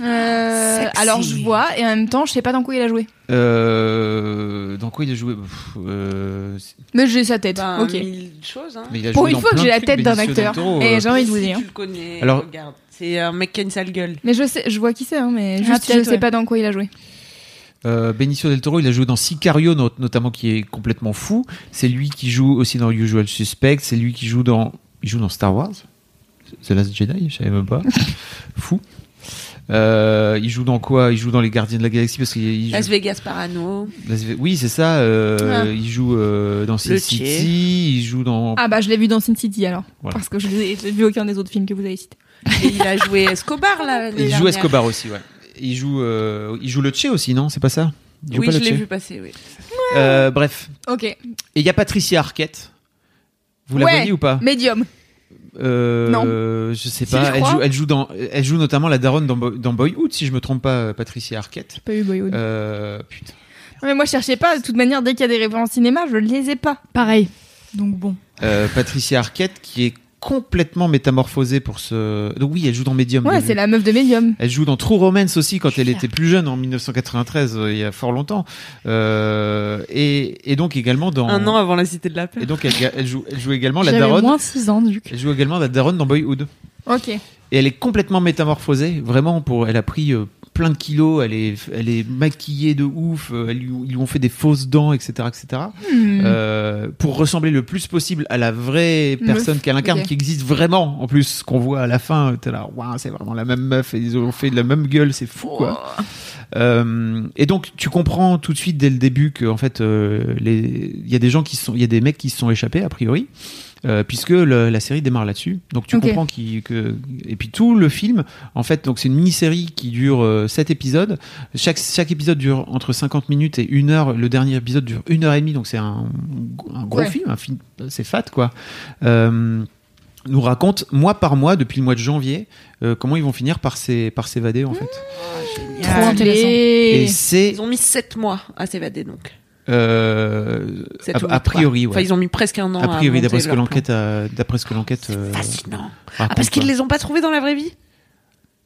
S1: Euh,
S2: Sexy.
S1: alors je vois et en même temps je sais pas dans quoi il a joué.
S2: Euh, dans quoi il a joué Pff, euh, c'est-
S1: Mais j'ai sa tête.
S3: Ben,
S1: ok.
S3: mille choses. Hein.
S2: mais il a
S1: Pour
S2: joué
S1: une
S2: dans
S1: fois que
S2: plein
S1: j'ai
S2: de
S1: la
S2: trucs,
S1: tête d'un
S2: Benicio del
S1: acteur.
S2: Toro, euh,
S1: Et j'ai envie de vous
S3: Si
S1: dire.
S3: Tu le connais.
S2: Alors-
S3: Regarde, c'est un mec qui a une sale gueule.
S1: Mais je sais, je vois qui c'est, hein, mais
S4: Ah,
S1: juste je
S4: peut-être,
S1: sais
S4: ouais.
S1: pas dans quoi il a joué.
S2: Euh, Benicio del Toro, il a joué dans Sicario not- notamment, qui est complètement fou. C'est lui qui joue aussi dans Usual Suspect. C'est lui qui joue dans, il joue dans Star Wars, The Last Jedi. Je savais
S1: *laughs*
S2: même pas. fou. Euh, il joue dans quoi Il joue dans Les Gardiens de la Galaxie parce qu'il il joue-
S3: Las Vegas Parano.
S2: Las Ve- Oui, c'est ça. euh,
S1: Ouais.
S2: Il joue euh, dans Sin
S3: Le
S2: City. Il joue dans.
S1: Ah bah je l'ai vu dans Sin City alors.
S2: Voilà.
S1: Parce que je l'ai je l'ai vu aucun des autres films que vous avez cités.
S3: Et il a joué Escobar là.
S2: il joue Escobar aussi, ouais. Il joue, euh, il joue le Che aussi, non C'est pas ça Il joue
S3: Oui,
S2: pas
S3: je
S2: le
S3: l'ai
S2: Che
S3: vu passer. Oui.
S2: Euh, bref.
S1: Ok.
S2: Et il y a Patricia Arquette. Vous la
S1: Ouais.
S2: voyez ou pas
S1: Medium.
S2: Euh,
S1: Non.
S2: Je sais
S1: Si,
S2: pas.
S1: je
S2: elle,
S1: crois.
S2: joue, elle joue dans, elle joue notamment la daronne dans, Bo- dans Boyhood, si je me trompe pas, euh, Patricia Arquette.
S1: Pas eu Boyhood.
S2: Euh, putain.
S1: Non, mais moi je cherchais pas. De toute manière, dès qu'il y a des références cinéma, je les ai pas.
S4: Pareil. Donc bon.
S2: Euh, Patricia Arquette qui est complètement métamorphosée pour ce. Donc oui, elle joue dans Medium.
S1: Ouais,
S2: bien
S1: c'est
S2: vu.
S1: la meuf de Medium.
S2: Elle joue dans True Romance aussi quand elle
S4: Putain.
S2: était plus jeune en 1993, euh, il y a fort longtemps. Euh, et, et donc également dans.
S3: Un an avant la Cité de la Peur.
S2: Et donc elle, ga- elle joue, elle joue également la
S4: J'avais
S2: daronne.
S4: moins 6 ans, du coup.
S2: Elle joue également la daronne dans Boyhood.
S1: Ok.
S2: Et elle est complètement métamorphosée, vraiment. Pour, elle a pris euh, plein de kilos, elle est, elle est maquillée de ouf, euh, elle lui- ils lui ont fait des fausses dents, etc., etc.
S4: Mm.
S1: Hmm.
S2: Euh, pour ressembler le plus possible à la vraie
S1: Meuf,
S2: personne qu'elle incarne,
S1: ok.
S2: qui existe vraiment. En plus, qu'on voit à la fin, t'es là, Ouah, c'est vraiment la même meuf, et ils ont fait de la même gueule, c'est fou, quoi.
S1: Oh.
S2: Euh, et donc, tu comprends tout de suite dès le début que, en fait, euh, les- il y a des gens qui se sont, il y a des mecs qui se sont échappés, a priori. Euh, puisque le- la série démarre là-dessus. Donc tu
S1: Ok.
S2: comprends qu'il- que et puis tout le film en fait donc c'est une mini-série qui dure 7 épisodes. Chaque chaque épisode dure entre 50 minutes et 1 heure. Le dernier épisode dure 1 heure et demie donc c'est un, un gros
S1: Ouais.
S2: film, un film c'est fat quoi. Euh, nous raconte mois par mois depuis le mois de janvier euh, comment ils vont finir par s'é- par s'évader en fait.
S4: Trop
S3: Ah,
S4: intéressant.
S2: Et,
S1: Et...
S2: c'est
S3: Ils ont mis 7 mois à s'évader donc.
S2: euh,
S3: Sept ou
S2: a,
S3: huit,
S2: a priori
S3: quoi. Enfin,
S2: ouais.
S3: ils ont mis presque un an.
S2: A
S3: à
S2: priori
S3: monter
S2: d'après ce que
S3: leur plan.
S2: l'enquête a- d'après ce que l'enquête euh,
S3: Fascinant. Ah,
S2: raconte,
S3: parce qu'ils
S2: quoi.
S3: les ont pas trouvés dans la vraie vie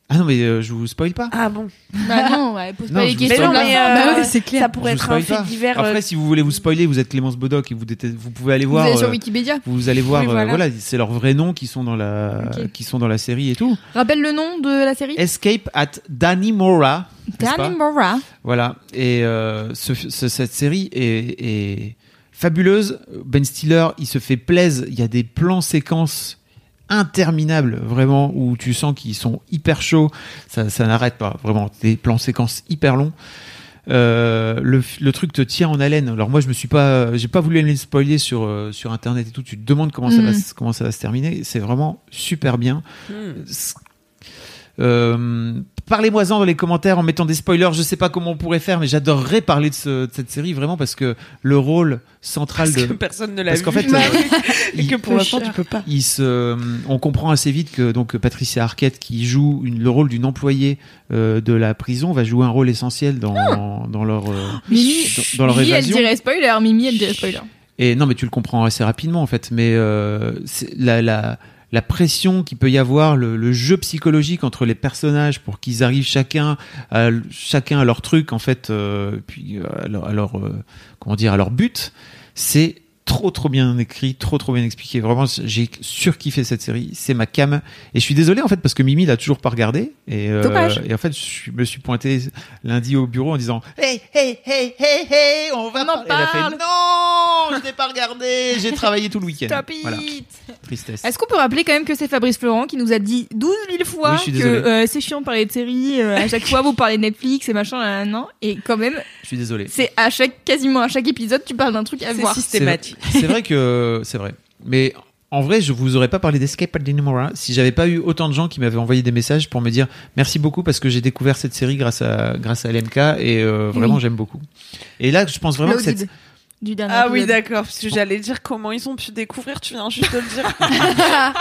S2: Ah non, mais euh, je vous spoil pas.
S3: Ah bon
S4: Bah non, ouais, pose
S2: Non,
S4: pas
S2: je
S4: les
S2: vous
S4: questions.
S2: spoil
S4: de la
S3: pas.
S4: fin.
S3: Mais,
S4: Bah
S3: euh,
S4: ouais, c'est clair.
S3: Ça
S2: Je
S3: pourrait
S2: vous
S3: être un
S2: spoil pas.
S3: fait divers. euh,
S2: Après, si vous voulez vous spoiler, vous êtes Clémence Bodoc et vous, détestez- vous pouvez aller
S4: Vous
S2: voir.
S4: allez sur
S2: euh,
S4: Wikipédia.
S2: vous allez voir,
S1: Oui,
S2: euh, voilà,
S1: voilà.
S2: c'est leurs vrais noms qui sont dans la,
S1: Ok.
S2: qui sont dans la série et tout.
S1: Rappelle le nom de la série
S2: Escape at Dannemora. Eh, n'est-ce pas
S1: Mora.
S2: Voilà. Et euh, ce- ce- cette série est, est fabuleuse. Ben Stiller, il se fait plaise. Il y a des plans séquences interminables, vraiment, où tu sens qu'ils sont hyper chauds. Ça, ça n'arrête pas, vraiment. Des plans séquences hyper longs. Euh, le, f- le truc te tient en haleine. Alors moi, je me suis pas, j'ai pas voulu aller le spoiler sur euh, sur internet et tout. Tu te demandes comment ça va,
S1: Mm.
S2: se- comment ça va se terminer. C'est vraiment super bien.
S3: hmm.
S2: Euh, Parlez-moi-en dans les commentaires en mettant des spoilers. Je sais pas comment on pourrait faire, mais j'adorerais parler de, ce- de cette série vraiment parce que le rôle central
S3: *laughs* Parce
S2: de.
S3: que personne ne l'a
S2: Parce
S3: vu.
S2: qu'en fait, euh,
S3: et
S2: il-
S3: que pour
S4: peu
S3: l'instant,
S4: cher.
S3: tu peux pas.
S2: il se, on comprend assez vite que donc Patricia Arquette qui joue une- le rôle d'une employée euh, de la prison va jouer un rôle essentiel dans,
S4: Ah
S2: dans leur euh,
S1: Mimi,
S2: dans, dans leur
S1: Mimi, elle
S2: évasion.
S1: dirait spoiler. Mimi, elle dirait spoiler.
S2: Et non, mais tu le comprends assez rapidement en fait. Mais euh, c'est la, la, la pression qu'il peut y avoir, le, le jeu psychologique entre les personnages pour qu'ils arrivent chacun à, chacun à leur truc en fait, euh, puis à leur, à leur, euh, comment dire à leur but, c'est trop trop bien écrit, trop trop bien expliqué. Vraiment, j'ai surkiffé cette série. C'est ma cam. Et je suis désolé en fait parce que Mimi l'a toujours pas regardé. Et, euh,
S1: Dommage.
S2: et en fait, je me suis pointé lundi au bureau en disant Hey, hey, hey, hey, hey, on va
S1: On en
S2: parler. Elle a fait,
S1: parle.
S2: non, je n'ai pas regardé, j'ai travaillé tout le week-end.
S1: Stop it
S2: Voilà, tristesse.
S1: Est-ce qu'on peut rappeler quand même que c'est Fabrice Florent qui nous a dit 12 000 fois
S2: Oui, je suis
S1: que
S2: désolé.
S1: euh, c'est chiant de parler de séries, euh, à
S2: *laughs*
S1: chaque fois vous parlez de Netflix et machin, là, là, là, là. et quand même,
S2: Je suis désolé.
S1: c'est à chaque, quasiment à chaque épisode, tu parles d'un truc à
S3: C'est
S1: voir.
S3: systématique.
S2: C'est c'est vrai que c'est vrai. Mais en vrai, je vous aurais pas parlé d'Escape at Dinamora si j'avais pas eu autant de gens qui m'avaient envoyé des messages pour me dire merci beaucoup parce que j'ai découvert cette série grâce à grâce à LMK et euh, vraiment j'aime beaucoup. Et là, je pense vraiment que
S1: Loaded.
S2: cette
S1: Du dernier
S3: *laughs* Ah
S4: *laughs*
S3: oui,
S1: épisode.
S3: d'accord. Parce que j'allais dire comment ils ont pu découvrir. Tu viens juste de le dire.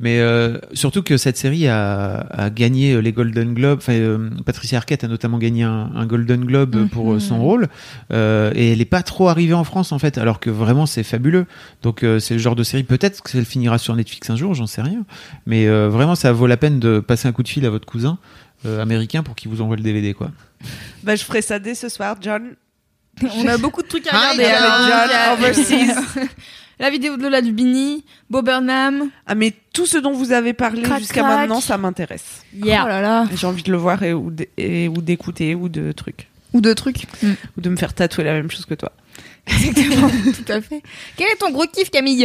S2: Mais euh, surtout que cette série a, a gagné euh, les Golden Globes. Enfin, euh, Patricia Arquette a notamment gagné un, un Golden Globe euh, pour euh, son rôle. Euh, et elle n'est pas trop arrivée en France, en fait, alors que vraiment, c'est fabuleux. Donc, euh, c'est le genre de série, peut-être qu'elle finira sur Netflix un jour, j'en sais rien. Mais euh, vraiment, ça vaut la peine de passer un coup de fil à votre cousin euh, américain pour qu'il vous envoie le DVD, quoi.
S3: bah, je ferai ça dès ce soir, John.
S1: *laughs* On a beaucoup de trucs à
S2: Hi,
S1: regarder.
S2: John,
S1: hein.
S3: John,
S1: *laughs* La vidéo de Lola Dubini, Bob Burnham.
S3: Ah, mais tout ce dont vous avez parlé
S1: Crac,
S3: jusqu'à
S1: crac.
S3: maintenant, ça m'intéresse.
S1: Oh là là.
S3: J'ai envie de le voir et, ou d- et- ou d'écouter ou de trucs.
S1: Ou deux trucs. *laughs*
S3: Ou de me faire tatouer la même chose que *laughs* toi.
S1: Exactement, tout à fait. Quel est ton gros kiff, Camille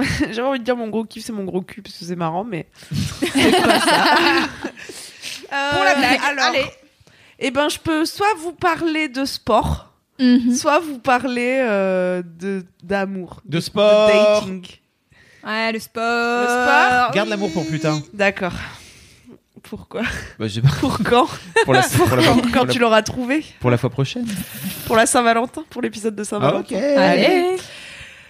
S2: Euh,
S3: J'avais envie de dire mon gros kiff, c'est mon gros cul parce que c'est marrant, *laughs* mais. c'est pas ça.
S1: Pour la *laughs* blague, allez.
S3: Euh, Eh ben, je peux soit vous parler de sport,
S1: Mhm.
S3: soit vous parler euh, de d'amour.
S2: De sport.
S3: dating.
S1: Ouais, le sport.
S3: Le sport.
S2: Garde l'amour pour plus tard.
S3: D'accord. Pourquoi
S2: Bah, je sais pas,
S3: Pour quand
S2: pour, la, pour, la,
S3: *laughs* Quand,
S2: *laughs* pour
S3: quand
S2: la-
S3: tu l'auras trouvé
S2: pour la fois prochaine.
S3: Pour la Saint-Valentin Pour l'épisode de Saint-Valentin
S1: Allez.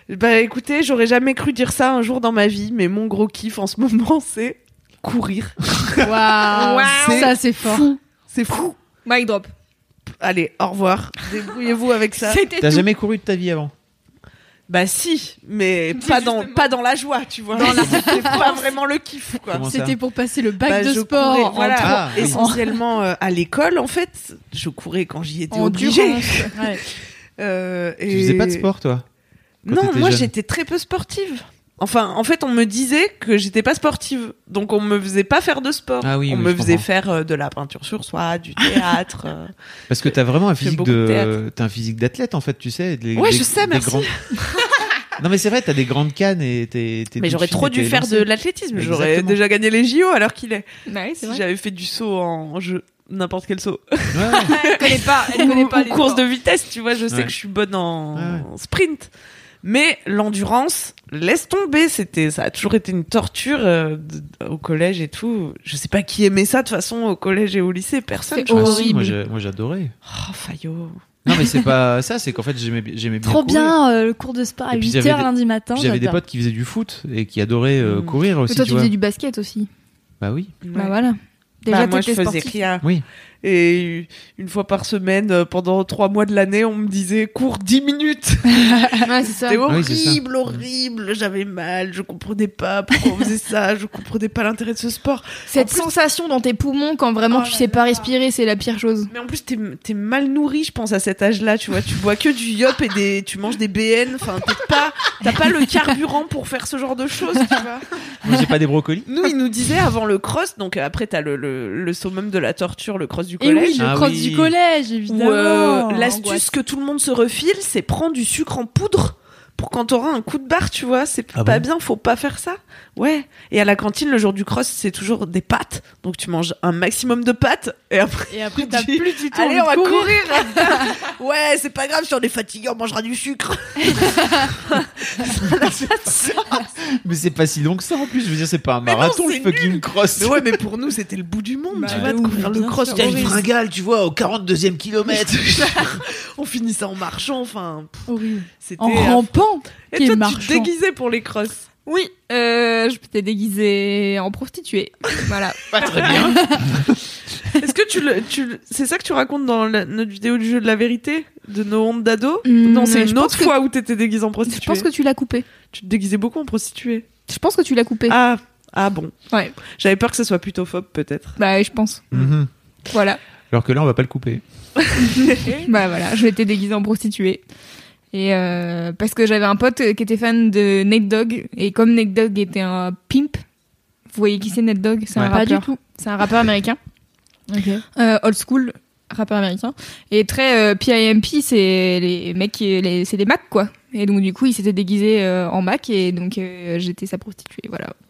S3: Bah écoutez, j'aurais jamais cru dire ça un jour dans ma vie, mais mon gros kiff en ce *laughs* moment, c'est courir.
S4: Waouh.
S3: C'est
S4: Ça, c'est fort.
S3: C'est fou.
S1: Mic drop.
S3: Allez, au revoir. Débrouillez-vous avec ça.
S1: C'était
S2: T'as
S1: tout.
S2: jamais couru de ta vie avant
S3: Bah si, mais pas dans, pas dans la joie, tu vois. *laughs* C'était pas vraiment le kiff, quoi.
S2: Comment ça
S4: C'était pour passer le bac
S3: Bah,
S4: de
S3: je
S4: sport.
S3: courais,
S4: en
S3: voilà.
S4: trois-
S2: Ah, oui.
S3: Essentiellement euh, à l'école, en fait. Je courais quand j'y étais
S4: en
S3: obligée.
S4: durance. Ouais.
S3: Euh, et...
S2: Tu faisais pas de sport, toi quand
S3: Non,
S2: t'étais
S3: moi
S2: jeune
S3: j'étais très peu sportive. Enfin, en fait, on me disait que j'étais pas sportive, donc on me faisait pas faire de sport.
S2: Ah oui,
S3: on
S2: oui,
S3: me
S2: je
S3: faisait
S2: comprends. Ah.
S3: faire euh, de la peinture sur soie, du
S2: *laughs*
S3: théâtre. euh.
S2: Parce que t'as vraiment un
S3: Fais
S2: physique
S3: beaucoup de théâtre.
S2: de, t'as un physique d'athlète en fait, tu sais. des-
S3: Ouais,
S2: des-
S3: je sais,
S2: des
S3: merci. *laughs*
S2: grands- non mais c'est vrai, t'as des grandes cannes et t'es. t'es
S3: Mais
S2: toute
S3: j'aurais
S2: fine
S3: trop
S2: et
S3: dû
S2: t'es
S3: faire de
S2: lancée.
S3: l'athlétisme. J'aurais
S2: Exactement.
S3: déjà gagné les JO alors qu'il est.
S1: Ouais, Bah c'est
S3: Si
S1: vrai.
S3: j'avais fait du saut en jeu, n'importe quel saut,
S2: Ouais, ouais.
S3: *laughs*
S1: Elle connaît pas. Ah, Elle connaît
S3: ou,
S1: pas
S3: *laughs* ou
S1: les
S3: course de
S1: sports.
S3: vitesse, tu vois, je sais
S2: Ouais.
S3: que je suis bonne en
S2: Ouais,
S3: sprint. Mais l'endurance, laisse tomber, c'était ça a toujours été une torture euh, de- au collège et tout. Je sais pas qui aimait ça de toute façon au collège et au lycée, personne.
S1: C'est
S3: je pense.
S2: Ah, si, moi,
S4: Horrible.
S2: j'ai- moi j'adorais.
S3: Oh, Fayot.
S2: Non mais c'est pas *laughs* ça, c'est qu'en fait j'aimais bi- j'aimais bien.
S4: Trop
S2: courir.
S4: bien euh, le cours de sport à
S2: Et puis,
S4: 8h
S2: j'avais des-
S4: lundi matin.
S2: Puis J'avais des
S4: j'adore.
S2: potes qui faisaient du foot et qui adoraient euh,
S3: Mm.
S2: courir
S1: Mais
S2: aussi.
S1: toi,
S2: tu
S1: tu
S2: vois.
S1: faisais du basket aussi.
S2: Bah oui.
S1: Bah voilà. Déjà,
S3: Bah, moi, je
S1: t'étais
S3: faisais
S1: sportif.
S3: rien.
S2: Oui.
S3: Et une fois par semaine, euh, pendant trois mois de l'année, on me disait cours 10 minutes.
S1: Ouais, c'est ça.
S3: C'était
S2: oui, c'est ça.
S3: horrible, horrible. J'avais mal, je comprenais pas pourquoi on faisait ça, je comprenais pas l'intérêt de ce sport.
S1: Cette
S3: En plus-
S1: sensation dans tes poumons quand vraiment
S3: Oh
S1: tu
S3: là
S1: sais pas
S3: là.
S1: respirer, c'est la pire chose.
S3: Mais en plus, t'es t'es mal nourri, je pense, à cet âge-là. Tu vois, tu bois que du yop et des, tu manges des BN. Enfin, t'es pas, t'as pas le carburant pour faire ce genre de choses, tu vois.
S2: Moi, j'ai pas des brocolis.
S3: Nous, ils nous disaient avant le cross, donc euh, après, t'as le, le, le summum de la torture, le cross du
S4: Et oui,
S3: collège.
S4: le
S2: Ah
S4: cross
S2: oui.
S4: du collège,
S3: où,
S4: évidemment.
S3: euh,
S4: Angoisse.
S3: L'astuce que tout le monde se refile, c'est prendre du sucre en poudre pour quand t'auras un coup de barre, tu vois. C'est
S2: Ah
S3: pas
S2: bon
S3: bien, faut pas faire ça. Ouais. Et à la cantine, le jour du cross, c'est toujours des pâtes. Donc tu manges un maximum de pâtes et après.
S4: Et après, t'as
S3: Tu-
S4: plus du tout
S3: Allez, on va
S4: envie de courir. *laughs*
S3: courir. *laughs* ouais, c'est pas grave, si on est fatigué, on mangera du sucre.
S2: Mais c'est pas si long que ça en plus. Je veux dire, c'est pas un
S3: non,
S2: marathon,
S3: c'est
S2: le fucking cross.
S3: *laughs* mais ouais, mais pour nous, c'était le bout du monde,
S4: Bah
S3: tu vois, de
S4: oui,
S3: courir le
S4: bien
S3: cross.
S4: sûr.
S3: Putain,
S4: Horrible.
S3: je fringue,
S2: tu vois, au 42e
S3: *laughs*
S2: kilomètre.
S3: on finit ça en marchant, enfin, pff,
S4: Horrible.
S3: c'était.
S4: En rampant.
S3: Et
S4: quel
S3: toi, tu te
S4: marchand.
S3: déguisais pour les crosses.
S1: Oui, euh, je m'étais déguisée en prostituée. voilà.
S2: pas très bien.
S3: Est-ce que tu le, tu le- c'est ça que tu racontes dans la- notre vidéo du jeu de la vérité de nos hontes d'ado
S1: *laughs* Hmm,
S3: Non, c'est
S1: je
S3: une
S1: pense
S3: autre
S1: que-
S3: fois où t'étais déguisée en prostituée.
S1: Je pense que tu l'as coupé.
S3: tu te déguisais beaucoup en prostituée.
S1: Je pense que tu l'as coupé.
S3: Ah, ah bon.
S1: Ouais.
S3: J'avais peur que ce soit plutôt phobe peut-être.
S1: Bah, je pense. Voilà.
S2: Mhm. Alors que là, on va pas le couper.
S1: Bah voilà, je m'étais déguisée en prostituée. Et euh, parce que j'avais un pote qui était fan de Nate Dogg et comme Nate Dogg était un pimp, vous voyez qui c'est Nate Dogg C'est
S2: Ouais.
S1: un
S2: Pas
S1: rappeur. C'est un rappeur américain, euh, old school rappeur américain et très euh, PIMP, c'est les mecs, qui- les- c'est des Macs quoi. Et donc du coup, il s'était déguisé euh, en Mac et donc euh, j'étais sa prostituée, voilà.
S4: *laughs*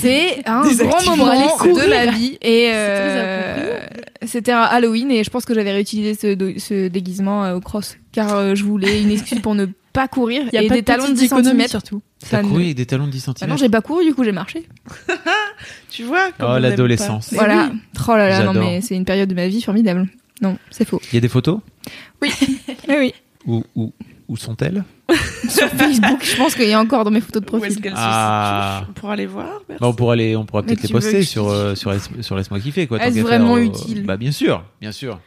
S1: C'est un
S3: Des
S1: grand
S3: actifs
S1: moment
S4: pour aller
S1: de
S4: courir.
S1: ma vie et
S4: très
S1: euh, c'était un Halloween et je pense que j'avais réutilisé ce, do- ce déguisement euh, au cross car euh, je voulais une excuse pour ne pas courir
S4: Il y a
S1: et
S4: pas
S1: des talons de 10
S4: économie,
S1: cm.
S4: surtout.
S2: T'as
S1: Ça ne-
S2: couru avec des talons de 10
S1: Ah non,
S2: cm.
S1: j'ai pas couru, du coup j'ai marché.
S3: Tu vois comme on
S2: oh,
S3: aime
S2: l'adolescence.
S3: pas.
S1: voilà. Oh là là, non
S2: J'adore.
S1: mais c'est une période de ma vie formidable. Non, c'est faux.
S2: Il y a des photos
S4: Eh
S1: Mais oui.
S2: Où, où, où sont-elles
S1: Sur Facebook, je pense qu'il y a encore dans mes photos de
S3: Où est-ce
S1: profil.
S3: qu'elle
S2: Ah.
S3: se situe On pourra aller voir. merci.
S2: Bah, on pourra les, on pourra
S1: Mais
S2: peut-être les
S1: tu veux
S2: poster
S1: que je
S2: sur,
S1: dise-
S2: euh, sur, Laisse- sur laisse-moi kiffer quoi. tant
S1: Est-ce
S2: qu'à
S1: vraiment
S2: euh,
S1: utile
S2: Bah bien sûr, bien sûr.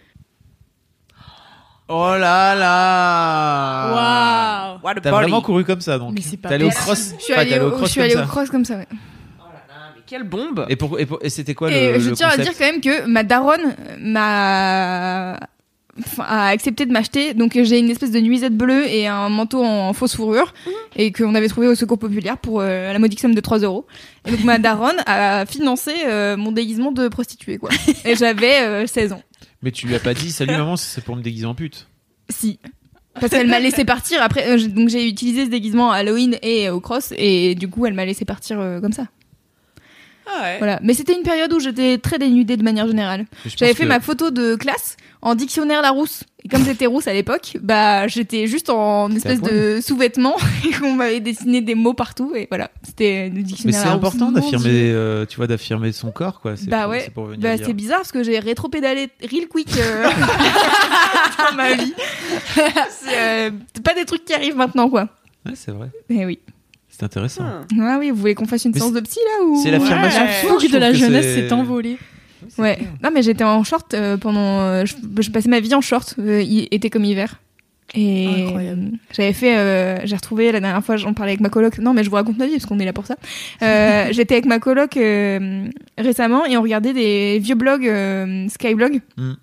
S2: Oh là là.
S4: Waouh.
S3: What a
S2: T'as
S3: body.
S2: vraiment couru comme ça donc.
S4: Mais c'est pas
S2: T'es allé au
S4: possible.
S2: cross.
S1: Je suis
S2: enfin, t'es
S1: allée,
S2: allé
S1: au, je
S2: cross
S1: suis
S2: comme
S1: allée
S2: ça.
S1: au cross comme ça. ouais.
S3: Quelle bombe
S2: Et, pour- et pour- et c'était quoi
S1: et euh,
S2: le
S1: je
S2: le
S1: tiens à dire
S2: concept
S1: quand même que ma daronne m'a enfin, a accepté de m'acheter donc j'ai une espèce de nuisette bleue et un manteau en, fausse fourrure
S2: Mmh.
S1: et qu'on avait trouvé au secours populaire pour euh, la modique somme de 3 euros et donc ma daronne a financé euh, mon déguisement de prostituée
S2: *laughs*
S1: quoi et j'avais euh, 16 ans
S2: Mais tu lui as pas dit salut maman, c'est pour me déguiser en pute.
S1: si parce qu'elle m'a laissé partir après euh, j'ai- donc j'ai utilisé ce déguisement à Halloween et euh, au cross et du coup elle m'a laissé partir euh, comme ça
S3: Ah ouais.
S1: voilà mais c'était une période où j'étais très dénudée de manière générale
S2: Mais je
S1: J'avais
S2: pense
S1: fait
S2: que-
S1: ma photo de classe en dictionnaire Larousse. Et comme j'étais rousse à l'époque, bah j'étais juste en espèce de sous-vêtement *laughs* et on m'avait dessiné des mots partout et voilà, c'était le
S2: Mais
S1: dictionnaire
S2: c'est
S1: Larousse.
S2: important
S4: Mon
S2: d'affirmer,
S4: Dieu.
S2: euh, tu vois, d'affirmer son corps quoi. C'est
S1: Bah
S2: pour-
S1: ouais.
S2: C'est pour venir
S1: Bah
S2: dire-
S1: c'est bizarre parce que j'ai rétro-pédalé real quick
S2: *laughs*
S1: euh, *laughs* dans ma vie. c'est euh, c'est pas des trucs qui arrivent maintenant quoi.
S2: Ouais, c'est vrai.
S1: Mais oui.
S2: C'est intéressant.
S3: Ah.
S1: Ah oui, vous voulez qu'on fasse une
S2: Mais
S1: séance de psy là ou
S2: C'est l'affirmation
S3: Ouais.
S2: forte,
S4: Fougue
S2: je
S4: de la
S2: trouve que
S4: jeunesse
S2: c'est-
S4: s'est envolée.
S1: Ouais. Non mais j'étais en short euh, pendant euh, je, je passais ma vie en short euh, hi- été comme hiver. Et
S4: Incroyable.
S1: euh, j'avais fait euh, j'ai retrouvé la dernière fois j'en parlais avec ma coloc. Non mais je vous raconte ma vie parce qu'on est là pour ça. Euh, j'étais avec ma coloc euh, récemment et on regardait des vieux blogs euh, Skyblog.
S2: Mm.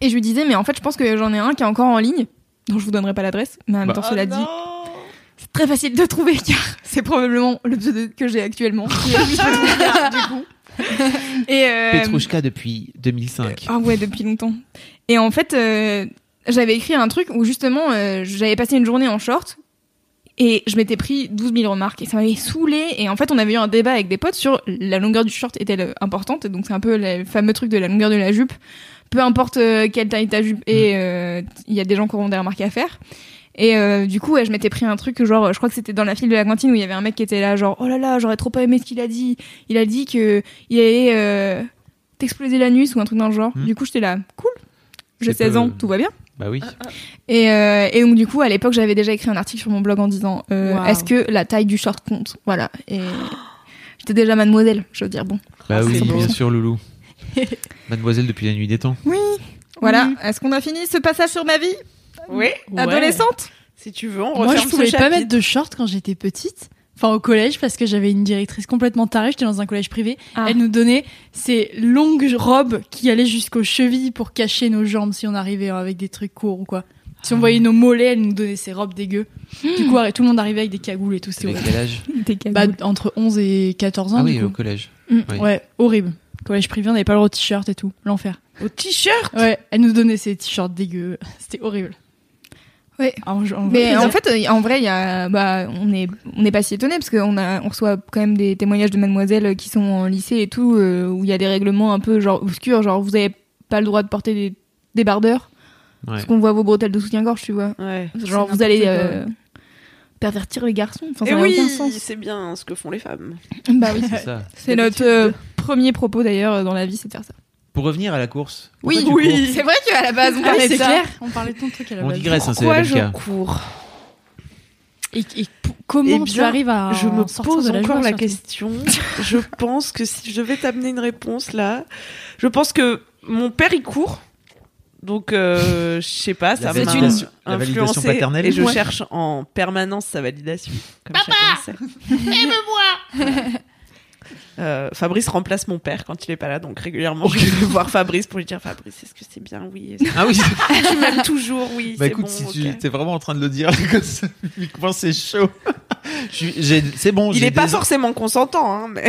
S1: Et je lui disais mais en fait je pense que j'en ai un qui est encore en ligne. dont je vous donnerai pas l'adresse, mais en même
S2: Bah.
S1: temps,
S3: Oh
S1: cela dit,
S3: non.
S1: c'est très facile de trouver *laughs* car c'est probablement le pseudo que j'ai actuellement. *laughs* qui est juste le du coup. Et euh,
S2: Petrouchka depuis 2005.
S1: ah ouais, depuis longtemps. Et en fait, euh, j'avais écrit un truc où justement, euh, j'avais passé une journée en short et je m'étais pris 12 000 remarques et ça m'avait saoulé. Et en fait, on avait eu un débat avec des potes sur la longueur du short est-elle euh, importante. Donc c'est un peu le fameux truc de la longueur de la jupe. Peu importe euh, quelle taille ta jupe est, euh, il y a des gens qui auront des remarques à faire. Et euh, du coup, ouais, je m'étais pris un truc, genre, je crois que c'était dans la file de la cantine où il y avait un mec qui était là, genre, oh là là, j'aurais trop pas aimé ce qu'il a dit. Il a dit que il allait euh, t'exploser l'anus ou un truc dans le genre.
S2: Hmm.
S1: Du coup, j'étais là, cool. J'ai
S2: C'est
S1: 16
S2: peu-
S1: ans, tout va bien.
S2: Bah oui.
S3: Ah,
S1: Et, euh, et donc, du coup, à l'époque, j'avais déjà écrit un article sur mon blog en disant, euh,
S4: Waouh.
S1: est-ce que la taille du short *gasps* compte Voilà. Et j'étais déjà mademoiselle, je veux dire, bon.
S2: Bah
S3: Ah,
S2: oui,
S3: c'est beau. *laughs*
S2: bien sûr, Loulou. Mademoiselle depuis la nuit des temps.
S1: Oui. Voilà. Est-ce qu'on a fini ce passage sur ma vie
S3: Oui,
S4: Ouais.
S1: adolescente
S3: si tu veux, on
S4: Moi, je
S3: referme
S4: pouvais
S3: ce
S4: pas
S3: chapitre.
S4: mettre de short quand j'étais petite. Enfin, au collège, parce que j'avais une directrice complètement tarée. J'étais dans un collège privé.
S1: Ah.
S4: Elle nous donnait ces longues robes qui allaient jusqu'aux chevilles pour cacher nos jambes si on arrivait euh, avec des trucs courts ou quoi. Si on
S1: Ah.
S4: voyait nos mollets, elle nous donnait ces robes
S1: *gasps*
S4: dégueu. Du coup, tout le monde arrivait avec des cagoules et tout. C'était
S2: Avec
S4: horrible.
S2: quel âge
S4: Bah, entre 11 et 14 ans.
S2: Ah
S4: du
S2: oui,
S4: coup.
S2: au collège.
S4: Mm,
S2: oui.
S4: Ouais, horrible. Collège privé, on n'avait pas le droit aux t-shirts et tout. L'enfer.
S3: Au t-shirt
S4: Ouais, elle nous donnait ces t-shirts dégueu. *laughs* C'était horrible. Ah,
S1: Ouais.
S4: En- en-
S1: Mais
S4: *laughs*
S1: en fait, euh, en vrai, il y a, bah, on est, on n'est pas si étonné parce qu'on a, on reçoit quand même des témoignages de mademoiselles qui sont en lycée et tout, euh, où il y a des règlements un peu genre obscurs, genre vous avez pas le droit de porter des débardeurs
S2: Ouais.
S1: parce qu'on voit vos bretelles de soutien-gorge, tu vois.
S3: Ouais.
S1: Genre
S4: C'est
S1: vous allez
S4: n'importe
S1: euh, pervertir les garçons. Enfin,
S4: Eh
S1: ça
S3: Et
S1: n'a
S3: Eh oui,
S1: aucun sens.
S3: c'est bien ce que font les femmes. Ah
S1: Bah *laughs* oui.
S2: C'est ça.
S1: C'est notre euh, premier propos d'ailleurs euh, dans la vie, c'est de faire ça.
S2: Pour revenir à la course.
S1: Oui,
S2: Pourquoi tu
S1: c'est vrai qu'à la base on
S4: Ah oui,
S1: parlait de
S4: c'est
S1: ça.
S4: clair. On parlait de ton truc à la
S2: cours On
S4: base.
S2: digresse, hein, c'est
S3: Bah, Pourquoi
S2: le
S3: je
S2: cas.
S3: cours
S4: Et, et p- comment
S3: Eh
S4: tu
S3: bien,
S4: arrives à
S3: Je me
S4: en sortir
S3: pose
S4: de la
S3: encore la
S4: joie, surtout *laughs*
S3: question. je pense que si je devais t'amener une réponse là, je pense que mon père y court. Donc, euh, je sais pas, ça m'a
S2: validation- la validation
S3: influencé
S2: paternelle.
S3: et je
S2: Ouais.
S3: cherche en permanence sa validation. Comme Papa,
S4: *laughs*
S3: *laughs* Euh, Fabrice remplace mon père quand il est pas là, donc régulièrement je vais voir Fabrice pour lui dire Fabrice, est-ce que c'est bien Oui. est-ce *laughs*
S2: Ah oui.
S3: que tu m'aimes toujours Oui.
S2: Bah
S3: c'est
S2: écoute,
S3: bon,
S2: si
S3: ok.
S2: tu t'es vraiment en train de le dire *laughs* comme ça, publiquement, c'est chaud. Je suis- j'ai- C'est bon.
S3: Il
S2: j'ai
S3: est pas
S2: des-
S3: forcément consentant, hein, mais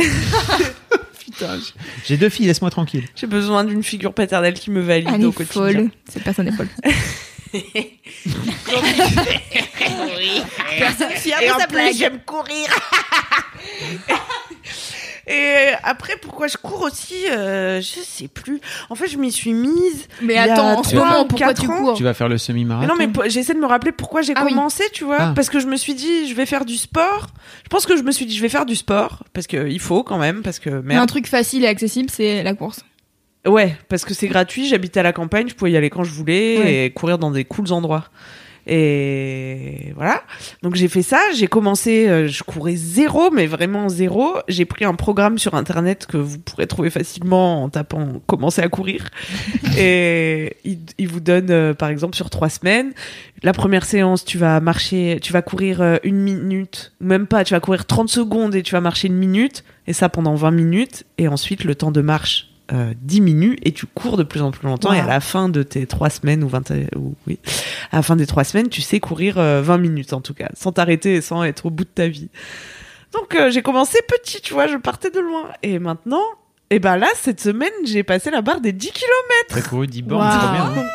S2: Putain, j'ai- J'ai deux filles, laisse-moi tranquille.
S3: j'ai besoin d'une figure paternelle qui me valide
S1: Elle
S3: au
S1: est
S3: quotidien.
S1: Ah, folle. Cette personne est folle.
S3: Personne fiable, et en plus, j'aime courir. *laughs* et après, pourquoi je cours aussi euh, Je sais plus. En fait, je m'y suis mise.
S1: *laughs* Mais
S3: Il y a
S1: attends, en ce
S3: trois
S1: moment,
S3: ou
S1: pourquoi
S3: quatre
S1: tu
S3: ans,
S1: cours
S2: Tu vas faire le
S3: Mais
S2: semi-marathon.
S3: non, mais po- j'essaie de me rappeler pourquoi j'ai
S1: Ah oui.
S3: commencé, tu vois.
S2: Ah.
S3: Parce que je me suis dit, je vais faire du sport. Je pense que je me suis dit, je vais faire du sport. Parce que il faut quand même. Parce que
S1: Mais un
S3: merde.
S1: truc facile et accessible, c'est la course.
S3: Ouais, parce que c'est gratuit. J'habitais à la campagne. Je pouvais y aller quand je voulais
S1: Ouais.
S3: et courir dans des cools endroits. Et voilà. Donc j'ai fait ça. J'ai commencé. euh, Je courais zéro, mais vraiment zéro. J'ai pris un programme sur internet que vous pourrez trouver facilement en tapant "commencer à courir". et il, il vous donne, euh, par exemple, sur trois semaines, la première séance, tu vas marcher, tu vas courir euh, une minute, ou même pas. Tu vas courir 30 secondes et tu vas marcher une minute, et ça pendant 20 minutes. Et ensuite, le temps de marche. euh, diminue et tu cours de plus en plus longtemps et à
S1: Wow.
S3: la fin de tes trois semaines ou 20 ou oui à la fin des trois semaines, tu sais courir euh, 20 minutes en tout cas, sans t'arrêter et sans être au bout de ta vie. Donc euh, j'ai commencé petit, tu vois, je partais de loin. Et maintenant, et ben là, cette semaine, j'ai passé la barre des 10 kilos.
S2: T'as couru 10 bornes,
S4: Waouh.
S2: c'est trop bien.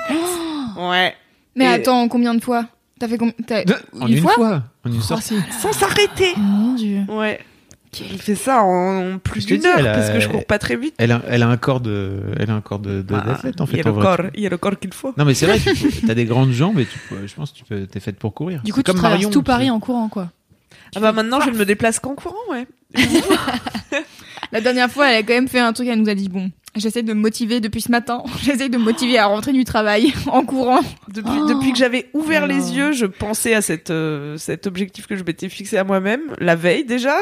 S2: hein.
S3: Ouais.
S1: Mais
S3: Et-
S1: attends, combien de fois T'as fait combien t'as-
S2: En une, fois, En
S3: Oh,
S2: une sortie.
S3: Sans s'arrêter.
S4: Ah, Mon Dieu.
S3: Ouais. Il fait ça en, en plus
S2: Je te
S3: d'une
S2: dis,
S3: heure
S2: elle a-
S3: parce que je cours pas très vite.
S2: Elle a, elle a un corps de, elle a un corps de, de-
S3: Ah,
S2: d'athlète, en
S3: il y
S2: fait.
S3: a le
S2: en vrai.
S3: corps, il y a le corps qu'il faut.
S2: Non mais c'est vrai, tu as des grandes jambes et tu peux- je pense que tu peux, t'es faite pour courir.
S4: Du
S2: C'est
S4: coup, tu
S2: comme
S4: traverses
S2: Marion,
S4: tout
S2: tu-
S4: Paris en courant, quoi.
S3: Ah bah maintenant, je ne me déplace qu'en courant, *laughs* ouais.
S1: La dernière fois, elle a quand même fait un truc, elle nous a dit bon, j'essaie de me motiver depuis ce matin, *laughs* j'essaie de me motiver à rentrer du travail *laughs* en courant.
S3: Depuis,
S4: Oh.
S3: depuis que j'avais ouvert
S4: Oh.
S3: les yeux, je pensais à cette, euh, cet objectif que je m'étais fixé à moi-même, la veille *laughs* déjà.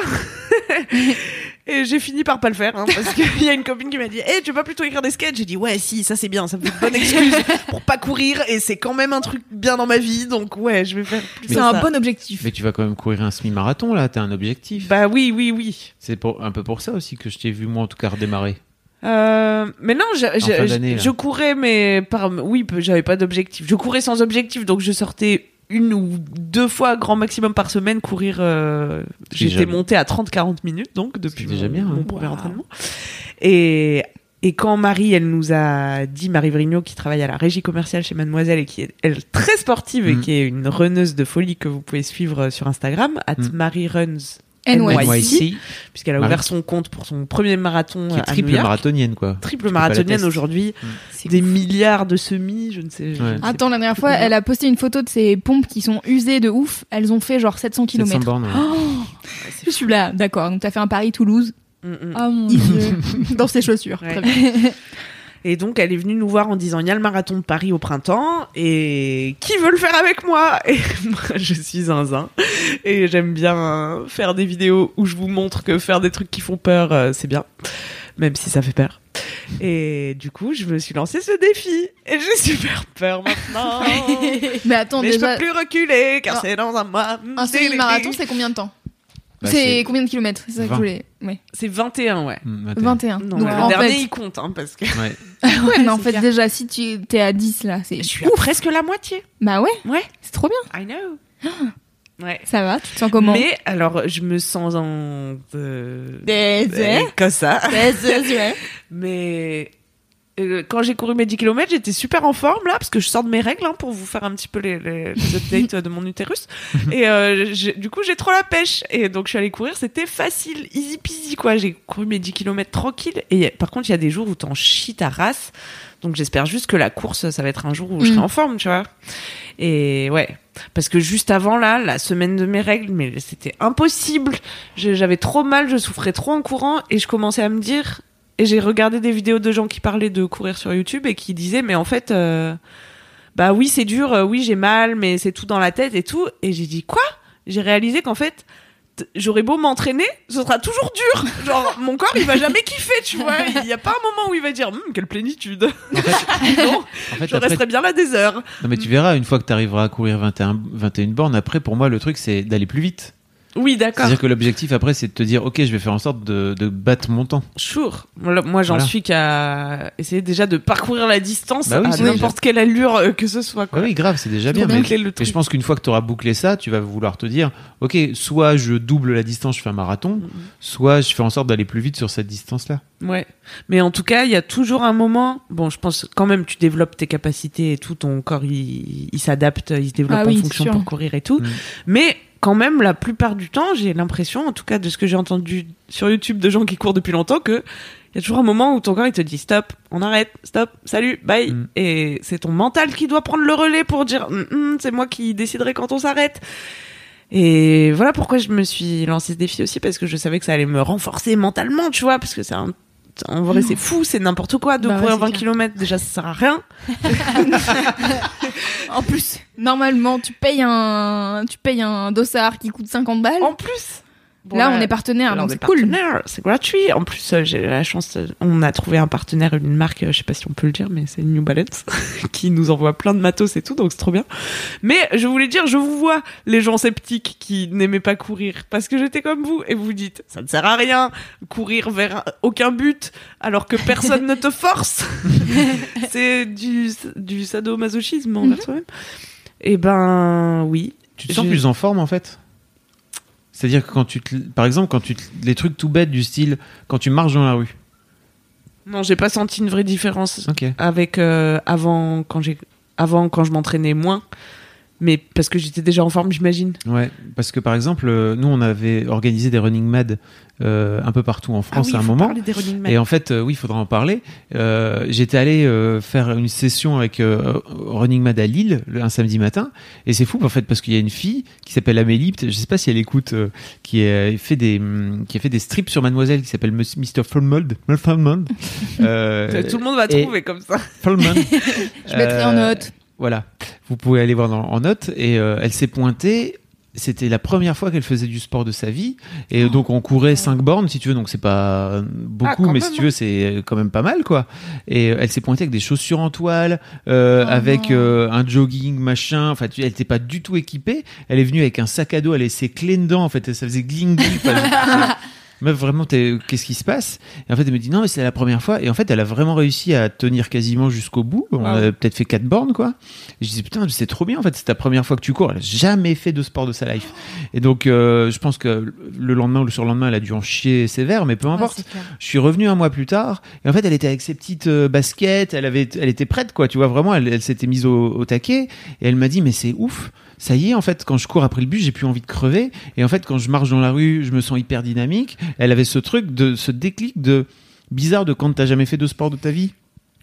S3: et j'ai fini par pas le faire, hein, parce qu'il y a une copine qui m'a dit Eh, tu vas plutôt écrire des sketchs J'ai dit Ouais, si, ça c'est bien, ça me fait une bonne excuse pour pas courir, et c'est quand même un truc bien dans ma vie, donc ouais, je vais faire plus
S1: C'est
S3: ça.
S1: un bon objectif.
S2: Mais tu vas quand même courir un semi-marathon là, t'as un objectif.
S3: Bah oui, oui, oui.
S2: C'est pour, un peu pour ça aussi que je t'ai vu moi en tout cas redémarrer.
S3: Euh, mais non, je, je-
S2: fin
S3: je-
S2: d'année, là.
S3: je courais, mais par, oui, peu- j'avais pas d'objectif. Je courais sans objectif, donc je sortais une ou deux fois grand maximum par semaine courir. euh,
S2: C'est
S3: J'étais
S2: déjà bien.
S3: montée à 30-40 minutes, donc depuis
S2: C'est déjà
S3: mon,
S2: bien, hein.
S3: mon premier
S4: Waouh.
S3: entraînement. Et, et quand Marie, elle nous a dit, Marie Vrigno, qui travaille à la régie commerciale chez Mademoiselle et qui est elle, très sportive et
S2: Mm.
S3: qui est une runneuse de folie que vous pouvez suivre euh, sur Instagram, at
S2: Mm.
S3: Marie Runs,
S1: NYC.
S3: NYC. puisqu'elle a
S2: Marie.
S3: ouvert son compte pour son premier marathon
S2: qui est
S3: à
S2: triple
S3: New York
S2: marathonienne quoi.
S3: triple marathonienne
S2: tester.
S3: aujourd'hui,
S2: Mm.
S4: C'est
S3: des milliards de semis, je ne sais. je
S2: Ouais.
S3: ne sais pas.
S1: Attends, la dernière fois, elle a posté une photo de ces pompes qui sont usées de ouf, elles ont fait genre 700
S2: 700
S1: km.
S2: bornes. ouais.
S1: Je suis là, d'accord, donc t'as fait un Paris-Toulouse
S3: *laughs* Mm, mm.
S4: Ah
S2: *laughs*
S4: mon dieu.
S1: Dieu. dans ses chaussures.
S3: Ouais.
S1: Très bien.
S3: Et donc elle est venue nous voir en disant il y a le marathon de Paris au printemps et qui veut le faire avec moi Et *laughs* moi je suis zinzin et j'aime bien faire des vidéos où je vous montre que faire des trucs qui font peur euh, c'est bien, même si ça fait peur. Et du coup, je me suis lancé ce défi. Et j'ai super peur maintenant.
S1: *laughs* Mais attends,
S3: Mais
S1: déjà,
S3: je peux plus reculer
S1: Non.
S3: car c'est dans un mois.
S1: un semi-marathon, c'est combien de temps C'est
S2: Bah, c'est-
S1: combien de kilomètres C'est ça que je
S2: 20.
S1: voulais. Ouais.
S3: C'est 21, ouais.
S2: Hmm, attends.
S1: 21.
S3: Non,
S1: Donc
S3: le
S1: en
S3: dernier,
S1: fait,
S3: il compte, hein, parce que.
S2: Ouais.
S1: *laughs* ouais, mais en
S4: c'est
S1: fait
S4: clair.
S1: déjà, si tu t'es à 10 là, c'est.
S3: suis à presque la moitié.
S1: Bah ouais,
S3: Ouais,
S1: c'est trop bien.
S3: I know. *gasps* Ouais.
S1: Ça va, tu te sens comment
S3: Mais alors, je me sens en. euh,
S1: Des-
S3: euh, Comme ça.
S1: des- des- ouais.
S3: Mais euh, quand j'ai couru mes 10 km, j'étais super en forme là, parce que je sors de mes règles hein, pour vous faire un petit peu les, les- les updates de mon utérus. Et euh, j'ai- du coup, j'ai trop la pêche. Et donc, je suis allée courir, c'était facile, easy peasy quoi. J'ai couru mes 10 km tranquille. Et y a- par contre, il y a des jours où t'en chies ta race. Donc, j'espère juste que la course, ça va être un jour où je serai
S1: Mm.
S3: en forme, tu vois. Et ouais. Parce que juste avant là, la semaine de mes règles, mais c'était impossible. Je- J'avais trop mal, je souffrais trop en courant et je commençais à me dire. Et j'ai regardé des vidéos de gens qui parlaient de courir sur YouTube et qui disaient mais en fait, euh, bah oui c'est dur, euh, oui j'ai mal, mais c'est tout dans la tête et tout. Et j'ai dit quoi J'ai réalisé qu'en fait t- j'aurais beau m'entraîner, ce sera toujours dur. Genre mon corps il va jamais kiffer,
S2: *laughs*
S3: tu vois. Il n'y a pas un moment où il va dire Hum, quelle plénitude.
S2: En fait,
S3: Non,
S2: en fait,
S3: je
S2: après,
S3: resterai bien là des heures.
S2: non, mais tu verras, une fois que tu arriveras à courir 21, 21 bornes, après, pour moi, le truc, c'est d'aller plus vite.
S3: Oui d'accord.
S2: C'est-à-dire que l'objectif, après, c'est de te dire, OK, je vais faire en sorte de, de battre mon temps.
S3: Sure. Moi, moi, j'en
S2: Voilà.
S3: suis qu'à essayer déjà de parcourir la distance
S2: Bah oui,
S3: à
S2: c'est
S3: n'importe quelle allure euh, que ce soit.
S2: Ah
S3: Quoi.
S2: oui, grave, c'est déjà bien.
S3: Pour
S2: Mais,
S3: boucler le
S2: mais
S3: truc.
S2: je pense qu'une fois que tu auras bouclé ça, tu vas vouloir te dire, OK, soit je double la distance, je fais un marathon, soit je fais en sorte d'aller plus vite sur cette distance-là.
S3: Ouais. Mais en tout cas, il y a toujours un moment. Bon, je pense quand même tu développes tes capacités et tout, ton corps il, il s'adapte, il se développe
S1: Ah
S3: en
S1: oui,
S3: fonction
S1: sûr.
S3: pour courir et tout.
S2: Mm.
S3: Mais quand même, la plupart du temps, j'ai l'impression, en tout cas de ce que j'ai entendu sur YouTube de gens qui courent depuis longtemps, que il y a toujours un moment où ton corps il te dit stop, on arrête, stop, salut, bye.
S2: Mm.
S3: Et c'est ton mental qui doit prendre le relais pour dire Hum, hum, c'est moi qui déciderai quand on s'arrête. Et voilà pourquoi je me suis lancé ce défi aussi parce que je savais que ça allait me renforcer mentalement, tu vois, parce que c'est un en vrai, c'est fou, c'est n'importe quoi de
S4: Mm. Bah ouais,
S3: courir
S4: c'est
S3: 20
S4: clair.
S3: km. Déjà, ça sert à rien.
S1: En plus, normalement, tu payes un, tu payes un dossard qui coûte 50 balles.
S3: En plus, bon,
S1: là, on est partenaire,
S3: là, on
S1: Ah, donc
S3: est
S1: c'est cool.
S3: partenaire, C'est gratuit. En plus, euh, j'ai la chance. euh, on a trouvé un partenaire, une marque, euh, je sais pas si on peut le dire, mais c'est New Balance *laughs* qui nous envoie plein de matos et tout, donc c'est trop bien. Mais je voulais dire, je vous vois les gens sceptiques qui n'aimaient pas courir parce que j'étais comme vous et vous dites, ça ne sert à rien courir vers un- aucun but alors que
S1: *laughs*
S3: personne ne te force. *laughs* c'est du du sadomasochisme envers
S1: Mhm.
S3: soi-même. Eh ben oui.
S2: Tu te sens
S3: Je-
S2: plus en forme en fait C'est-à-dire que quand tu te- par exemple quand tu te- les trucs tout bêtes du style quand tu marches dans la rue.
S3: Non, j'ai pas senti une vraie différence
S2: OK.
S3: avec euh, avant quand j'ai avant quand je m'entraînais moins mais parce que j'étais déjà en forme j'imagine
S2: Ouais, parce que par exemple euh, nous on avait organisé des running mad euh, un peu partout en France à un moment. Et en fait, euh, oui, il faudra en parler. Euh, J'étais allé euh, faire une session avec euh, Running Mad à Lille le- un samedi matin, et c'est fou en fait parce qu'il y a une fille qui s'appelle Amélie, peut- je sais pas si elle écoute, euh, qui a fait des hum, qui a fait des strips sur Mademoiselle qui s'appelle Mus- Mr. *laughs* Fulmold. Fulmold. Euh,
S3: tout le monde va
S2: et-
S3: trouver comme ça *laughs*
S2: Fulmold.
S1: *laughs* Je mettrai en
S2: Euh,
S1: note.
S2: Voilà, vous pouvez aller voir dans- en note. Et euh, elle s'est pointée. C'était la première fois qu'elle faisait du sport de sa vie. Et donc, on courait 5 bornes, si tu veux. Donc, c'est pas euh, beaucoup,
S3: quand
S2: mais
S3: même,
S2: si tu veux, c'est euh, quand même pas mal, quoi. Et euh, elle s'est pointée avec des chaussures en toile, euh,
S1: Oh
S2: avec
S1: non.
S2: euh, un jogging, machin. Enfin, tu, elle n'était pas du tout équipée. Elle est venue avec un sac à dos, elle a ses clés dedans, en fait. Et ça faisait gling gling. Enfin, je- Meuf, vraiment, t'es- qu'est-ce qui se passe Et en fait, elle me dit non, mais c'est la première fois. Et en fait, elle a vraiment réussi à tenir quasiment jusqu'au bout. On a peut-être fait quatre bornes, quoi. Et je dis putain, c'est trop bien. En fait, c'est ta première fois que tu cours. Elle a jamais fait de sport de sa life. Et donc, euh, je pense que le lendemain ou le surlendemain, elle a dû en chier sévère, mais peu importe. Je suis revenu un mois plus tard et en fait elle était avec ses petites euh, baskets, elle avait, elle était prête quoi, tu vois vraiment, elle, elle s'était mise au, au taquet et elle m'a dit mais c'est ouf, ça y est en fait quand je cours après le bus j'ai plus envie de crever et en fait quand je marche dans la rue je me sens hyper dynamique. Elle avait ce truc de ce déclic de bizarre de quand t'as jamais fait de sport de ta vie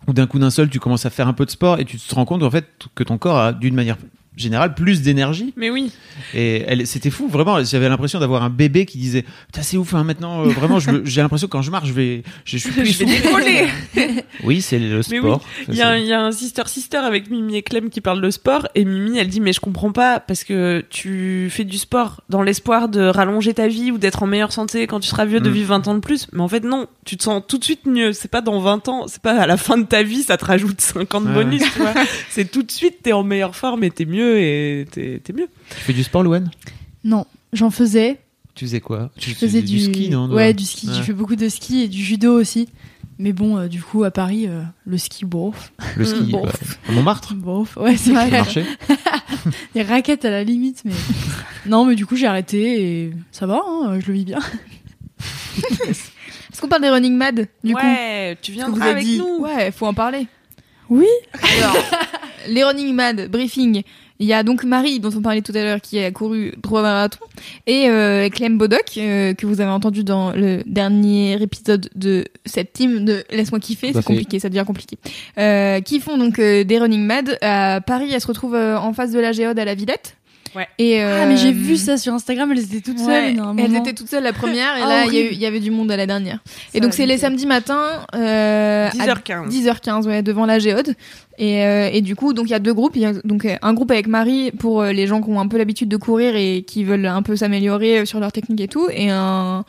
S2: ou d'un coup d'un seul tu commences à faire un peu de sport et tu te rends compte en fait que ton corps a d'une manière général plus d'énergie.
S3: Mais oui.
S2: Et elle, c'était fou, vraiment. J'avais l'impression d'avoir un bébé qui disait Putain, c'est ouf, hein, maintenant, euh, vraiment, je me- j'ai l'impression que quand je marche, je, vais, je, suis plus souple.
S3: Décoller.
S2: Oui, c'est le
S3: Mais
S2: sport.
S3: Il y, a un- il y a un sister sister avec Mimi et Clem qui parle de sport et Mimi elle dit mais je comprends pas parce que tu fais du sport dans l'espoir de rallonger ta vie ou d'être en meilleure santé quand tu seras vieux de
S2: Mm.
S3: vivre 20 ans de plus mais en fait non tu te sens tout de suite mieux c'est pas dans 20 ans c'est pas à la fin de ta vie ça te rajoute 50
S2: Ouais.
S3: bonus
S2: *laughs*
S3: tu vois c'est tout de suite t'es en meilleure forme et t'es mieux et t'es t'es mieux
S2: Tu fais du sport, Louane
S4: Non, j'en faisais.
S2: Tu faisais quoi Tu
S4: Je faisais
S2: du, ski, non
S4: Ouais, du ski.
S2: Ouais.
S4: J'ai fait beaucoup de ski et du judo aussi. Mais bon, euh, du coup, à Paris, euh, le ski, bof.
S2: Le ski.
S4: Bon.
S2: ouais. À Montmartre
S4: Bof, ouais, c'est
S2: Ça
S4: vrai.
S2: marchait
S4: Les raquettes à la limite, *laughs* mais. non, mais du coup, j'ai arrêté et ça va, hein, je le vis bien.
S1: Est-ce qu'on parle des Running Mad du coup
S3: ouais tu
S1: Parce que
S3: viendras avec
S1: dit-
S3: nous
S1: Ouais, faut en parler.
S4: Oui. *laughs*
S1: Alors, les Running Mad, briefing. Il y a donc Marie, dont on parlait tout à l'heure, qui a couru trois marathons, et euh, Clem Bodoc, euh, que vous avez entendu dans le dernier épisode de cette team de Laisse-moi kiffer,
S2: Tout à
S1: c'est
S2: fait.
S1: compliqué, ça devient compliqué, euh, qui font donc euh, des Running Mad. À Paris, elles se retrouvent euh, en face de la Géode à la Villette.
S3: Ouais.
S1: Et,
S4: Ah, mais j'ai
S1: euh,
S4: vu ça sur Instagram, elles étaient toutes seules.
S1: Ouais,
S4: il y a un
S1: elles
S4: moment.
S1: étaient toutes seules la première, et
S4: Ah,
S1: là, il y a eu-
S4: horrible.
S1: il y, avait du monde à la dernière.
S4: Ça
S1: et donc,
S4: va
S1: c'est les
S4: nickel.
S1: samedis matins euh, à
S3: 10h15
S1: 10h15 ouais, devant la géode et, euh, et du coup donc il y a deux groupes il y a donc euh, un groupe avec Marie pour euh, les gens qui ont un peu l'habitude de courir et qui veulent un peu s'améliorer euh, sur leur technique et tout et un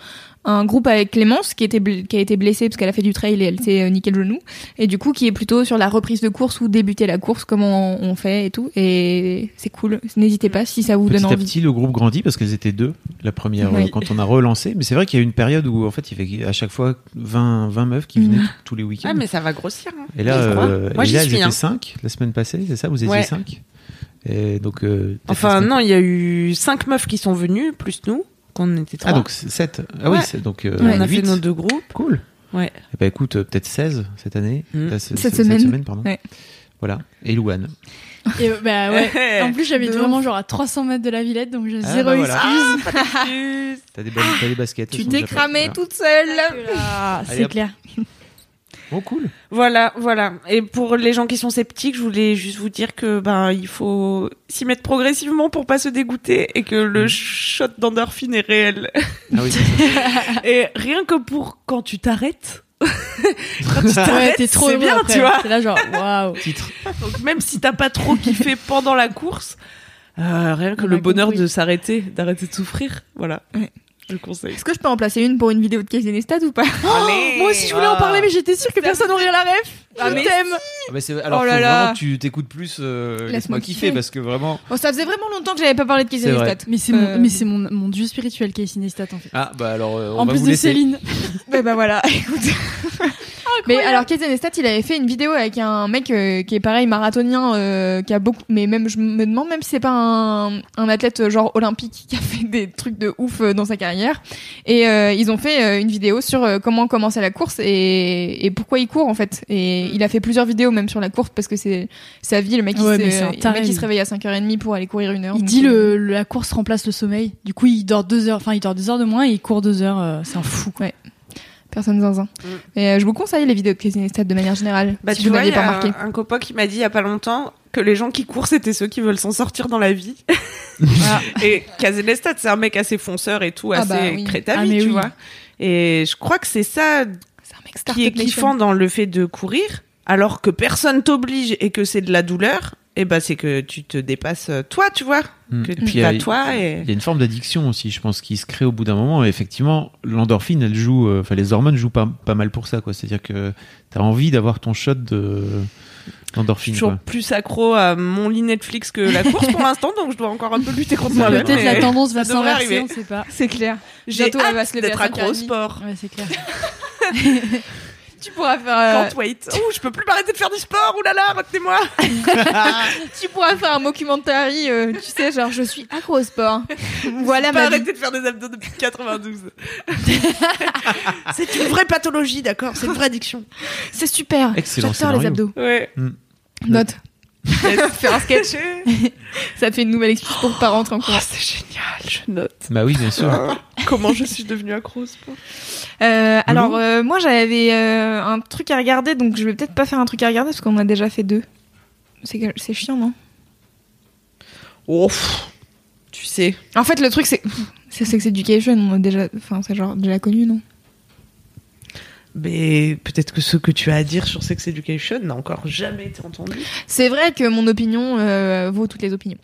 S1: un groupe avec Clémence qui, était bl- qui a été blessée parce qu'elle a fait du trail et elle s'est euh, niqué le genou et du coup qui est plutôt sur la reprise de course ou débuter la course comment on fait et tout et c'est cool n'hésitez pas si ça vous
S2: Petit
S1: donne
S2: à
S1: envie
S2: petit, le groupe grandit parce qu'elles étaient deux, la première,
S1: Oui.
S2: euh, quand on a relancé. Mais c'est vrai qu'il y a eu une période où, en fait, il y avait à chaque fois 20, 20 meufs qui venaient
S1: Mhm.
S2: tous- tous les week-ends.
S3: ah mais ça va grossir hein.
S2: Et là,
S3: Je crois.
S2: euh,
S3: moi
S2: et
S3: j'y
S2: là, elles
S3: suis
S2: étaient
S3: hein.
S2: 5 la semaine passée, c'est ça Vous étiez
S3: Ouais.
S2: 5 Et donc, euh, peut-être la
S3: Enfin,
S2: semaine-
S3: non, il y a eu cinq meufs qui sont venues, plus nous, qu'on était trois.
S2: Ah, donc 7. Ah oui,
S3: Ouais.
S2: c'est donc euh,
S3: on a fait
S2: huit.
S3: nos deux groupes.
S2: Cool.
S3: Ouais.
S2: Et bah écoute, euh, peut-être 16 cette année.
S3: Mm.
S2: Là, c'est-
S1: Cette
S2: c'est-
S1: semaine.
S2: pardon.
S1: Ouais.
S2: Voilà. Et Louane.
S4: Et, euh, *laughs* bah ouais.
S3: Eh, *laughs*
S4: En plus, j'habite
S1: De
S4: vraiment genre à 300 mètres de la Villette, donc j'ai
S2: Ah,
S4: zéro
S2: bah voilà.
S4: excuse.
S3: Ah.
S2: T'as des, bonnes- t'as des baskets. elles
S1: tu
S2: sont
S1: t'es
S2: déjà prêtes.
S1: cramée
S2: Voilà.
S1: toute seule
S4: Ah,
S2: Allez,
S4: c'est
S2: hop.
S4: clair.
S2: Bon, Oh, cool.
S3: Voilà, voilà. Et pour les gens qui sont sceptiques, je voulais juste vous dire que ben il faut s'y mettre progressivement pour pas se dégoûter et que le
S2: Mhm.
S3: shot d'endorphine est réel.
S2: Ah oui,
S3: *laughs*
S2: c'est ça.
S1: Ah.
S3: Et rien que pour quand tu t'arrêtes. quand tu
S4: Ouais,
S3: t'arrêtes,
S4: t'es trop
S3: Ah, c'est
S4: heureux
S3: bien,
S4: après.
S3: tu vois.
S4: T'es là genre
S3: *laughs*
S4: waouh.
S2: *laughs* Titre.
S3: Donc même si t'as pas trop kiffé pendant la course, euh, rien que
S4: On
S3: le
S4: a
S3: bonheur
S4: compris.
S3: de s'arrêter, d'arrêter de souffrir, voilà.
S1: Ouais.
S3: Je le conseille.
S1: est-ce que je peux en placer une pour une vidéo de Casey Neistat ou pas Oh,
S3: Allez,
S4: Moi aussi, je voulais en
S3: ah.
S4: parler, mais j'étais sûre que personne n'aurait la ref.
S1: Ah,
S4: je
S1: mais
S4: t'aime.
S2: Ah, mais c'est- alors,
S1: Oh là
S2: faut
S1: là.
S2: vraiment que tu t'écoutes plus. euh, Laisse-moi kiffer parce que vraiment.
S1: Oh, ça faisait vraiment longtemps que j'avais pas parlé de Casey
S2: C'est vrai.
S1: Neistat
S4: Mais c'est
S1: Euh,
S4: mon, mais c'est mon, mon dieu spirituel qui est Sinestat en fait.
S2: Ah, bah alors, euh, on
S4: en
S2: va
S4: plus
S2: vous
S4: de
S2: laisser.
S4: Céline.
S1: Ben bah voilà, écoute. mais alors Casey Neistat, il avait fait une vidéo avec un mec euh, qui est pareil marathonien, euh, qui a beaucoup, mais même je me demande même si c'est pas un, un athlète euh, genre olympique qui a fait des trucs de ouf euh, dans sa carrière. Et euh, ils ont fait euh, une vidéo sur euh, comment commencer la course et, et pourquoi il court en fait. Et il a fait plusieurs vidéos même sur la course parce que c'est sa vie. Le mec, il
S4: Ouais,
S1: s'est-
S4: mais c'est un
S1: le mec,
S4: taré,
S1: il
S4: lui.
S1: se réveille à 5h30 pour aller courir une heure.
S4: Il
S1: donc,
S4: dit
S1: euh,
S4: le, la course remplace le sommeil. Du coup, il dort deux heures. Enfin, il dort deux heures de moins et il court deux heures. euh, c'est un fou. Quoi.
S1: personne zinzin. Mais euh, je vous conseille les vidéos de Casey Neistat de manière générale
S3: Bah,
S1: si
S3: tu
S1: vous
S3: vois,
S1: n'aviez
S3: il y
S1: pas
S3: a
S1: remarqué.
S3: un copain qui m'a dit il y a pas longtemps que les gens qui courent, c'était ceux qui veulent s'en sortir dans la
S1: *laughs*
S3: vie. et Casenestat, c'est un mec assez fonceur et tout,
S1: Ah
S3: assez
S1: bah oui.
S3: crétavi,
S4: Ah, mais
S3: tu
S4: oui.
S3: vois. Et je crois que c'est ça
S1: C'est un mec
S3: qui est
S1: startup nation.
S3: kiffant dans le fait de courir, alors que personne t'oblige et que c'est de la douleur. Et bah, c'est que tu te dépasses euh, toi, tu vois.
S2: Mm.
S3: Que
S2: Et
S3: tu
S2: euh,
S3: vas toi et.
S2: Il y a une forme d'addiction aussi, je pense, qui se crée au bout d'un moment. Et effectivement, l'endorphine, elle joue, euh, enfin, les hormones jouent pas, pas mal pour ça, quoi. C'est-à-dire que t'as envie d'avoir ton shot de
S3: Je suis
S2: d'endorphine,
S3: toujours
S2: quoi.
S3: plus accro à mon lit Netflix que la course *laughs* pour l'instant, donc je dois encore un peu lutter contre
S2: Ça
S3: moi-même.
S2: devrait
S4: Peut-être
S3: mais
S4: la tendance va
S3: ça devrait
S4: s'inverser,
S3: arriver.
S4: on sait pas.
S1: C'est clair.
S3: J'ai
S1: Bientôt, elle va
S3: hâte
S1: se lever
S3: d'être
S1: à
S3: accro au
S1: 5h30.
S3: sport.
S4: Ouais, c'est clair.
S1: Tu pourras faire, euh,
S3: Can't wait. Ouh, je peux plus m'arrêter de faire du sport. Ouh là là, retenez-moi.
S1: tu pourras faire un mockumentary, euh, tu sais, genre je suis accro au sport. *laughs* voilà
S3: pas
S1: ma vie.
S3: arrêter de faire des abdos *laughs* depuis 92. c'est une vraie pathologie, d'accord C'est une vraie addiction.
S1: C'est super.
S2: Excellent
S1: J'adore les
S2: scénario.
S1: abdos.
S3: Ouais.
S1: Note. *laughs* faire un sketch,
S3: Oh,
S1: ça te fait une nouvelle excuse pour pas rentrer en cours.
S3: c'est génial, je note.
S2: Bah oui,
S1: *laughs*
S2: bien sûr.
S3: Comment je suis devenue accro au sport
S1: *gasps* Euh, alors euh, moi j'avais euh, un truc à regarder, donc je vais peut-être pas faire un truc à regarder parce qu'on en a déjà fait deux. C'est c'est chiant, non
S3: Ouf, Oh, tu sais.
S1: En fait, le truc, c'est. *laughs* C'est Sex Education, on a déjà. Enfin, c'est genre déjà connu, non
S3: Mais peut-être que ce que tu as à dire sur Sex Education n'a encore jamais été entendu.
S1: C'est vrai que mon opinion euh, vaut toutes les opinions.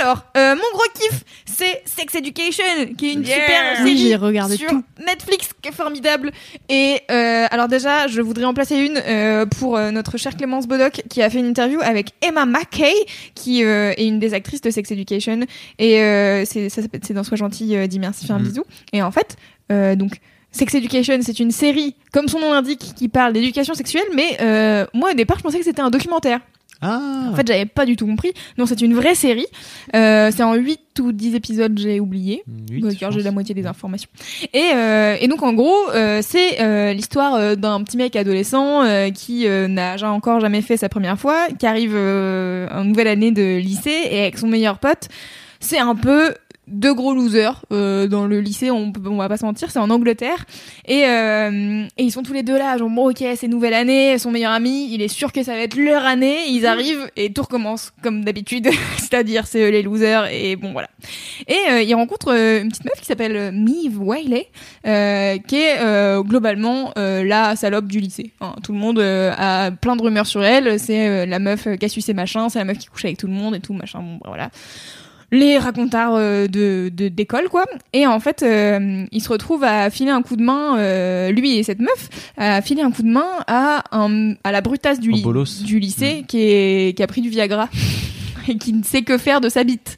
S1: Alors, euh, mon gros kiff, c'est Sex Education, qui est une
S3: Yeah.
S1: super
S4: Oui,
S1: série
S4: j'ai regardé
S1: sur
S4: tout.
S1: Netflix, qui est formidable. Et euh, alors déjà, je voudrais en placer une euh, pour euh, notre chère Clémence Bodoc, qui a fait une interview avec Emma Mackey, qui euh, est une des actrices de Sex Education. Et euh, c'est ça s'appelle- c'est dans Sois gentil, euh, dis merci, fais un
S2: Mhm.
S1: bisou. Et en fait, euh, donc Sex Education, c'est une série, comme son nom l'indique, qui parle d'éducation sexuelle, mais euh, moi au départ, je pensais que c'était un documentaire.
S2: Ah
S1: En fait, j'avais pas du tout compris. Non, c'est une vraie série. Euh, c'est en 8 ou 10 épisodes, j'ai oublié.
S2: Huit,
S1: Ouais,
S2: je
S1: Bah, car j'ai
S2: pense.
S1: la moitié des informations. Et, euh, et donc en gros, euh, c'est euh, l'histoire euh, d'un petit mec adolescent euh, qui euh, n'a ja- encore jamais fait sa première fois, qui arrive euh, en nouvelle année de lycée et avec son meilleur pote, c'est un peu deux gros losers euh, dans le lycée. On, peut- on va pas se mentir, c'est en Angleterre et, euh, et ils sont tous les deux là, genre bon ok, c'est nouvelle année, son meilleur ami, il est sûr que ça va être leur année. Ils arrivent et tout recommence comme d'habitude, *laughs* c'est-à-dire c'est eux les losers et bon voilà. Et euh, il rencontre euh, une petite meuf qui s'appelle euh, Meave Wiley, euh, qui est euh, globalement euh, la salope du lycée. hein. Tout le monde euh, a plein de rumeurs sur elle. C'est euh, la meuf euh, qui a su ses machins, c'est la meuf qui couche avec tout le monde et tout, machin. Bon, bah, voilà. Les racontards euh, de de- d'école, quoi. Et en fait, euh, il se retrouve à filer un coup de main, euh, lui et cette meuf, à filer un coup de main à, un, à la brutasse du,
S2: Au
S1: ly-
S2: bolos.
S1: du lycée qui, est, qui a pris du Viagra *laughs* et qui ne sait que faire de sa bite,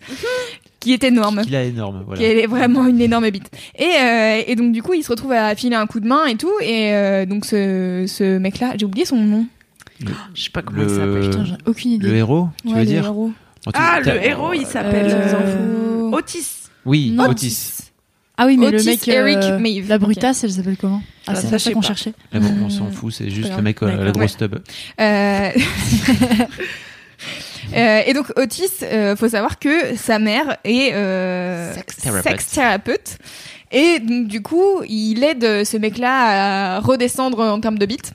S1: qui est énorme
S2: Il a énorme, Mhm. voilà.
S1: qui est vraiment une énorme bite. Et, euh, et donc du coup, il se retrouve à filer un coup de main et tout. Et euh, donc ce, ce mec-là, j'ai oublié son nom.
S3: Je sais pas comment il s'appelle.
S2: Le...
S4: Putain, j'ai aucune idée.
S2: le héros, tu
S4: Ouais,
S2: veux
S4: le
S2: dire
S4: héros.
S2: En tout-
S3: Ah,
S2: t'as-
S3: le héros, il s'appelle
S4: Euh,
S3: les
S1: Euh,
S3: enfants. Otis.
S2: Oui,
S4: Non.
S2: Otis.
S4: Ah oui, mais le
S1: Otis
S4: mec.
S1: Eric
S4: euh,
S1: Maeve.
S4: La brutasse, elle s'appelle comment Ah,
S3: Ça,
S4: c'est
S3: ça,
S4: pas
S3: je
S4: ça
S3: sais
S4: qu'on
S3: pas.
S4: cherchait.
S2: Mais Ah bon, on s'en fout, c'est juste
S4: pas
S2: le mec, euh,
S4: grave.
S2: la grosse tub.
S1: Euh, *laughs* euh, et donc Otis, euh, faut savoir que sa mère est euh,
S2: Sex thérapeute.
S1: sex thérapeute. Et donc, du coup, il aide euh, ce mec-là à redescendre en termes de bite,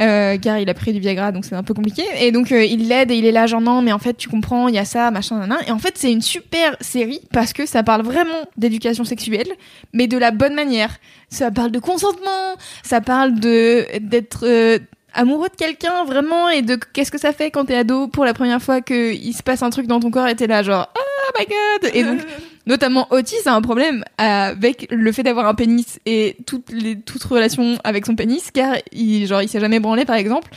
S1: euh, car il a pris du Viagra, donc c'est un peu compliqué. Et donc euh, il l'aide et il est là genre non, mais en fait tu comprends, il y a ça, machin, nan, nan. Et en fait c'est une super série parce que ça parle vraiment d'éducation sexuelle, mais de la bonne manière. Ça parle de consentement, ça parle de d'être euh, amoureux de quelqu'un vraiment et de qu'est-ce que ça fait quand t'es ado pour la première fois que il se passe un truc dans ton corps et t'es là genre oh my god et donc notamment Otis a un problème avec le fait d'avoir un pénis et toutes les toute relation avec son pénis car il genre il s'est jamais branlé par exemple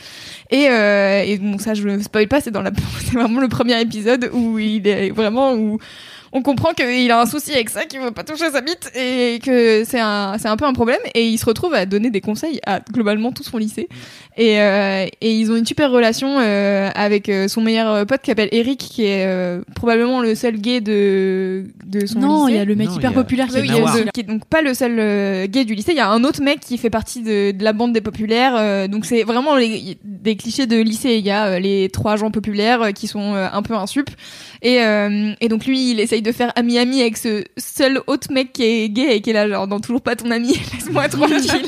S1: et, euh, et bon ça je spoil pas c'est dans la *laughs* c'est vraiment le premier épisode où il est vraiment où on comprend qu'il a un souci avec ça, qu'il veut pas toucher sa bite et que c'est un, c'est un peu un problème. Et il se retrouve à donner des conseils à globalement tout son lycée. Et, euh, et ils ont une super relation euh, avec euh, son meilleur euh, pote qui s'appelle Eric, qui est euh, probablement le seul gay de, de son
S4: Non, il
S1: lycée.
S4: y a le mec
S2: Non,
S4: hyper
S2: il y a-
S4: populaire
S1: Oui,
S4: qui
S1: Ah bah oui, il
S4: est
S1: y a
S2: Nawar.
S4: aussi
S1: le-
S4: là.
S1: qui est donc pas le seul euh, gay du lycée. Il y a un autre mec qui fait partie de, de la bande des populaires. euh, donc c'est vraiment les- des clichés de lycée. Il y a euh, les trois gens populaires euh, qui sont euh, un peu insup. Et, euh, et donc lui, il essaye de faire ami-ami avec ce seul autre mec qui est gay et qui est là genre non toujours pas ton ami. *laughs*
S4: *laughs*
S1: Laisse-moi tranquille.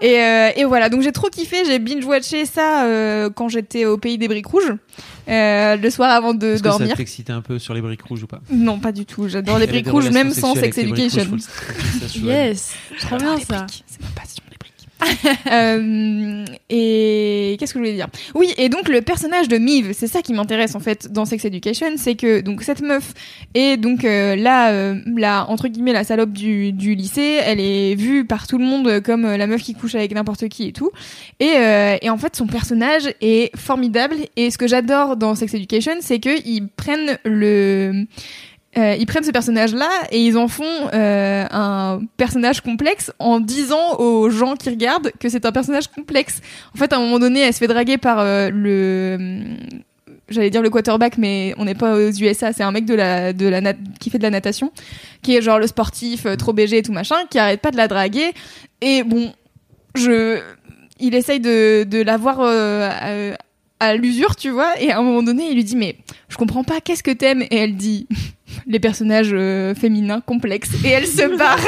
S1: Et, euh, et voilà, donc j'ai trop kiffé, j'ai binge-watché ça euh, quand j'étais au pays des briques rouges, euh, le soir avant de
S2: Est-ce que ça
S1: dormir.
S2: t'excitait un peu sur les briques rouges ou pas
S1: Non, pas du tout, j'adore les
S2: Il y avait
S1: briques
S2: des
S1: rouges,
S2: relations
S1: même sans
S2: sexuelles
S1: Sex
S2: avec
S1: Education.
S2: les briques rouges, faut le- faut
S1: *laughs*
S2: le- faut le-
S4: Yes, trop
S1: J'adore
S4: bien
S1: les
S4: ça.
S1: briques. C'est ma passion, les
S4: *laughs*
S1: briques. Euh, et qu'est-ce que je voulais dire Oui, et donc le personnage de Mive, c'est ça qui m'intéresse en fait dans Sex Education, c'est que donc cette meuf est donc euh, la, euh, la entre guillemets la salope du, du lycée, elle est vue par tout le monde comme euh, la meuf qui couche avec n'importe qui et tout. Et, euh, et en fait son personnage est formidable et ce que j'adore dans Sex Education, c'est que ils prennent le euh, ils prennent ce personnage-là et ils en font euh, un personnage complexe en disant aux gens qui regardent que c'est un personnage complexe. En fait, à un moment donné, elle se fait draguer par euh, le, j'allais dire le quarterback, mais on n'est pas aux USA, c'est un mec de la de la nat- qui fait de la natation, qui est genre le sportif euh, trop BG et tout machin, qui arrête pas de la draguer. Et bon, je, il essaye de de l'avoir euh, à, à l'usure, tu vois. Et à un moment donné, il lui dit mais je comprends pas, qu'est-ce que t'aimes Et elle dit les personnages euh, féminins complexes et elle se barre.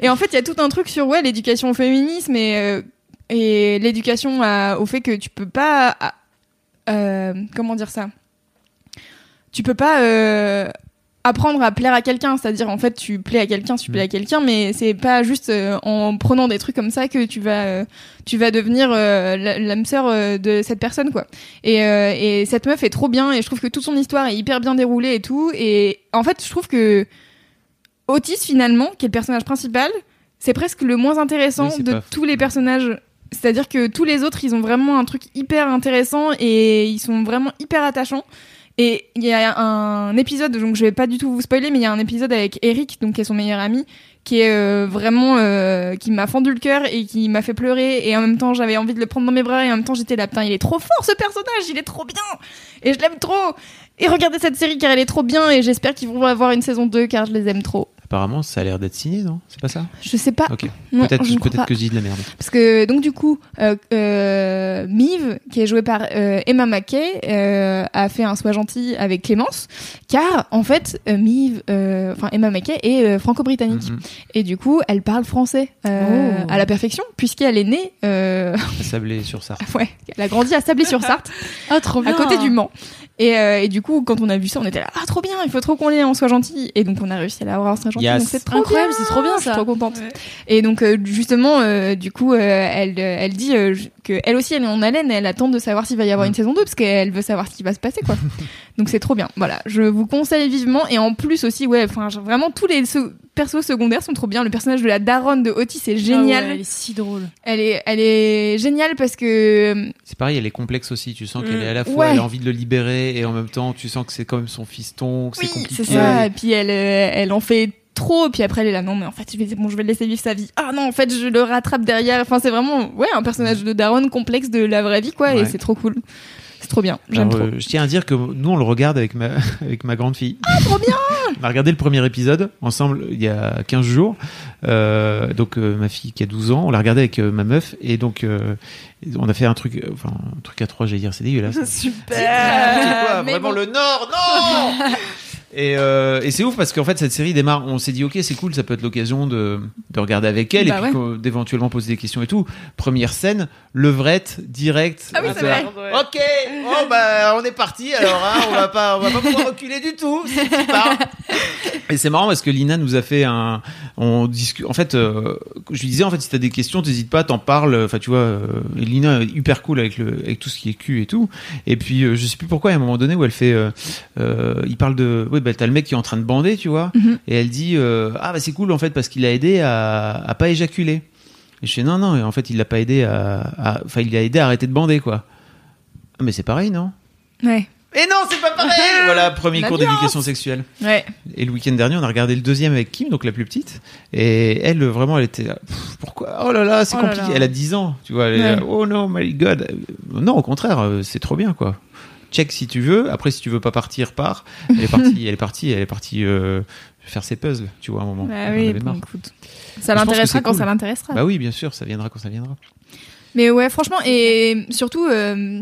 S1: et en fait, il y a tout un truc sur ouais, l'éducation au féminisme et, euh, et l'éducation à- au fait que tu peux pas. à- euh, comment dire ça tu peux pas euh, apprendre à plaire à quelqu'un. C'est-à-dire, en fait, tu plais à quelqu'un, tu plais à quelqu'un, mais c'est pas juste euh, en prenant des trucs comme ça que tu vas, euh, tu vas devenir euh, la- l'âme sœur euh, de cette personne, quoi. Et, euh, et cette meuf est trop bien, et je trouve que toute son histoire est hyper bien déroulée et tout. Et en fait, je trouve que Otis, finalement, qui est le personnage principal, c'est presque le moins intéressant
S2: Oui, c'est
S1: de
S2: pas fou.
S1: tous les personnages. C'est-à-dire que tous les autres, ils ont vraiment un truc hyper intéressant et ils sont vraiment hyper attachants. Et il y a un épisode, donc je vais pas du tout vous spoiler, mais il y a un épisode avec Eric, donc qui est son meilleur ami, qui est euh, vraiment euh, qui m'a fendu le cœur et qui m'a fait pleurer. Et en même temps, j'avais envie de le prendre dans mes bras et en même temps, j'étais là, putain, il est trop fort ce personnage, il est trop bien et je l'aime trop. Et regardez cette série car elle est trop bien et j'espère qu'ils vont avoir une saison 2 car je les aime trop.
S2: Apparemment, ça a l'air d'être signé, non C'est pas ça
S1: Je sais pas.
S2: Ok.
S1: Non,
S2: Peut-être
S1: Mm, je ne crois
S2: peut-être
S1: pas.
S2: que je dis de la merde.
S1: Parce que donc du coup, euh, euh, Mive, qui est jouée par euh, Emma Mackey, euh, a fait un Sois gentil avec Clémence, car en fait, euh, Mive, euh, enfin Emma Mackey est euh, franco-britannique.
S2: Mhm.
S1: Et du coup, elle parle français euh,
S4: Oh.
S1: à la perfection, puisqu'elle est née, euh, *laughs*
S2: Sablé sur ça.
S1: ouais, elle a grandi à Sablé-sur-Sarthe,
S4: Ah, trop
S1: à
S4: bien.
S1: côté du Mans. Et, euh, et du coup, quand on a vu ça, on était là, ah trop bien, il faut trop qu'on l'ait en Sois gentil. Et donc on a réussi à l'avoir en Sois gentil,
S2: Yes.
S1: donc c'est trop
S4: Incroyable,
S1: bien.
S4: c'est trop bien
S1: Je suis
S4: ça.
S1: trop contente. Et donc euh, justement, euh, du coup, euh, elle, euh, elle dit euh, je- que elle aussi, elle est en haleine, et elle attend de savoir s'il va y avoir une saison 2 parce qu'elle veut savoir ce qui va se passer, quoi. donc c'est trop bien. Voilà, je vous conseille vivement. Et en plus aussi, ouais, enfin, genre, vraiment tous les so- persos secondaires sont trop bien. Le personnage de la daronne de Otis
S4: Ah
S1: Ah est génial.
S4: elle est si drôle.
S1: elle est, elle est géniale parce que euh,
S2: C'est pareil, elle est complexe aussi. Tu sens qu'elle
S3: Mm.
S2: est à la fois,
S1: Ouais.
S2: elle a envie de le libérer et en même temps, tu sens que c'est quand même son fiston, que c'est
S1: oui,
S2: compliqué.
S1: c'est ça. Et puis elle, euh, elle en fait trop. Puis après elle est là, non, mais en fait, je vais, bon, je vais le laisser vivre sa vie. Ah non, en fait, je le rattrape derrière. Enfin, c'est vraiment, ouais, un personnage de Daron complexe de la vraie vie, quoi. Et
S2: Mm. Ouais.
S1: c'est trop cool. C'est trop bien. J'aime
S2: Alors,
S1: trop.
S2: euh, je tiens à dire que nous, on le regarde avec ma, *laughs* avec ma grande fille. Ah,
S1: trop bien
S2: On a regardé le premier épisode ensemble il y a 15 jours. Euh, donc, euh, ma fille qui a 12 ans, on l'a regardé avec euh, ma meuf. Et donc, euh, on a fait un truc, euh, enfin, un truc à trois, j'allais dire, c'est dégueulasse.
S3: *laughs* Super
S2: C'est quoi,
S1: mais
S2: vraiment
S1: bon.
S2: le Nord,
S1: *laughs*
S2: non Et, euh, et c'est ouf parce qu'en fait cette série démarre. On s'est dit ok c'est cool, ça peut être l'occasion de, de regarder avec elle
S4: Bah
S2: et puis
S4: ouais.
S2: qu'on- d'éventuellement poser des questions et tout. Première scène, levrette direct.
S1: Ah oui,
S2: Euh,
S1: c'est
S2: ça-
S1: vrai.
S2: Ok, oh bah on est parti alors, hein, on va pas, on va pas pouvoir reculer du tout. c'est qui part. *laughs* Et c'est marrant parce que Lina nous a fait un, on discute. En fait, euh, je lui disais en fait si t'as des questions, t'hésites pas, t'en parles. Enfin tu vois, euh, Lina est hyper cool avec le, avec tout ce qui est cul et tout. Et puis euh, je sais plus pourquoi à un moment donné où elle fait, euh, euh, il parle de, oui bah t'as le mec qui est en train de bander, tu vois,
S1: Mhm.
S2: et elle dit euh, ah bah c'est cool en fait parce qu'il a aidé à, à pas éjaculer. Et je fais non non, et en fait il l'a pas aidé à, à- enfin il l'a aidé à arrêter de bander quoi. Ah, mais c'est pareil, non
S1: Ouais.
S2: Et non, c'est pas pareil *laughs* Voilà, premier
S1: La
S2: cours
S1: nuance.
S2: d'éducation sexuelle.
S1: Ouais.
S2: Et le week-end dernier, on a regardé le deuxième avec Kim, donc la plus petite. Et elle, euh, vraiment, elle était là, Pff, pourquoi Oh là là, c'est
S1: Oh là
S2: compliqué.
S1: là.
S2: Elle a 10 ans, tu vois. Elle est là,
S1: Ouais.
S2: oh non, my god. Euh, Non, au contraire, euh, c'est trop bien, quoi. Check si tu veux. Après, si tu veux pas partir, pars. Elle est partie, elle est partie, elle est partie euh, faire ses puzzles, tu vois, à un moment.
S1: Bah
S2: Elle en
S1: oui,
S2: avait
S1: bon,
S2: marre.
S1: écoute. Ça
S2: Je pense que
S1: l'intéressera
S2: c'est
S1: quand
S2: cool.
S1: ça l'intéressera.
S2: Bah oui, bien sûr, ça viendra quand ça viendra.
S1: Mais ouais, franchement, et surtout, euh,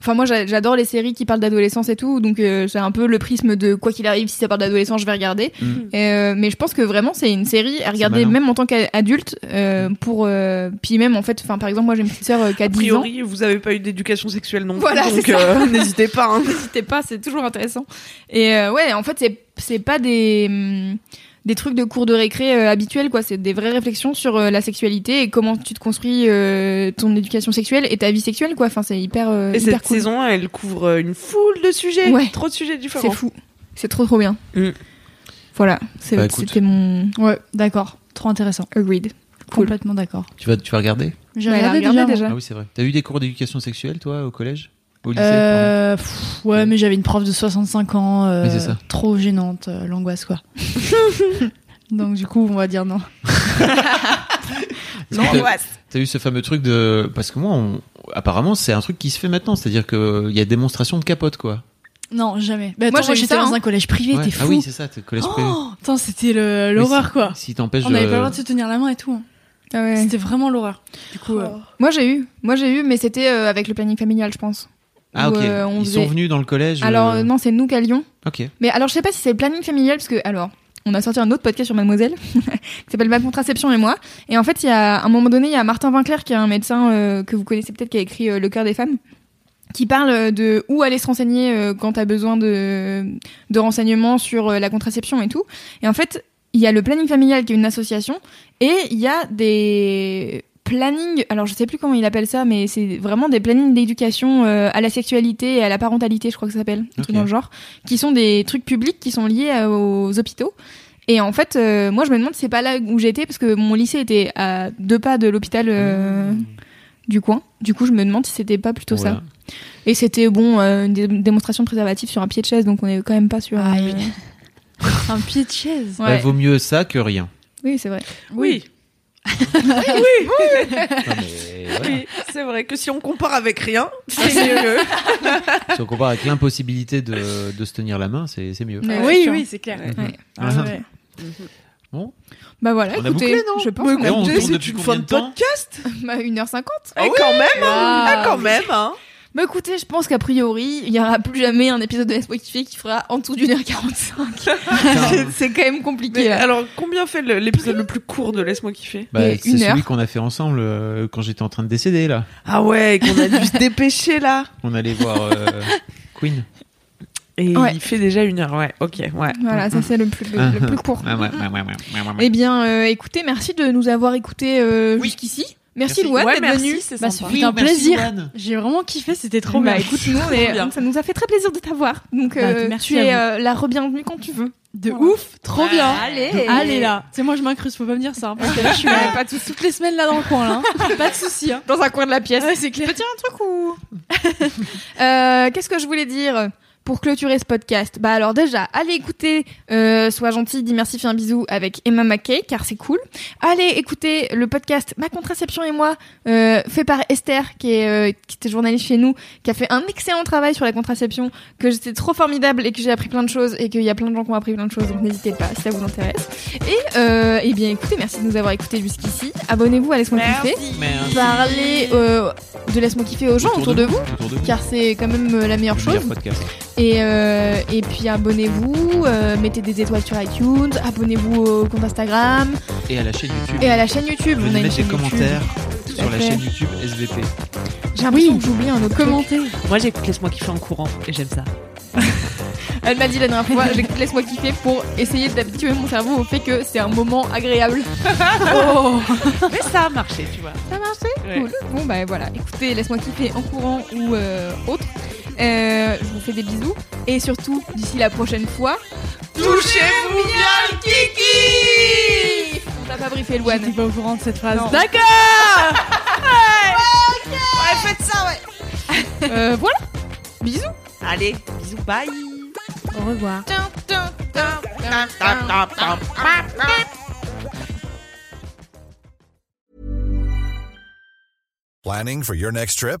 S1: enfin moi j'a- j'adore les séries qui parlent d'adolescence et tout, donc euh, c'est un peu le prisme de quoi qu'il arrive, si ça parle d'adolescence, je vais regarder.
S2: Mm.
S1: Et, euh, mais je pense que vraiment c'est une série à regarder
S2: malin. Mm.
S1: même en tant qu'adulte, euh, pour euh, puis même en fait, enfin par exemple moi j'ai une petite sœur euh, qui a
S3: A
S1: 10 ans.
S3: priori, vous avez pas eu d'éducation sexuelle non plus,
S1: Voilà, c'est
S3: donc
S1: ça.
S3: euh, *laughs* n'hésitez pas. hein.
S1: n'hésitez pas, c'est toujours intéressant. Et euh, ouais, en fait, c'est c'est pas des hum, des trucs de cours de récré euh, habituels quoi, c'est des vraies réflexions sur euh, la sexualité et comment tu te construis euh, ton éducation sexuelle et ta vie sexuelle quoi. Enfin, c'est hyper euh,
S3: Et
S1: hyper
S3: cette
S1: cool.
S3: saison, elle couvre euh, une foule de sujets,
S1: Ouais.
S3: trop de sujets
S1: C'est
S3: différents.
S1: fou. C'est trop trop bien.
S3: Mm.
S1: Voilà, c'est-
S2: Bah, écoute.
S1: c'était mon
S4: Ouais, d'accord. Trop intéressant.
S1: agreed. Cool.
S4: Complètement d'accord.
S2: Tu vas, tu vas regarder
S4: J'ai
S1: Ouais, Bah, elle a
S4: regardé,
S1: regardé
S4: déjà.
S1: déjà.
S2: Ah oui, c'est vrai. T'as eu des cours d'éducation sexuelle, toi, au collège Au lycée pardon
S4: Euh, pff, ouais, mais j'avais une prof de 65 ans, euh,
S2: Oui, c'est ça.
S4: trop gênante, euh,
S1: *laughs*
S4: l'angoisse quoi. Donc du coup, on va dire non.
S2: Est-ce que t'as- *laughs* T'as eu ce fameux truc de parce que moi, on- apparemment, c'est un truc qui se fait maintenant, c'est-à-dire que il y a démonstration de capote, quoi.
S4: Non, jamais. Bah,
S1: Moi,
S4: attends,
S1: j'ai eu
S4: j'étais
S1: ça,
S4: dans
S1: hein.
S4: un collège privé,
S2: Ouais.
S4: t'es fou.
S2: Ah oui, c'est ça, t'es collège privé.
S4: Oh, attends, c'était le- l'horreur quoi.
S2: Si t'empêches,
S4: On n'avait pas
S2: euh,
S4: le droit de se tenir la main et tout. hein.
S1: Ah ouais. Oh.
S4: C'était vraiment l'horreur. Du coup, euh,
S1: Moi j'ai eu, moi j'ai eu, mais c'était euh, avec le planning familial, je pense.
S2: Ah
S1: où,
S2: ok.
S1: euh, on
S2: Ils
S1: faisait-
S2: sont venus dans le collège.
S1: Alors
S2: euh,
S1: euh, non, c'est nous qu'à Lyon.
S2: Ok.
S1: Mais alors, je sais pas si c'est le planning familial, parce que, alors, on a sorti un autre podcast sur Mademoiselle, *laughs* qui s'appelle Ma contraception et moi. Et en fait, il y a, à un moment donné, il y a Martin Winkler, qui est un médecin euh, que vous connaissez peut-être, qui a écrit euh, Le cœur des femmes, qui parle de où aller se renseigner euh, quand t'as besoin de, de renseignements sur euh, la contraception et tout. Et en fait, il y a le planning familial qui est une association et il y a des plannings, alors je sais plus comment il appelle ça, mais c'est vraiment des plannings d'éducation euh, à la sexualité et à la parentalité, je crois que ça s'appelle, un
S2: Ok.
S1: truc dans le genre, qui sont des trucs publics qui sont liés à- aux hôpitaux. Et en fait, euh, moi je me demande, si c'est pas là où j'étais parce que mon lycée était à deux pas de l'hôpital euh,
S2: Hmm.
S1: du coin. Du coup, je me demande si c'était pas plutôt ça.
S2: Voilà.
S1: Et c'était bon, euh, une dé- démonstration de préservatif sur un pied de chaise, donc on est quand même pas sur.
S4: Ah,
S1: euh,
S4: oui. *laughs* Un pied de chaise.
S1: Ouais.
S2: Bah, vaut mieux ça que rien.
S1: Oui, c'est vrai.
S3: Oui.
S2: Non, mais voilà.
S3: Oui, c'est vrai que si on compare avec rien, c'est mieux.
S2: Si on compare avec l'impossibilité de, de se tenir la main, c'est c'est mieux.
S1: Mais ouais,
S4: oui,
S1: sûr.
S4: oui, c'est clair.
S2: Ah,
S4: Ouais.
S2: *laughs* ouais. Bon.
S1: Bah voilà,
S2: On a
S1: écoutez,
S2: bouclé, non
S1: je pense qu'on
S2: Mais
S1: a
S2: on
S1: bouclé.
S2: tourne Ah
S3: C'est
S2: depuis
S3: une
S2: combien
S3: fin
S2: de
S3: de
S2: temps
S3: podcast.
S1: Bah, 1h50.
S3: Et quand même, hein.
S4: Waouh.
S3: Ah, quand même, hein.
S1: Bah écoutez, je pense qu'a priori, il y aura plus jamais un épisode de Spotify qui fera en dessous d'une heure 45. C'est- *laughs* c'est quand même compliqué.
S3: Mais
S1: là.
S3: alors, combien fait le- l'épisode le plus court de Laisse-moi kiffer
S2: Bah,
S1: Mais
S2: c'est
S1: une
S2: celui
S1: heure.
S2: qu'on a fait ensemble euh, quand j'étais en train de décéder là.
S3: Ah ouais, qu'on a
S1: *laughs*
S3: dû se dépêcher là.
S2: On allait voir euh, Queen.
S3: Et
S1: Ouais.
S3: il fait déjà une heure, ouais. Ok, ouais.
S1: Voilà, ça c'est le plus, le, le plus court.
S2: Ah, ouais, ouais, ouais, ouais, ouais, ouais.
S1: Eh bien, euh, écoutez, merci de nous avoir écoutés euh, jusqu'ici. Merci,
S2: Merci.
S1: Louane
S3: ouais,
S1: d'être venue.
S3: merci, c'est
S4: Bah,
S3: sympa.
S4: ce fut un
S2: merci,
S4: plaisir.
S2: Juan.
S4: J'ai vraiment kiffé, c'était trop
S1: Bah,
S4: bien. *laughs*
S1: écoute, nous, on est-
S3: bien.
S1: ça nous a fait très plaisir de t'avoir. Donc,
S4: Bah,
S1: euh,
S4: merci
S1: tu es
S4: à vous.
S1: euh, la re-bienvenue quand tu veux.
S4: De
S1: Voilà.
S4: ouf, trop bien.
S1: Allez.
S4: Allez là. C'est moi je m'incruste, faut pas me dire ça. hein, Parce que là
S1: *laughs*
S4: je suis euh,
S1: Pas de soucis.
S4: toutes les semaines là dans le coin là. hein. pas de souci. Hein.
S1: Dans un coin de la pièce.
S4: Ouais, c'est clair.
S1: Je tiens un truc ou Euh, Qu'est-ce que je voulais dire pour clôturer ce podcast Bah alors déjà, allez écouter euh, Sois gentil, dis merci, fais un bisou avec Emma McKay, car c'est cool. Allez écouter le podcast Ma contraception et moi, euh, fait par Esther, qui, est, euh, qui était journaliste chez nous, qui a fait un excellent travail sur la contraception, que j'étais trop formidable et que j'ai appris plein de choses et qu'il y a plein de gens qui ont appris plein de choses, donc n'hésitez pas si ça vous intéresse. Et euh, eh bien écoutez, merci de nous avoir écoutés jusqu'ici. Abonnez-vous à Laisse-moi kiffer
S2: Merci.
S1: parler euh, de Laisse-moi kiffer aux gens autour de vous,
S2: hein, Autour de vous.
S1: car c'est quand même euh, la meilleure
S2: Le
S1: chose.
S2: meilleur podcast.
S1: Et, euh, et puis abonnez-vous, euh, mettez des étoiles sur iTunes, abonnez-vous au compte Instagram
S2: Et à la chaîne YouTube.
S1: et à la chaîne YouTube.
S2: Venez
S1: on a une
S2: mettre des
S1: chaîne YouTube.
S2: commentaires sur la
S1: fait.
S2: chaîne YouTube SVP.
S1: J'ai l'impression que j'oublie un autre comment.
S4: Commenter.
S3: Moi, j'écoute Laisse-moi kiffer en courant et j'aime ça.
S1: Elle m'a dit la dernière fois, *laughs* j'ai- laisse-moi kiffer pour essayer d'habituer mon cerveau au fait que c'est un moment agréable. *laughs*
S4: Oh.
S3: Mais ça a marché, tu vois.
S1: Ça marche
S3: Ouais.
S1: Cool. Bon bah voilà, écoutez, laisse-moi kiffer en courant ou euh, autre. Euh, je vous fais des bisous et surtout d'ici la prochaine fois, touchez-vous bien le kiki. On t'a pas briefé Louane.
S4: J'étais pas au courant de cette phrase.
S1: Non.
S4: D'accord.
S1: Euh, voilà.
S3: Allez, bisous, bye.
S4: Au revoir.
S8: Planning for your next trip?